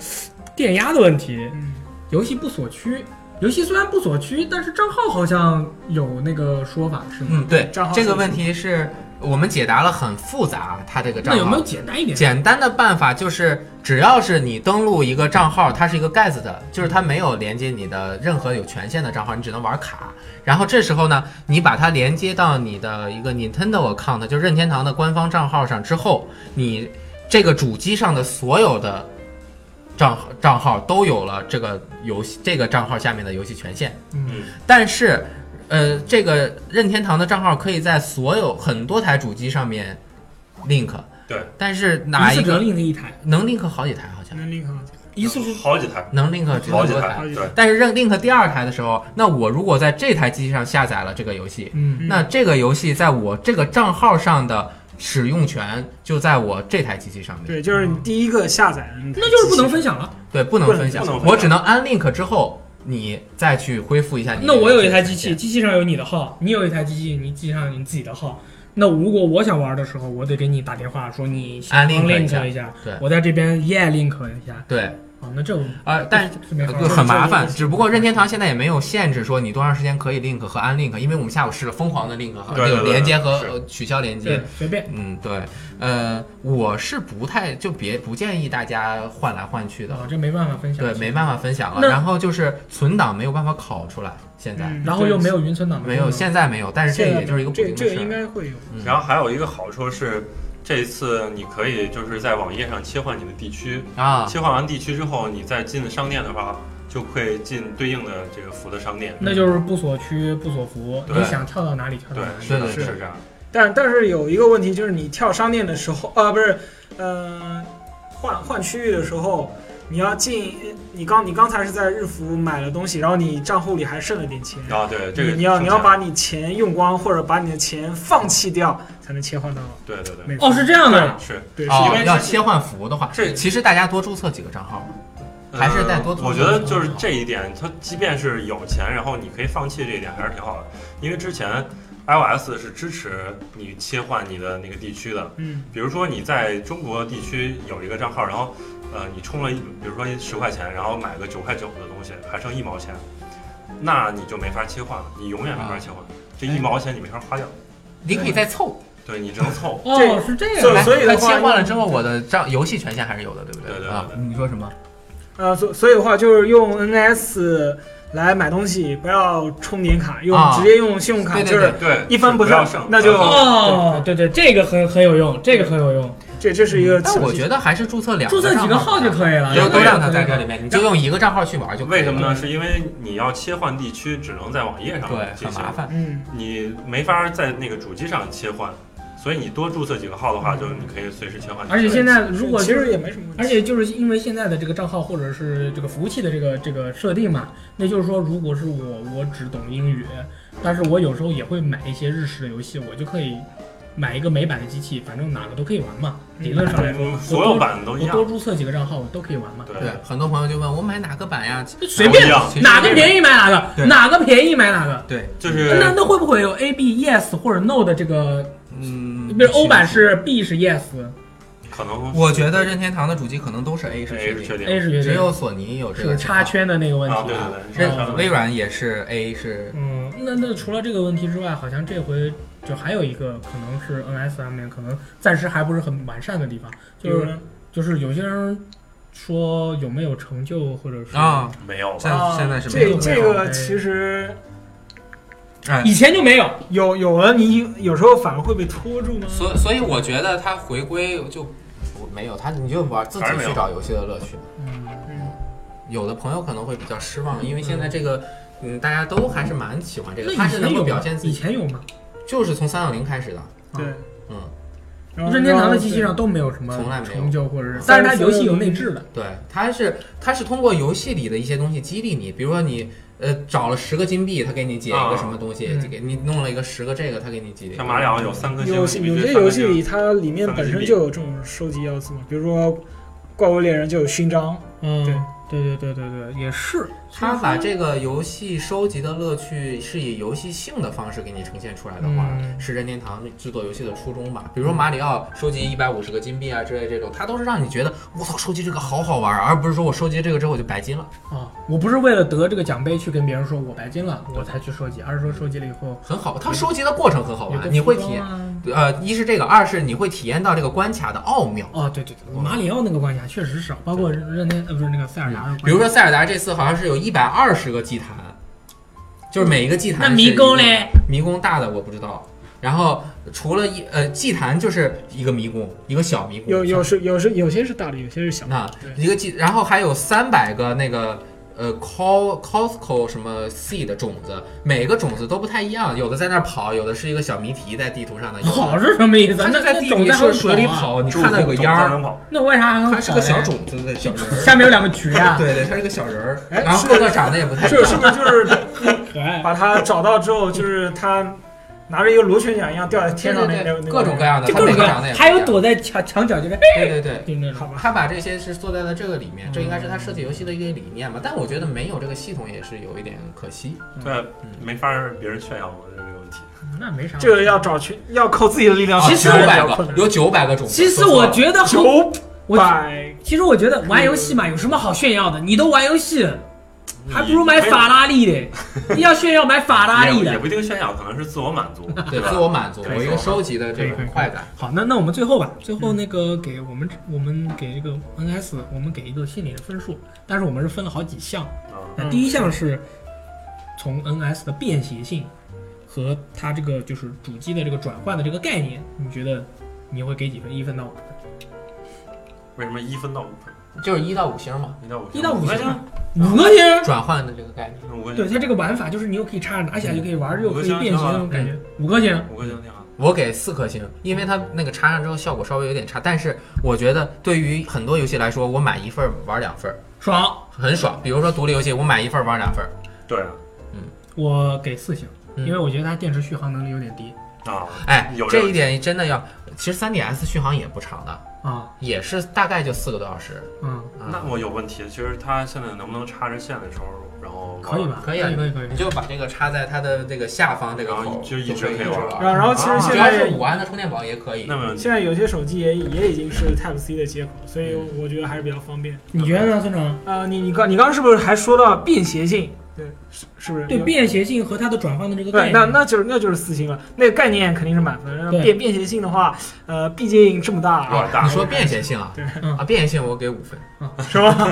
[SPEAKER 1] 电压的问题，
[SPEAKER 4] 嗯，
[SPEAKER 1] 游戏不锁区。游戏虽然不锁区，但是账号好像有那个说法是吗？
[SPEAKER 3] 嗯，对
[SPEAKER 4] 账号，
[SPEAKER 3] 这个
[SPEAKER 4] 信息
[SPEAKER 3] 问题是我们解答了很复杂，它这个账
[SPEAKER 1] 那
[SPEAKER 3] 号
[SPEAKER 1] 有没有简单一点？
[SPEAKER 3] 简单的办法就是，只要是你登录一个账号，它是一个盖子的，就是它没有连接你的任何有权限的账号，你只能玩卡。然后这时候呢，你把它连接到你的一个 Nintendo account，就是任天堂的官方账号上之后，你这个主机上的所有的账号账号都有了这个游戏这个账号下面的游戏权限。
[SPEAKER 2] 嗯，
[SPEAKER 3] 但是，呃，这个任天堂的账号可以在所有很多台主机上面 link。
[SPEAKER 2] 对。
[SPEAKER 3] 但是哪
[SPEAKER 1] 一
[SPEAKER 3] 一
[SPEAKER 1] 次只能
[SPEAKER 3] 个
[SPEAKER 1] 另一台？
[SPEAKER 3] 能 link 好几台好像
[SPEAKER 4] 能立刻
[SPEAKER 1] 一次是
[SPEAKER 2] 好几台，
[SPEAKER 3] 能 link
[SPEAKER 2] 嗯好
[SPEAKER 3] 很
[SPEAKER 2] 几
[SPEAKER 3] 多
[SPEAKER 2] 台
[SPEAKER 3] 台。，
[SPEAKER 2] 对。
[SPEAKER 3] 但是认 link 第二台的时候，那我如果在这台机器上下载了这个游戏，
[SPEAKER 1] 嗯，
[SPEAKER 3] 那这个游戏在我这个账号上的使用权就在我这台机器上面。
[SPEAKER 4] 嗯对，就是你第一个下载，
[SPEAKER 1] 那就是不能分享了。
[SPEAKER 3] 对，不能
[SPEAKER 4] 不能
[SPEAKER 3] 分享
[SPEAKER 2] 不能，分
[SPEAKER 3] 我
[SPEAKER 2] 享
[SPEAKER 3] 只能安 link 之后，你再去恢复一下你。
[SPEAKER 1] 那我有一台机器，，机器上有你的号，你有一台机器，你机器上有你自己的号。那如果我想玩的时候，我得给你打电话说你
[SPEAKER 3] 安
[SPEAKER 1] 帮
[SPEAKER 3] 啊 link 一
[SPEAKER 1] link
[SPEAKER 3] 下
[SPEAKER 1] 一下，
[SPEAKER 3] 对
[SPEAKER 1] 我在这边 yeah link 一下。
[SPEAKER 3] 对，
[SPEAKER 1] 啊，那这我
[SPEAKER 3] 呃，但
[SPEAKER 1] 是没法
[SPEAKER 3] 就
[SPEAKER 1] 玩。
[SPEAKER 3] 很麻烦。
[SPEAKER 4] 这个
[SPEAKER 3] 只不过任天堂现在也没有限制说你多长时间可以 link 和 unlink，因为我们下午试了疯狂的 link 和
[SPEAKER 2] 对对对
[SPEAKER 3] 这个连接和
[SPEAKER 2] 是
[SPEAKER 3] 呃取消连
[SPEAKER 1] 对
[SPEAKER 3] 接。，
[SPEAKER 1] 随便。
[SPEAKER 3] 嗯，对，呃，我是不太就别不建议大家换来换去的，
[SPEAKER 1] 啊，这没办法分享。
[SPEAKER 3] 对，没办法分享了。
[SPEAKER 1] 那
[SPEAKER 3] 然后就是存档没有办法拷出来，现在、
[SPEAKER 4] 嗯
[SPEAKER 1] 然后又没有云存档的功
[SPEAKER 3] 没
[SPEAKER 1] 能，
[SPEAKER 3] 有，现在没有，但是这也就是一个补
[SPEAKER 4] 这
[SPEAKER 3] 丁
[SPEAKER 4] 这
[SPEAKER 3] 的
[SPEAKER 4] 个
[SPEAKER 3] 事
[SPEAKER 4] 应
[SPEAKER 3] 儿。
[SPEAKER 4] 该会有，
[SPEAKER 3] 嗯
[SPEAKER 2] 然后还有一个好处是，这一次你可以就是在网页上切换你的地区，
[SPEAKER 3] 啊，
[SPEAKER 2] 切换完地区之后，你再进商店的话，就会进对应的这个服的商店。
[SPEAKER 1] 那就是不锁区、不锁服，
[SPEAKER 2] 对
[SPEAKER 1] 你想跳到哪里跳到
[SPEAKER 2] 对
[SPEAKER 1] 哪，里。
[SPEAKER 2] 是的，
[SPEAKER 3] 是
[SPEAKER 2] 是
[SPEAKER 3] 的
[SPEAKER 2] 这样。
[SPEAKER 4] 但但是有一个问题就是你跳商店的时候，啊，不是，呃，换换区域的时候，你要进，你刚你刚才是在日服买了东西，然后你账户里还剩了点钱，
[SPEAKER 2] 啊，对，这个
[SPEAKER 4] 你你要
[SPEAKER 2] 剩
[SPEAKER 4] 你
[SPEAKER 2] 下
[SPEAKER 4] 要把你钱用光或者把你的钱放弃掉，才能切换到
[SPEAKER 2] 对对对，
[SPEAKER 4] 美服
[SPEAKER 1] 哦，是这样的。。
[SPEAKER 2] 是
[SPEAKER 4] 对，
[SPEAKER 2] 因
[SPEAKER 3] 哦
[SPEAKER 2] 为，
[SPEAKER 3] 要
[SPEAKER 2] 之前
[SPEAKER 3] 切换服的话，
[SPEAKER 2] 这
[SPEAKER 3] 其实大家多注册几个账号吧。还是再多
[SPEAKER 2] 呃
[SPEAKER 3] 做
[SPEAKER 2] 我
[SPEAKER 3] 一
[SPEAKER 2] 觉得
[SPEAKER 3] 点
[SPEAKER 2] 就是这一点，它即便是有钱，然后你可以放弃这一点，还是挺好的。因为之前 iOS 是支持你切换你的那个地区的，
[SPEAKER 4] 嗯
[SPEAKER 2] 比如说你在中国地区有一个账号，然后呃你充了一，比如说十块钱，然后买个九块九的东西，还剩一毛钱，那你就没法切换了，你永远没法切
[SPEAKER 3] 啊
[SPEAKER 2] 换，这一毛钱你没法花掉，
[SPEAKER 3] 你可以再凑，
[SPEAKER 2] 对你只能 凑
[SPEAKER 1] 哦，是这样
[SPEAKER 4] 对
[SPEAKER 1] 的。
[SPEAKER 3] 哎
[SPEAKER 4] 所以的
[SPEAKER 3] 那
[SPEAKER 4] 话
[SPEAKER 3] 切换了之后，我的账游戏权限还是有的，对不
[SPEAKER 2] 对对对
[SPEAKER 3] 啊，
[SPEAKER 2] 对
[SPEAKER 3] 你说什么？
[SPEAKER 4] 呃，所所以的话就是用 NS 来买东西，不要充点卡，用、
[SPEAKER 3] 啊
[SPEAKER 4] 直接用信用卡，
[SPEAKER 3] 对对
[SPEAKER 4] 就
[SPEAKER 3] 对
[SPEAKER 4] 是
[SPEAKER 2] 对，
[SPEAKER 4] 一分
[SPEAKER 2] 不
[SPEAKER 4] 不
[SPEAKER 2] 要
[SPEAKER 4] 剩
[SPEAKER 2] 剩，啊
[SPEAKER 4] 那就
[SPEAKER 1] 哦，对对，这个很很有用，这个很有用。
[SPEAKER 4] 这这是一个小技
[SPEAKER 3] 嗯但
[SPEAKER 4] 巧。
[SPEAKER 3] 我觉得还是注册两
[SPEAKER 1] 注册几个号就
[SPEAKER 3] 以
[SPEAKER 1] 可以了，
[SPEAKER 3] 都
[SPEAKER 2] 对
[SPEAKER 3] 都让它
[SPEAKER 1] 对
[SPEAKER 3] 在这里面，你就用一个账号去玩就可
[SPEAKER 2] 为
[SPEAKER 3] 以了
[SPEAKER 2] 什么呢？是因为你要切换地区，只能在网页上
[SPEAKER 3] 对，
[SPEAKER 2] 进
[SPEAKER 3] 很
[SPEAKER 2] 行
[SPEAKER 3] 麻。烦。
[SPEAKER 4] 嗯，
[SPEAKER 2] 你没法在那个主机上切换，所以你多注册几个号的话，就是你可以随时切换。
[SPEAKER 1] 嗯而且现在如果
[SPEAKER 4] 其
[SPEAKER 1] 就是
[SPEAKER 4] 实也没什么问题，
[SPEAKER 1] 而且就是因为现在的这个账号或者是这个服务器的这个这个设定嘛，那就是说，如果是我我只懂英语，但是我有时候也会买一些日式的游戏，我就可以买一个美版的机器，反正哪个都可以玩嘛。
[SPEAKER 4] 嗯
[SPEAKER 1] 理论上来说，我
[SPEAKER 2] 所有版都
[SPEAKER 1] 多
[SPEAKER 2] 一
[SPEAKER 1] 我
[SPEAKER 2] 样
[SPEAKER 1] 多，注册几个账号，我都可以玩嘛。
[SPEAKER 2] 对
[SPEAKER 3] 对，很多朋友就问我买哪个版呀？
[SPEAKER 1] 就随便
[SPEAKER 2] 都一样
[SPEAKER 3] 其实
[SPEAKER 1] 哎哪个便宜买哪个，
[SPEAKER 3] 对
[SPEAKER 1] 哪个便宜买哪个。
[SPEAKER 3] 对，
[SPEAKER 2] 就
[SPEAKER 1] 那
[SPEAKER 2] 是
[SPEAKER 1] 那会不会有 A B yes 或者 no 的这个？
[SPEAKER 3] 嗯，
[SPEAKER 1] 比如欧版是 B 是 yes，
[SPEAKER 2] 可能
[SPEAKER 3] 我觉得任天堂的主机可能都是 A 是
[SPEAKER 2] A 是确
[SPEAKER 3] 确定，
[SPEAKER 2] 定
[SPEAKER 1] A 是确
[SPEAKER 3] 只
[SPEAKER 1] 定，
[SPEAKER 3] 有索尼有这
[SPEAKER 1] 是
[SPEAKER 3] 个
[SPEAKER 1] 插
[SPEAKER 3] 情
[SPEAKER 1] 圈的那个问题。
[SPEAKER 2] 啊，对对对，
[SPEAKER 3] 任
[SPEAKER 2] 是
[SPEAKER 3] 况，
[SPEAKER 2] 的
[SPEAKER 3] 微软也是 A 是
[SPEAKER 1] 嗯，那那除了这个问题之外，好像这回就还有一个可能是 NS 上面可能暂时还不是很完善的地方，就是啊
[SPEAKER 4] 是
[SPEAKER 1] 就是有些人说有没有成就或者是
[SPEAKER 3] 啊，，
[SPEAKER 2] 没有吧？
[SPEAKER 3] 现
[SPEAKER 4] 啊
[SPEAKER 3] 现在是没
[SPEAKER 4] 这
[SPEAKER 3] 有
[SPEAKER 4] 这
[SPEAKER 1] 没有
[SPEAKER 4] 个其实
[SPEAKER 3] 哎，
[SPEAKER 1] 以前就没有，
[SPEAKER 4] 有有了，你有时候反而会被拖住吗？
[SPEAKER 3] 所所以我觉得它回归就不没有，他你就玩自己
[SPEAKER 2] 反而没有
[SPEAKER 3] 去找游戏的乐趣。
[SPEAKER 1] 嗯，
[SPEAKER 4] 嗯，
[SPEAKER 3] 有的朋友可能会比较失望，因为现在这个，嗯，大家都还是蛮喜欢这
[SPEAKER 1] 那
[SPEAKER 3] 个，
[SPEAKER 1] 以
[SPEAKER 3] 他是
[SPEAKER 1] 前
[SPEAKER 3] 能
[SPEAKER 1] 有
[SPEAKER 3] 够
[SPEAKER 1] 吗
[SPEAKER 3] 表现自
[SPEAKER 1] 以
[SPEAKER 3] 己，
[SPEAKER 1] 前有吗？
[SPEAKER 2] 嗯
[SPEAKER 3] 就是从三六零开始的，
[SPEAKER 4] 对。
[SPEAKER 3] 嗯，
[SPEAKER 4] 然后
[SPEAKER 1] 任天堂的机器上都没有什么
[SPEAKER 3] 从来没有
[SPEAKER 1] 成就，或者是，但是它游戏有内置的，
[SPEAKER 3] 对，他是他是通过游戏里的一些东西激励你，比如说你呃找了十个金币，他给你解一个
[SPEAKER 2] 啊
[SPEAKER 3] 什么东西，
[SPEAKER 1] 嗯
[SPEAKER 3] 就给你弄了一个十个这个，他给你激励。
[SPEAKER 2] 像马里奥有三颗星，
[SPEAKER 4] 有有
[SPEAKER 2] 你必须
[SPEAKER 4] 些
[SPEAKER 2] 三颗
[SPEAKER 4] 游戏
[SPEAKER 2] 星
[SPEAKER 4] 里，它里面本身就有这种收集要素嘛，比如说《怪物猎人》就有勋章，
[SPEAKER 1] 嗯，对对对对对，也是，
[SPEAKER 3] 他把这个游戏收集的乐趣是以游戏性的方式给你呈现出来的话，
[SPEAKER 1] 嗯
[SPEAKER 3] 是任天堂制作游戏的初衷吧。比如说马里奥收集一百五十个金币啊之类这种，它都是让你觉得我操，收集这个好好玩儿，而不是说我收集这个之后我就白金了。
[SPEAKER 1] 啊，我不是为了得这个奖杯去跟别人说我白金了，我才去收集，而是说收集了以后
[SPEAKER 3] 很好，它收集的过程很好
[SPEAKER 1] 有个
[SPEAKER 3] 玩，你会
[SPEAKER 1] 服
[SPEAKER 3] 体
[SPEAKER 1] 装
[SPEAKER 3] 验。
[SPEAKER 1] 啊
[SPEAKER 3] 呃，一是这个，二是你会体验到这个关卡的奥妙。
[SPEAKER 1] 哦，对对对，马里奥那个关卡啊确实少，包括任天呃不是那个塞尔达的关卡，
[SPEAKER 3] 比如说塞尔达这次好像是有一百二十个祭坛，就是每一个祭坛
[SPEAKER 1] 那
[SPEAKER 3] 是一
[SPEAKER 1] 迷
[SPEAKER 3] 个
[SPEAKER 1] 宫 嘞，
[SPEAKER 3] 迷宫大的我不知道。然后除了一呃祭坛就是一个迷宫，一个小迷宫，
[SPEAKER 4] 有有是有是有些是大的，有些是小的。
[SPEAKER 3] 那
[SPEAKER 4] 对
[SPEAKER 3] 一个祭，然后还有三百个那个呃 call Costco 什么 seed 的种子，每个种子都不太一样，有的在那儿跑，有的是一个小谜题在地图上的，有的
[SPEAKER 1] 跑是什么意思？
[SPEAKER 3] 它
[SPEAKER 1] 那
[SPEAKER 3] 就在
[SPEAKER 1] 哦那
[SPEAKER 3] 地
[SPEAKER 1] 种
[SPEAKER 3] 里
[SPEAKER 1] 在
[SPEAKER 3] 说
[SPEAKER 1] 后
[SPEAKER 3] 水里
[SPEAKER 1] 啊，
[SPEAKER 3] 跑，你
[SPEAKER 2] 你
[SPEAKER 3] 看到有个烟儿，
[SPEAKER 2] 能跑，
[SPEAKER 1] 那为啥还能
[SPEAKER 3] 它是个
[SPEAKER 1] 跑嘞啊
[SPEAKER 3] 小种子的小 人儿，
[SPEAKER 1] 下面有两个橘啊，
[SPEAKER 3] 对对，它是个小人儿，
[SPEAKER 4] 哎
[SPEAKER 3] 然后
[SPEAKER 4] 是
[SPEAKER 3] 个个长得也不 太一
[SPEAKER 4] 是
[SPEAKER 3] 样。
[SPEAKER 4] 是不是就是
[SPEAKER 1] 可爱。
[SPEAKER 4] 把它找到之后，就是它拿着一个螺旋桨一样掉在天上那
[SPEAKER 3] 对
[SPEAKER 4] 那
[SPEAKER 3] 对
[SPEAKER 4] 那
[SPEAKER 3] 对各种各样的，
[SPEAKER 1] 就
[SPEAKER 3] 它
[SPEAKER 1] 各
[SPEAKER 3] 每
[SPEAKER 1] 种
[SPEAKER 3] 个
[SPEAKER 1] 各
[SPEAKER 3] 长得也
[SPEAKER 1] 样，
[SPEAKER 3] 不
[SPEAKER 1] 还
[SPEAKER 3] 一
[SPEAKER 1] 有
[SPEAKER 3] 样
[SPEAKER 1] 躲在墙墙角这边，
[SPEAKER 3] 对对对。
[SPEAKER 1] 就那种
[SPEAKER 4] 好。吧，
[SPEAKER 3] 他把这些是做在了这个里面，这应该是
[SPEAKER 1] 嗯
[SPEAKER 3] 他设计游戏的一个理念吧。但我觉得没有这个系统也是有一点可惜。
[SPEAKER 2] 对，没法儿别人炫耀我的这个问题。
[SPEAKER 1] 那没啥。
[SPEAKER 4] 这个要找去要靠自己的力量去
[SPEAKER 1] 其实
[SPEAKER 4] 找
[SPEAKER 3] 啊九
[SPEAKER 1] 我
[SPEAKER 3] 百
[SPEAKER 4] 比较困
[SPEAKER 3] 个
[SPEAKER 4] 难。
[SPEAKER 3] 有九百个种子，
[SPEAKER 1] 其实我觉得好，
[SPEAKER 4] 九
[SPEAKER 1] 我
[SPEAKER 4] 百
[SPEAKER 1] 其实我觉得玩游戏嘛，有什么好炫耀的？你都玩游戏，嗯还不如买
[SPEAKER 2] 你
[SPEAKER 1] 法拉利嘞。 你要炫耀买法拉利
[SPEAKER 2] 也也
[SPEAKER 1] 的。
[SPEAKER 2] 不一定炫耀，可能是自我满足，
[SPEAKER 3] 对
[SPEAKER 2] 吧
[SPEAKER 3] 自？我满足，
[SPEAKER 2] 可以
[SPEAKER 3] 我一个收集的这
[SPEAKER 1] 可以可以
[SPEAKER 3] 种快感。
[SPEAKER 1] 好，那那我们最后吧，最后那个给我们我们给这个 NS，我们给一个心理的分数，但是我们是分了好几项。
[SPEAKER 2] 啊
[SPEAKER 1] 那
[SPEAKER 4] 嗯
[SPEAKER 1] 第一项是从 NS 的便携性和它这个就是主机的这个转换的这个概念，你觉得你会给几分？一分到五分？
[SPEAKER 2] 为什么一分到五分？
[SPEAKER 3] 就是一到五星嘛，
[SPEAKER 2] 一到五分，
[SPEAKER 1] 一到五
[SPEAKER 2] 五
[SPEAKER 1] 星
[SPEAKER 2] 颗
[SPEAKER 1] 吧
[SPEAKER 2] 星，，
[SPEAKER 1] 五个星。
[SPEAKER 3] 转换的这个概念。
[SPEAKER 2] 五颗
[SPEAKER 1] 对
[SPEAKER 2] 星，
[SPEAKER 1] 它这个玩法，就是你又可以插着拿起来就可以玩，又可以
[SPEAKER 2] 五颗星
[SPEAKER 1] 变形那种感觉。五颗星，
[SPEAKER 2] 五颗星挺好。
[SPEAKER 3] 我给四颗星，因为它那个插上之后效果稍微有点差，但是我觉得对于很多游戏来说，我买一份儿玩两份儿
[SPEAKER 1] 爽！
[SPEAKER 3] 很爽。比如说独立游戏，我买一份儿玩两份儿，
[SPEAKER 2] 对啊
[SPEAKER 1] 我给四星，
[SPEAKER 3] 嗯
[SPEAKER 1] 因为我觉得它电池续航能力有点低
[SPEAKER 2] 啊，
[SPEAKER 3] 哎
[SPEAKER 2] 有，
[SPEAKER 3] 这一点真的要，其实 3DS 续航也不长的，
[SPEAKER 1] 啊，
[SPEAKER 3] 也是大概就四个多小时。
[SPEAKER 1] 嗯，
[SPEAKER 3] 啊
[SPEAKER 2] 那我有问题，其实它现在能不能插着线的时候，然后玩
[SPEAKER 1] 可以吧？
[SPEAKER 3] 可
[SPEAKER 1] 以，
[SPEAKER 3] 以啊
[SPEAKER 1] 可以，可以，可以
[SPEAKER 3] 你。就把这个插在它的这个下方这个
[SPEAKER 2] 然
[SPEAKER 3] 口
[SPEAKER 2] 后，就一直
[SPEAKER 3] 可以
[SPEAKER 2] 可以玩
[SPEAKER 3] 玩
[SPEAKER 4] 然后然后其实现在
[SPEAKER 3] 只要是五安的充电宝也可以
[SPEAKER 2] 那。么
[SPEAKER 4] 现在有些手机也也已经是 Type C 的接口，所以我觉得还是比较方便。
[SPEAKER 1] 你觉得呢，村长？
[SPEAKER 4] 啊，你你刚你刚刚是不是还说到便携性？对，是是不是？
[SPEAKER 1] 对
[SPEAKER 4] 有
[SPEAKER 1] 便携性和它的转换的这个概念，
[SPEAKER 4] 对，那那就是那就是四星了。那个概念肯定是满分。然后
[SPEAKER 1] 对
[SPEAKER 4] 便便携性的话，呃，毕竟这么大，
[SPEAKER 2] 有点大
[SPEAKER 3] 你说便携性啊
[SPEAKER 4] 对？
[SPEAKER 1] 嗯
[SPEAKER 3] 啊，便携性我给五分。
[SPEAKER 4] 是吧？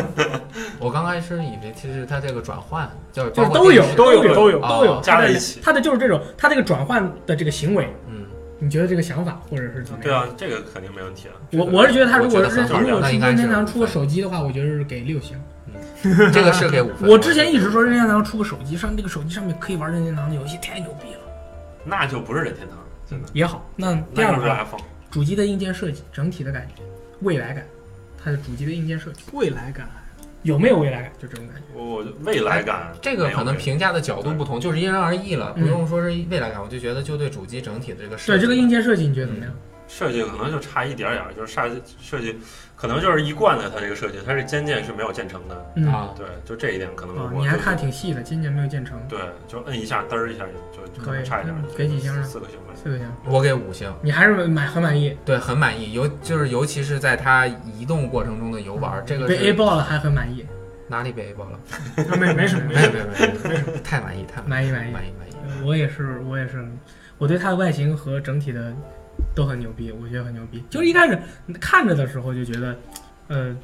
[SPEAKER 3] 我刚开始以为其实它这个转换就是
[SPEAKER 1] 就
[SPEAKER 3] 包
[SPEAKER 1] 是
[SPEAKER 3] 括
[SPEAKER 1] 都有
[SPEAKER 3] 电池
[SPEAKER 4] 都有
[SPEAKER 1] 都
[SPEAKER 4] 都有
[SPEAKER 1] 都有，
[SPEAKER 3] 哦
[SPEAKER 2] 加
[SPEAKER 1] 它的
[SPEAKER 2] 在一起
[SPEAKER 1] 它的就是这种，它这个转换的这个行为，
[SPEAKER 3] 嗯，
[SPEAKER 1] 你觉得这个想法或者是怎么
[SPEAKER 2] 对
[SPEAKER 1] 样？
[SPEAKER 2] 啊，这个肯定没问题啊。
[SPEAKER 1] 我我是觉得它如果
[SPEAKER 3] 我觉
[SPEAKER 1] 是
[SPEAKER 3] 得很好
[SPEAKER 1] 如果
[SPEAKER 3] 那
[SPEAKER 1] 是
[SPEAKER 3] 应该是
[SPEAKER 1] 任天堂出个手机的话，我觉得是给六星。
[SPEAKER 3] 这个是给 五分。
[SPEAKER 1] 我之前一直说任天堂出个手机上，这个手机上面可以玩任天堂的游戏，太牛逼了。
[SPEAKER 2] 那就不是任天堂，真的，
[SPEAKER 1] 也好，那嗯第
[SPEAKER 2] 那
[SPEAKER 1] 二
[SPEAKER 2] 就是啊
[SPEAKER 1] 个
[SPEAKER 2] iPhone。
[SPEAKER 1] 主机的硬件设计整体的感觉，未来感，它的主机的硬件设计
[SPEAKER 4] 未来感。啊
[SPEAKER 1] 有没有未来感？就这种感觉。
[SPEAKER 2] 我我未来
[SPEAKER 1] 哎
[SPEAKER 2] 感，
[SPEAKER 3] 这个可能
[SPEAKER 2] 平
[SPEAKER 3] 评价的角度不同，就是因人而异了，
[SPEAKER 1] 嗯
[SPEAKER 3] 不用说是未来感，我就觉得就对主机整体的这个设
[SPEAKER 1] 对
[SPEAKER 3] 计
[SPEAKER 1] 这个硬件设计，你觉得怎么样？
[SPEAKER 2] 设计可能就差一点点儿，就是设计设计可能就是一贯的它这个设计，它是尖键是没有建成的，
[SPEAKER 1] 嗯，
[SPEAKER 3] 啊，
[SPEAKER 2] 对，就这一点可能
[SPEAKER 1] 啊
[SPEAKER 2] 我
[SPEAKER 1] 你还
[SPEAKER 2] 就
[SPEAKER 1] 看挺细的，今年没有建成，
[SPEAKER 2] 对，就摁一下嘚儿一下就就可
[SPEAKER 1] 可以
[SPEAKER 2] 能差一点儿
[SPEAKER 1] 嗯，给几星啊
[SPEAKER 2] 四个星吧。
[SPEAKER 1] 四个星，
[SPEAKER 3] 我给五星。
[SPEAKER 1] 你还是满很满意。
[SPEAKER 3] 对，很满意，尤就是尤其是在它移动过程中的游玩，这个
[SPEAKER 1] 被 A
[SPEAKER 3] 是
[SPEAKER 1] 爆了还很满意，
[SPEAKER 3] 哪里被 A 爆了？
[SPEAKER 4] 啊没没什么，没
[SPEAKER 3] 没
[SPEAKER 4] 什
[SPEAKER 3] 有
[SPEAKER 4] 么。
[SPEAKER 3] 没有没有，太满意，太满
[SPEAKER 1] 满意
[SPEAKER 3] 意，
[SPEAKER 1] 满意。
[SPEAKER 3] 满意满意。
[SPEAKER 1] 呃我也是，我也是，我对它的外形和整体的都很牛逼，我觉得很牛逼。就是一开始看着的时候就觉得，呃，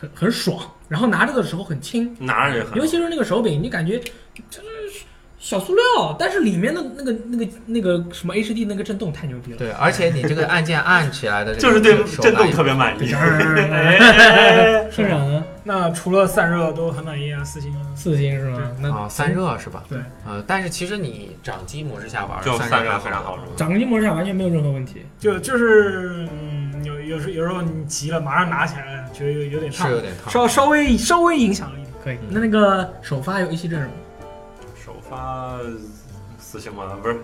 [SPEAKER 1] 很很
[SPEAKER 2] 啊
[SPEAKER 1] 爽，然后拿着的时候很轻，
[SPEAKER 2] 拿着也很
[SPEAKER 1] 尤其是那个手柄，你感觉就是小塑料，但是里面的那个那个那个什么 HD 那个震动太牛逼了。
[SPEAKER 3] 对，而且你这个按键按起来的这
[SPEAKER 2] 就
[SPEAKER 3] 个
[SPEAKER 2] 是对
[SPEAKER 3] 手
[SPEAKER 2] 震
[SPEAKER 3] 感
[SPEAKER 2] 动特别 满意。
[SPEAKER 4] 哎
[SPEAKER 1] 社长呢？
[SPEAKER 4] 那除了散热都很满意啊，四星啊。
[SPEAKER 1] 四星是吗？那
[SPEAKER 3] 啊，散热是吧？
[SPEAKER 4] 对，
[SPEAKER 3] 呃，但是其实你掌机模式下玩
[SPEAKER 2] 就散
[SPEAKER 3] 热
[SPEAKER 2] 热非常好，是吧？
[SPEAKER 1] 掌机模式下完全没有任何问题。
[SPEAKER 4] 就就是嗯，有有时有时候你急了，马上拿起来，觉得有有点烫
[SPEAKER 3] 是，有点烫。
[SPEAKER 4] 稍稍微稍微影响了一点。
[SPEAKER 1] 可以
[SPEAKER 3] 嗯。
[SPEAKER 1] 那那个首发有一期阵容，
[SPEAKER 2] 首发四星吗？不是，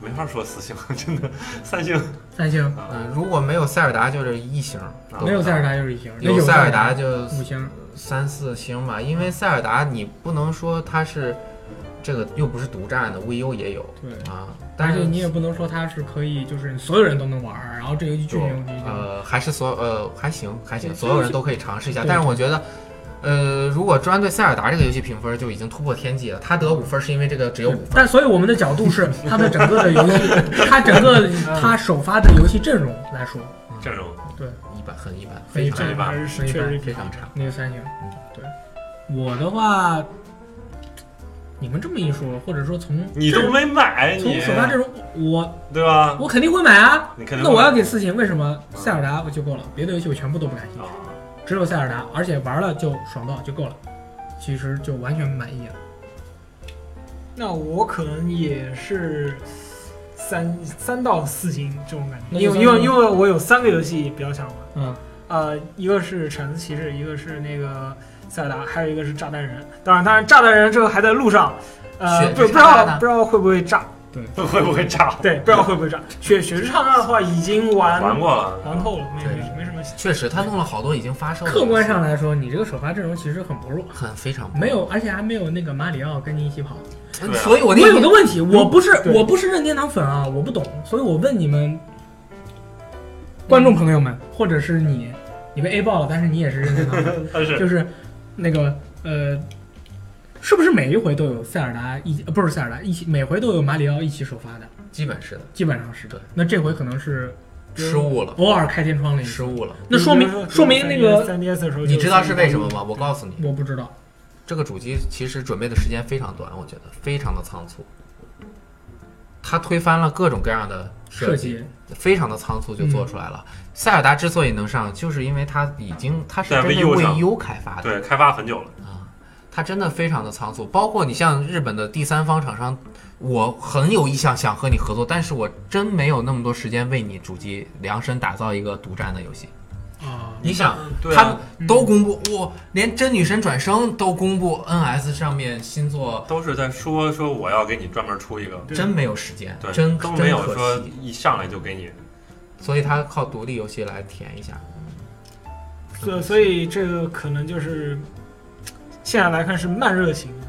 [SPEAKER 2] 没法说四星，真的三星
[SPEAKER 1] 三星
[SPEAKER 3] 嗯，如果没有塞尔达就是一星，
[SPEAKER 2] 啊
[SPEAKER 1] 没有塞尔，达就是一星，那
[SPEAKER 3] 有塞
[SPEAKER 1] 尔
[SPEAKER 3] 尔达就
[SPEAKER 1] 五星。
[SPEAKER 3] 三四星吧，因为塞尔达你不能说它是这个又不是独占的，VU 也有
[SPEAKER 1] 对，
[SPEAKER 3] 啊，但
[SPEAKER 1] 但
[SPEAKER 3] 是
[SPEAKER 1] 是你也不能说它是可以，就是所有人都能玩儿，然后这游戏巨牛逼。
[SPEAKER 3] 呃还是所有呃还行还行，
[SPEAKER 1] 对
[SPEAKER 3] 所有人都可以尝试一下，
[SPEAKER 1] 对
[SPEAKER 3] 但是我觉得。呃，如果专对塞尔达这个游戏评分就已经突破天际了，他得五分是因为这个只有五分，
[SPEAKER 1] 但所以我们的角度是它的整个的游 戏，它整个它首发的游戏阵容来说，
[SPEAKER 2] 阵容
[SPEAKER 3] 一般很一般，
[SPEAKER 1] 非
[SPEAKER 3] 非
[SPEAKER 1] 常
[SPEAKER 3] 常
[SPEAKER 2] 一般
[SPEAKER 4] 还是
[SPEAKER 1] 一
[SPEAKER 4] 确
[SPEAKER 1] 般
[SPEAKER 4] 实
[SPEAKER 3] 非常差。
[SPEAKER 1] 那个三星。对，我的话，你们这么一说，或者说从
[SPEAKER 2] 你都没买，
[SPEAKER 1] 从
[SPEAKER 2] 你
[SPEAKER 1] 首发阵容，我
[SPEAKER 2] 对吧？
[SPEAKER 1] 我肯定会买啊。
[SPEAKER 2] 你肯定
[SPEAKER 1] 那我要给四星，为什么塞尔达我就够了？别的游戏我全部都不感兴趣，
[SPEAKER 2] 啊，
[SPEAKER 1] 只有塞尔达，而且玩了就爽到就够了，其实就完全满意了。
[SPEAKER 4] 那我可能也是三三到四星这种感
[SPEAKER 1] 那
[SPEAKER 4] 觉，
[SPEAKER 1] 就
[SPEAKER 4] 因为因为因为我有三个游戏比较想玩，
[SPEAKER 1] 嗯，
[SPEAKER 4] 呃，一个是《铲子骑士》，一个是那个塞尔达，还有一个是炸弹人。当然，当然，炸弹人这个还在路上，呃，
[SPEAKER 3] 雪
[SPEAKER 4] 不不
[SPEAKER 3] 之
[SPEAKER 4] 知
[SPEAKER 3] 炸弹
[SPEAKER 4] 道
[SPEAKER 3] 呢
[SPEAKER 4] 不知道会不会炸，
[SPEAKER 2] 会不会炸？
[SPEAKER 4] 对，不知道会不会炸。雪雪之唱的话已经玩
[SPEAKER 2] 玩过了，
[SPEAKER 4] 玩透了，没
[SPEAKER 3] 对
[SPEAKER 4] 没没什么戏。
[SPEAKER 3] 确实，他弄了好多已经发售的游戏。
[SPEAKER 1] 客观上来说，你这个首发阵容其实很薄弱，
[SPEAKER 3] 很非常不
[SPEAKER 1] 没有，而且还没有那个马里奥跟你一起跑。
[SPEAKER 3] 嗯
[SPEAKER 2] 对啊
[SPEAKER 3] 所以我
[SPEAKER 1] 我嗯
[SPEAKER 3] 那
[SPEAKER 1] 有个问题，我不是
[SPEAKER 4] 对
[SPEAKER 1] 我不是任天堂粉啊，我不懂，所以我问你们观众朋友们，或者是你，你被 A 爆了，但是你也是任天堂粉，
[SPEAKER 2] 但 是
[SPEAKER 1] 就是那个呃，是不是每一回都有塞尔达一呃不是塞尔达一起，每回都有马里奥一起首发的，
[SPEAKER 3] 基本是的，
[SPEAKER 1] 基本上是的
[SPEAKER 3] 对。
[SPEAKER 1] 那这回可能是
[SPEAKER 3] 失误了，
[SPEAKER 1] 偶尔开天窗了一
[SPEAKER 3] 失
[SPEAKER 1] 次，
[SPEAKER 3] 误了。
[SPEAKER 1] 那说明说明那个
[SPEAKER 4] 三 DS 的时候，
[SPEAKER 3] 你知道是为什么？吗？我告诉你，
[SPEAKER 1] 我不知道，
[SPEAKER 3] 这个主机其实准备的时间非常短，我觉得非常的仓促。它推翻了各种各样的
[SPEAKER 1] 设
[SPEAKER 3] 设计，
[SPEAKER 1] 计
[SPEAKER 3] 非常的仓促就做出来了。塞尔达之所以能上，就是因为它已经它是
[SPEAKER 2] 在
[SPEAKER 3] 针对
[SPEAKER 2] VU 上
[SPEAKER 3] VU 开发的，
[SPEAKER 2] 对开发很久了，
[SPEAKER 3] 啊，它真的非常的仓促。包括你像日本的第三方厂商，我很有意向想和你合作，但是我真没有那么多时间为你主机量身打造一个独占的游戏。
[SPEAKER 1] 啊，
[SPEAKER 3] 你想，
[SPEAKER 2] 对
[SPEAKER 3] 他
[SPEAKER 2] 啊，
[SPEAKER 3] 们都公布，我、连真女神转生都公布 NS 上面新作，
[SPEAKER 2] 都是在说说我要给你专门出一个，
[SPEAKER 4] 对
[SPEAKER 3] 真没有时间，
[SPEAKER 2] 对，
[SPEAKER 3] 真
[SPEAKER 2] 都
[SPEAKER 3] 真
[SPEAKER 2] 没有
[SPEAKER 3] 可
[SPEAKER 2] 说
[SPEAKER 3] 惜。
[SPEAKER 2] 一上来就给你，
[SPEAKER 3] 所以他靠独立游戏来填一下。
[SPEAKER 4] 所所以这个可能就是现在来看是慢热型的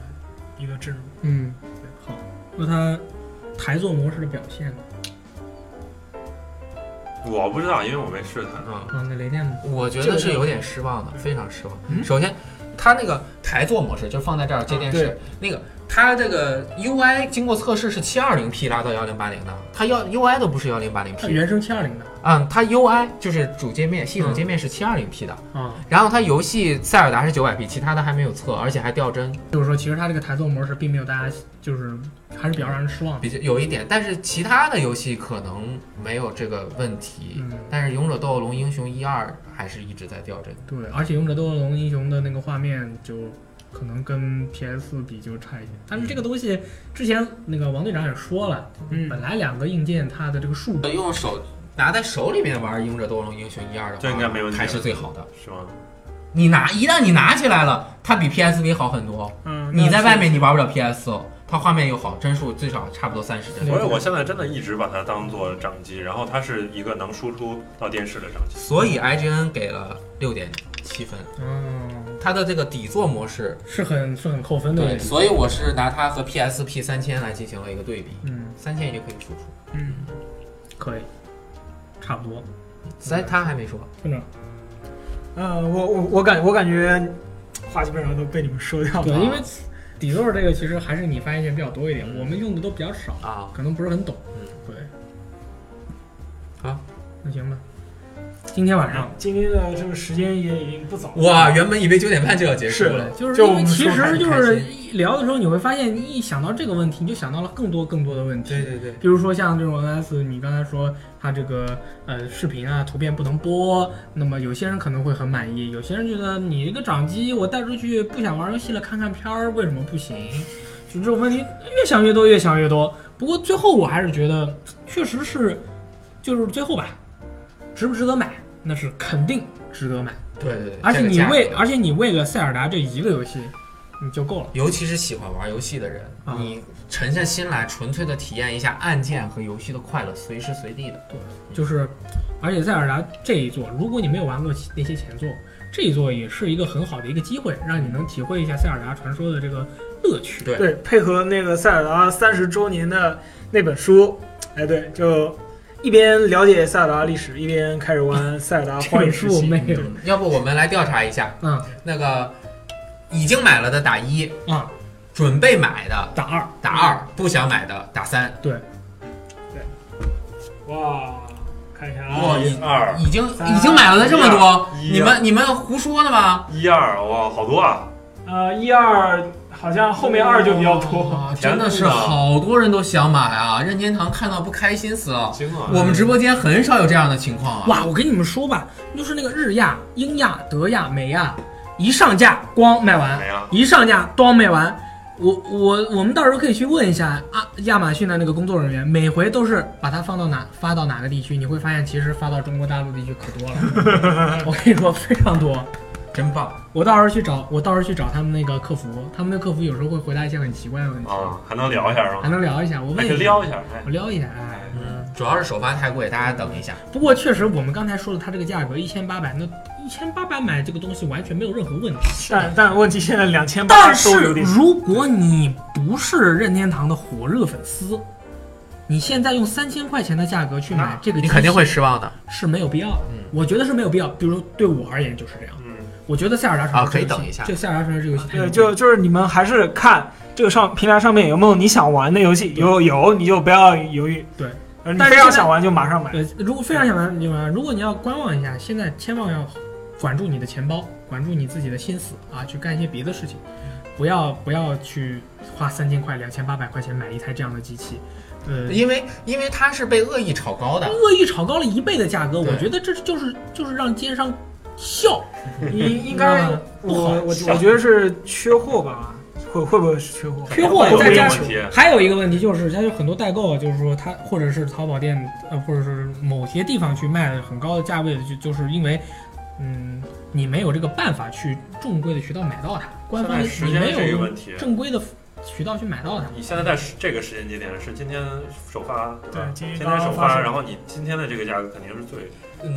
[SPEAKER 4] 一个阵容。
[SPEAKER 1] 嗯，好，那它台座模式的表现呢？
[SPEAKER 2] 我不知道，因为我没试它。
[SPEAKER 3] 嗯，
[SPEAKER 1] 啊，那雷电呢？
[SPEAKER 3] 我觉得是有点失望的，非常失望。
[SPEAKER 1] 嗯啊
[SPEAKER 3] 首先，它那个台座模式就放在这儿接电视，那个它这个 UI 经过测试是七二零 P 拉到幺零八零的，它要 UI 都不是幺零八零
[SPEAKER 1] 它
[SPEAKER 3] P，
[SPEAKER 1] 原生七二零的
[SPEAKER 3] 嗯，它 UI 就是主界面、系统界面是七二零 P 的，
[SPEAKER 1] 啊，
[SPEAKER 3] 然后它游戏塞尔达是九百 P，其他的还没有测，而且还掉帧，
[SPEAKER 1] 就是说其实它这个台座模式并没有大家就是还是比较让人失望的。
[SPEAKER 3] 比较有一点，但是其他的游戏可能没有这个问题，
[SPEAKER 1] 嗯
[SPEAKER 3] 但是勇者斗恶龙英雄一二还是一直在掉帧。
[SPEAKER 1] 对，而且勇者斗恶龙英雄的那个画面就可能跟 PS 比就差一点，但是这个东西之前那个王队长也说了，
[SPEAKER 4] 嗯
[SPEAKER 1] 本来两个硬件它的这个数
[SPEAKER 3] 呃用手拿在手里面玩《勇者斗恶龙英雄一二》的话，
[SPEAKER 2] 这应该没问题啊
[SPEAKER 3] 还是最好的。
[SPEAKER 2] 是吗？
[SPEAKER 3] 你拿一旦你拿起来了，它比 PSV 好很多。
[SPEAKER 4] 嗯，
[SPEAKER 3] 你在外
[SPEAKER 4] 面。
[SPEAKER 3] 面你玩不了 PS 哦，它画面又好，帧数最少差不多三十帧
[SPEAKER 1] 对。
[SPEAKER 2] 所以我现在真的一直把它当做掌机，然后它是一个能输出到电视的掌机。
[SPEAKER 3] 所以 IGN 给了六点七分，
[SPEAKER 4] 哦
[SPEAKER 1] 嗯
[SPEAKER 3] 它的这个底座模式，
[SPEAKER 1] 是很是很扣分的
[SPEAKER 3] 对，。所以我是拿它和 PSP 三千来进行了一个对比，
[SPEAKER 1] 嗯，
[SPEAKER 3] 三千也可以输出，
[SPEAKER 4] 嗯，
[SPEAKER 1] 可以，差不多。
[SPEAKER 3] 三他还没说，
[SPEAKER 1] 村长，
[SPEAKER 4] 呃，我我我感我感觉话基本上都被你们说掉了。
[SPEAKER 1] 对，因为底座这个其实还是你发言权比较多一点，我们用的都比较少，
[SPEAKER 3] 啊，
[SPEAKER 1] 可能不是很懂。
[SPEAKER 3] 嗯
[SPEAKER 1] 对。
[SPEAKER 3] 好，
[SPEAKER 1] 那行吧。今天晚上。
[SPEAKER 4] 今天的这个时间也已经不早了。
[SPEAKER 3] 哇，原本以为九点半就要结束了，
[SPEAKER 1] 就是
[SPEAKER 4] 就
[SPEAKER 1] 因
[SPEAKER 4] 我
[SPEAKER 1] 为
[SPEAKER 4] 们
[SPEAKER 1] 其
[SPEAKER 4] 说还
[SPEAKER 1] 实
[SPEAKER 4] 是
[SPEAKER 1] 就
[SPEAKER 4] 开
[SPEAKER 1] 是
[SPEAKER 4] 心
[SPEAKER 1] 一聊的时候，你会发现，你一想到这个问题，你就想到了更多更多的问题。
[SPEAKER 3] 对对对，
[SPEAKER 1] 比如说像这种 NS，你刚才说它这个呃视频啊图片不能播，那么有些人可能会很满意，有些人觉得你这个掌机我带出去不想玩游戏了，看看片儿为什么不行？就这种问题越想越多，越想越多。不过最后我还是觉得，确实是，就是最后吧，值不值得买，那是肯定值得买。
[SPEAKER 3] 对对对，
[SPEAKER 1] 而且
[SPEAKER 3] 这个
[SPEAKER 1] 你
[SPEAKER 3] 价格
[SPEAKER 1] 为，而且你为了塞尔达这一个游戏，你就够了。
[SPEAKER 3] 尤其是喜欢玩游戏的人，
[SPEAKER 1] 啊
[SPEAKER 3] 你沉下心来，纯粹的体验一下按键和游戏的快乐，随时随地的。
[SPEAKER 1] 就是，而且塞尔达这一座，如果你没有玩过其那些前作，这一座也是一个很好的一个机会，让你能体会一下塞尔达传说的这个乐趣。
[SPEAKER 3] 对
[SPEAKER 4] 对，配合那个塞尔达三十周年的那本书，哎，对，就一边了解塞尔达历史，一边开始玩塞尔 达
[SPEAKER 1] 这
[SPEAKER 4] 荒野
[SPEAKER 1] 本
[SPEAKER 4] 之
[SPEAKER 1] 书我
[SPEAKER 4] 息。
[SPEAKER 1] 没有，
[SPEAKER 3] 嗯，要不我们来调查一 下
[SPEAKER 1] 嗯
[SPEAKER 4] 啊
[SPEAKER 3] 那个已经买了的打一，
[SPEAKER 1] 啊，
[SPEAKER 3] 准备买的
[SPEAKER 1] 打二，
[SPEAKER 3] 打二，不想买的打三。
[SPEAKER 4] 哇，看一下
[SPEAKER 3] 哇
[SPEAKER 4] 啊，
[SPEAKER 3] 一
[SPEAKER 2] 一二
[SPEAKER 3] 已经
[SPEAKER 4] 三
[SPEAKER 3] 已经买了的这么多，
[SPEAKER 2] 一啊
[SPEAKER 3] 你们你们胡说呢吧？
[SPEAKER 2] 一二哇，好多啊！
[SPEAKER 4] 呃，一二好像后面二就比较多。
[SPEAKER 3] 哇哦真的是好多人都想买啊！任天堂看到不开心死了。
[SPEAKER 2] 惊
[SPEAKER 4] 嗯
[SPEAKER 2] 啊！
[SPEAKER 3] 我们直播间很少有这样的情况啊！
[SPEAKER 1] 哇，我跟你们说吧，就是那个日亚、英亚、德亚、美亚，一上架光卖完
[SPEAKER 2] 没，了。
[SPEAKER 1] 一上架光卖完。我我我们到时候可以去问一下啊，亚马逊的那个工作人员，每回都是把它放到哪发到哪个地区，你会发现其实发到中国大陆地区可多了。我跟你说非常多，
[SPEAKER 3] 真棒！
[SPEAKER 1] 我到时候去找，我到时候去找他们那个客服，他们那客服有时候会回答一些很奇怪的问题，
[SPEAKER 2] 啊，还能聊一下是
[SPEAKER 1] 还
[SPEAKER 2] 吗？
[SPEAKER 1] 能聊一下。哎我
[SPEAKER 2] 还
[SPEAKER 1] 问
[SPEAKER 2] 可以
[SPEAKER 1] 一下，
[SPEAKER 2] 撩一下，哎
[SPEAKER 1] 我，撩一下。哎，
[SPEAKER 3] 嗯，主要是首发太贵，大家等一下。
[SPEAKER 1] 不过确实我们刚才说了，它这个价格一千八百，那一千八百买这个东西完全没有任何问题。
[SPEAKER 4] 但但问题现在两千八
[SPEAKER 1] 但
[SPEAKER 4] 都
[SPEAKER 1] 是
[SPEAKER 4] 有点。
[SPEAKER 1] 如果你不是任天堂的火热粉丝，你现在用三千块钱的价格去买这个，
[SPEAKER 3] 你肯定会失望的
[SPEAKER 1] 是没有必要的
[SPEAKER 3] 嗯。
[SPEAKER 1] 我觉得是没有必要。比如对我而言就是这样，
[SPEAKER 2] 嗯，
[SPEAKER 1] 我觉得塞尔达传
[SPEAKER 3] 啊
[SPEAKER 1] 说
[SPEAKER 3] 可以
[SPEAKER 1] 这个游戏
[SPEAKER 3] 等一下啊
[SPEAKER 1] 这塞尔达传说这个游戏太牛
[SPEAKER 4] 对，
[SPEAKER 1] 逼
[SPEAKER 4] 就就是你们还是看这个上平台上面有没有你想玩的游戏，有有你就不要犹豫。
[SPEAKER 1] 对，
[SPEAKER 4] 你
[SPEAKER 1] 但是
[SPEAKER 4] 非要
[SPEAKER 1] 现在
[SPEAKER 4] 想玩就马 上买。
[SPEAKER 1] 呃，如果非常想玩你就玩，如果你要观望一下，现在千万要管住你的钱包，管住你自己的心思啊，去干一些别的事情，不要不要去花三千块、两千八百块钱买一台这样的机器，呃，
[SPEAKER 3] 因为因为它是被恶意炒高的。
[SPEAKER 1] 恶意炒高了一倍的价格，
[SPEAKER 3] 对
[SPEAKER 1] 我觉得这就是就是让奸商笑。
[SPEAKER 4] 应应该
[SPEAKER 1] 嗯
[SPEAKER 4] 我
[SPEAKER 1] 不好
[SPEAKER 4] 我我觉得是缺货吧，会会不会是缺货？
[SPEAKER 1] 缺货
[SPEAKER 2] 有
[SPEAKER 1] 再
[SPEAKER 2] 没有
[SPEAKER 1] 加
[SPEAKER 2] 问题？
[SPEAKER 1] 还有一个问题就是，它有很多代购，啊就是说它或者是淘宝店，呃，或者是某些地方去卖很高的价位的，就就是因为，嗯，你没有这个办法去正规的渠道买到它，官
[SPEAKER 2] 现
[SPEAKER 1] 方
[SPEAKER 2] 在时
[SPEAKER 1] 你没
[SPEAKER 2] 间这个
[SPEAKER 1] 有
[SPEAKER 2] 问题，啊
[SPEAKER 1] 正规的渠道去买到它。
[SPEAKER 2] 你现在在时这个时间节点是今天首发对吧
[SPEAKER 4] 对？
[SPEAKER 2] 今
[SPEAKER 4] 今天
[SPEAKER 2] 天
[SPEAKER 4] 刚
[SPEAKER 2] 首
[SPEAKER 4] 刚发
[SPEAKER 2] 发，
[SPEAKER 4] 售
[SPEAKER 2] 然后你今天的这个价格肯定是最，
[SPEAKER 1] 嗯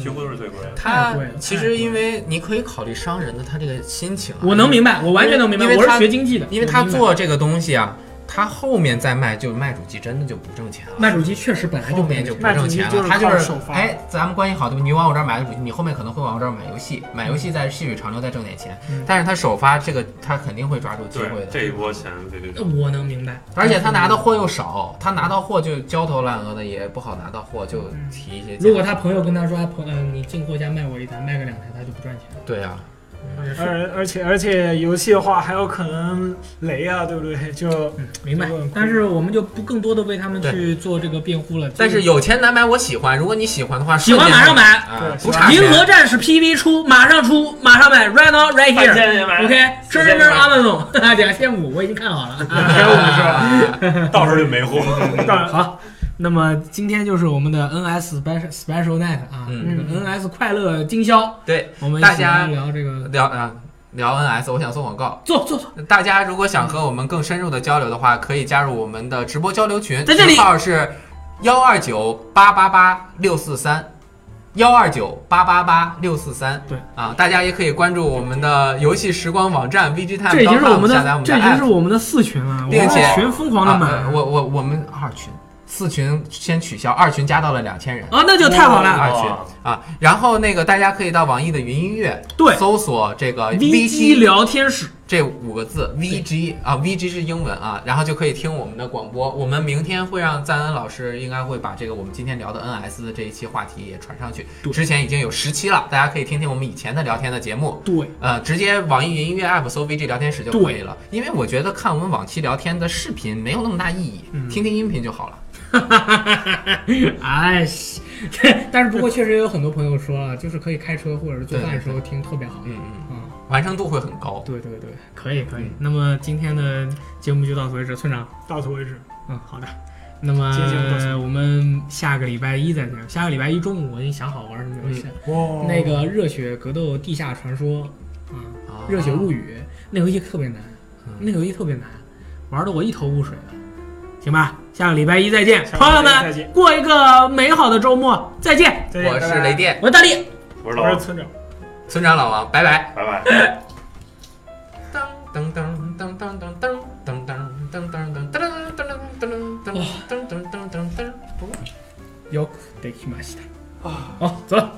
[SPEAKER 2] 几乎都是最贵的。
[SPEAKER 3] 它
[SPEAKER 1] 太贵了太
[SPEAKER 3] 其
[SPEAKER 1] 贵
[SPEAKER 3] 实
[SPEAKER 1] 了
[SPEAKER 3] 因为你可以考虑商人的他这个心情啊、
[SPEAKER 1] 我能明白，我完全能明白，
[SPEAKER 3] 因为
[SPEAKER 1] 我
[SPEAKER 3] 它
[SPEAKER 1] 是学经济的，
[SPEAKER 3] 因为他
[SPEAKER 1] 我明白
[SPEAKER 3] 做这个东西啊，他后面再卖就卖主机真的就不挣钱了。
[SPEAKER 1] 卖主机确实本来就
[SPEAKER 3] 后
[SPEAKER 1] 不
[SPEAKER 3] 面
[SPEAKER 1] 挣
[SPEAKER 3] 就不
[SPEAKER 1] 钱
[SPEAKER 3] 挣钱了，他
[SPEAKER 4] 卖主机就是靠
[SPEAKER 3] 就是
[SPEAKER 4] 首发
[SPEAKER 3] 哎，咱们关系好，对吧？你往我这儿买了主机，你后面可能会往我这儿买游戏，买游戏再细水长流再挣点钱
[SPEAKER 1] 嗯。
[SPEAKER 3] 但是他首发这个，他肯定会抓住机会
[SPEAKER 2] 对，
[SPEAKER 3] 的。
[SPEAKER 2] 这一波钱 对对对，
[SPEAKER 1] 我能明白，嗯
[SPEAKER 3] 而且他拿的货又少，他拿到货就焦头烂额的，也不好拿到货，就提一些价。
[SPEAKER 1] 嗯如果他朋友跟他说，哎朋，嗯，你进货价卖我一台，卖个两台，他就不赚钱了。
[SPEAKER 3] 对啊，
[SPEAKER 1] 也是，
[SPEAKER 4] 而而且而且游戏的话还有可能雷啊，对不对？ 就
[SPEAKER 1] 嗯，明白
[SPEAKER 4] 这个很。
[SPEAKER 1] 但是我们就不更多的为他们
[SPEAKER 3] 对
[SPEAKER 1] 去做这个辩护了。
[SPEAKER 3] 但是有钱难买，我喜欢。如果你喜欢的话，
[SPEAKER 1] 嗯喜欢
[SPEAKER 3] 瞬间
[SPEAKER 1] 马上买
[SPEAKER 3] 啊
[SPEAKER 4] 对
[SPEAKER 3] 不
[SPEAKER 4] 喜
[SPEAKER 3] 差
[SPEAKER 4] 欢
[SPEAKER 3] 钱
[SPEAKER 1] 银河战士 PV 出，马上出，马上买，right now right
[SPEAKER 2] 半
[SPEAKER 1] here。
[SPEAKER 2] 天也买
[SPEAKER 1] OK，这
[SPEAKER 2] 四千
[SPEAKER 1] 这这
[SPEAKER 2] 块
[SPEAKER 1] 阿曼总， 两千五，我已经看好了。
[SPEAKER 3] 啊
[SPEAKER 2] 到时候就没货。
[SPEAKER 4] 当
[SPEAKER 1] 好，那么今天就是我们的 NS special special night 啊，
[SPEAKER 3] 嗯
[SPEAKER 1] 这个 NS 快乐经销，
[SPEAKER 3] 对，
[SPEAKER 1] 我们
[SPEAKER 3] 大家
[SPEAKER 1] 一起来聊这个，
[SPEAKER 3] 聊啊聊 NS，我想做广告。
[SPEAKER 1] 坐坐坐，
[SPEAKER 3] 大家如果想和我们更深入的交流的话，可以加入我们的直播交流群，
[SPEAKER 1] 在这里
[SPEAKER 3] 群号是幺二九八八八六四三。幺二九八八八六四三，
[SPEAKER 1] 对
[SPEAKER 3] 啊，大家也可以关注我们的游戏时光网站 VGTime，
[SPEAKER 1] 这已经是我们
[SPEAKER 3] 下载
[SPEAKER 1] 的，
[SPEAKER 3] 我们
[SPEAKER 1] 这已
[SPEAKER 3] 的
[SPEAKER 1] 经
[SPEAKER 3] app，
[SPEAKER 1] 是我们的四群了，我
[SPEAKER 3] 并
[SPEAKER 1] 们
[SPEAKER 3] 且
[SPEAKER 1] 群疯狂的
[SPEAKER 3] 啊
[SPEAKER 1] 满
[SPEAKER 3] 呃，我我我们二群四群先取消，二群加到了两千人
[SPEAKER 1] 啊，那就太好了，
[SPEAKER 3] 二群
[SPEAKER 2] 哇
[SPEAKER 3] 啊，然后那个大家可以到网易的云音乐
[SPEAKER 1] 对
[SPEAKER 3] 搜索这个
[SPEAKER 1] V
[SPEAKER 3] VT
[SPEAKER 1] G 聊天室，
[SPEAKER 3] 这五个字 VG 啊，VG 是英文啊，然后就可以听我们的广播。我们明天会让赞恩老师应该会把这个我们今天聊的 NS 的这一期话题也传上去。之前已经有十期了，大家可以听听我们以前的聊天的节目。
[SPEAKER 1] 对，
[SPEAKER 3] 呃，直接网易云音乐 app 搜 VG 聊天室就可以了。因为我觉得看我们往期聊天的视频没有那么大意义，
[SPEAKER 1] 嗯
[SPEAKER 3] 听听音频就好了。
[SPEAKER 1] 哎， 西但是不过确实也有很多朋友说啊，就是可以开车或者是做饭的时候听特别好。
[SPEAKER 3] 嗯嗯，
[SPEAKER 1] 嗯，
[SPEAKER 3] 完成度会很高。
[SPEAKER 1] 对对对，可以可以。那么今天的节目就到此为止，村长。
[SPEAKER 4] 到此为止。
[SPEAKER 1] 嗯，好的。那么
[SPEAKER 4] 今天节目到此为止
[SPEAKER 1] 我们下个礼拜一再见。下个礼拜一中午我已经想好玩什么游戏了，
[SPEAKER 4] 哇
[SPEAKER 1] 那个热血格斗地下传说，啊、
[SPEAKER 3] 啊
[SPEAKER 1] 热血物语那游戏特别难，
[SPEAKER 4] 嗯
[SPEAKER 1] 那游戏特别难，玩的我一头雾水的。行吧，下个礼拜一再见，
[SPEAKER 4] 下个礼拜
[SPEAKER 1] 朋友
[SPEAKER 4] 一再
[SPEAKER 1] 们
[SPEAKER 4] 见，
[SPEAKER 1] 过一个美好的周末，再见。
[SPEAKER 4] 再见
[SPEAKER 3] 我
[SPEAKER 4] 拜
[SPEAKER 3] 是
[SPEAKER 4] 拜
[SPEAKER 3] 雷电
[SPEAKER 1] 我是大力。
[SPEAKER 2] 我是老
[SPEAKER 4] 我是
[SPEAKER 2] 王，
[SPEAKER 4] 村长。
[SPEAKER 3] 村长老王，拜拜。
[SPEAKER 2] 拜拜。
[SPEAKER 3] 噔噔噔噔噔噔噔噔噔噔噔噔噔噔噔噔噔噔噔噔噔噔。
[SPEAKER 1] よくできました。あ、走了。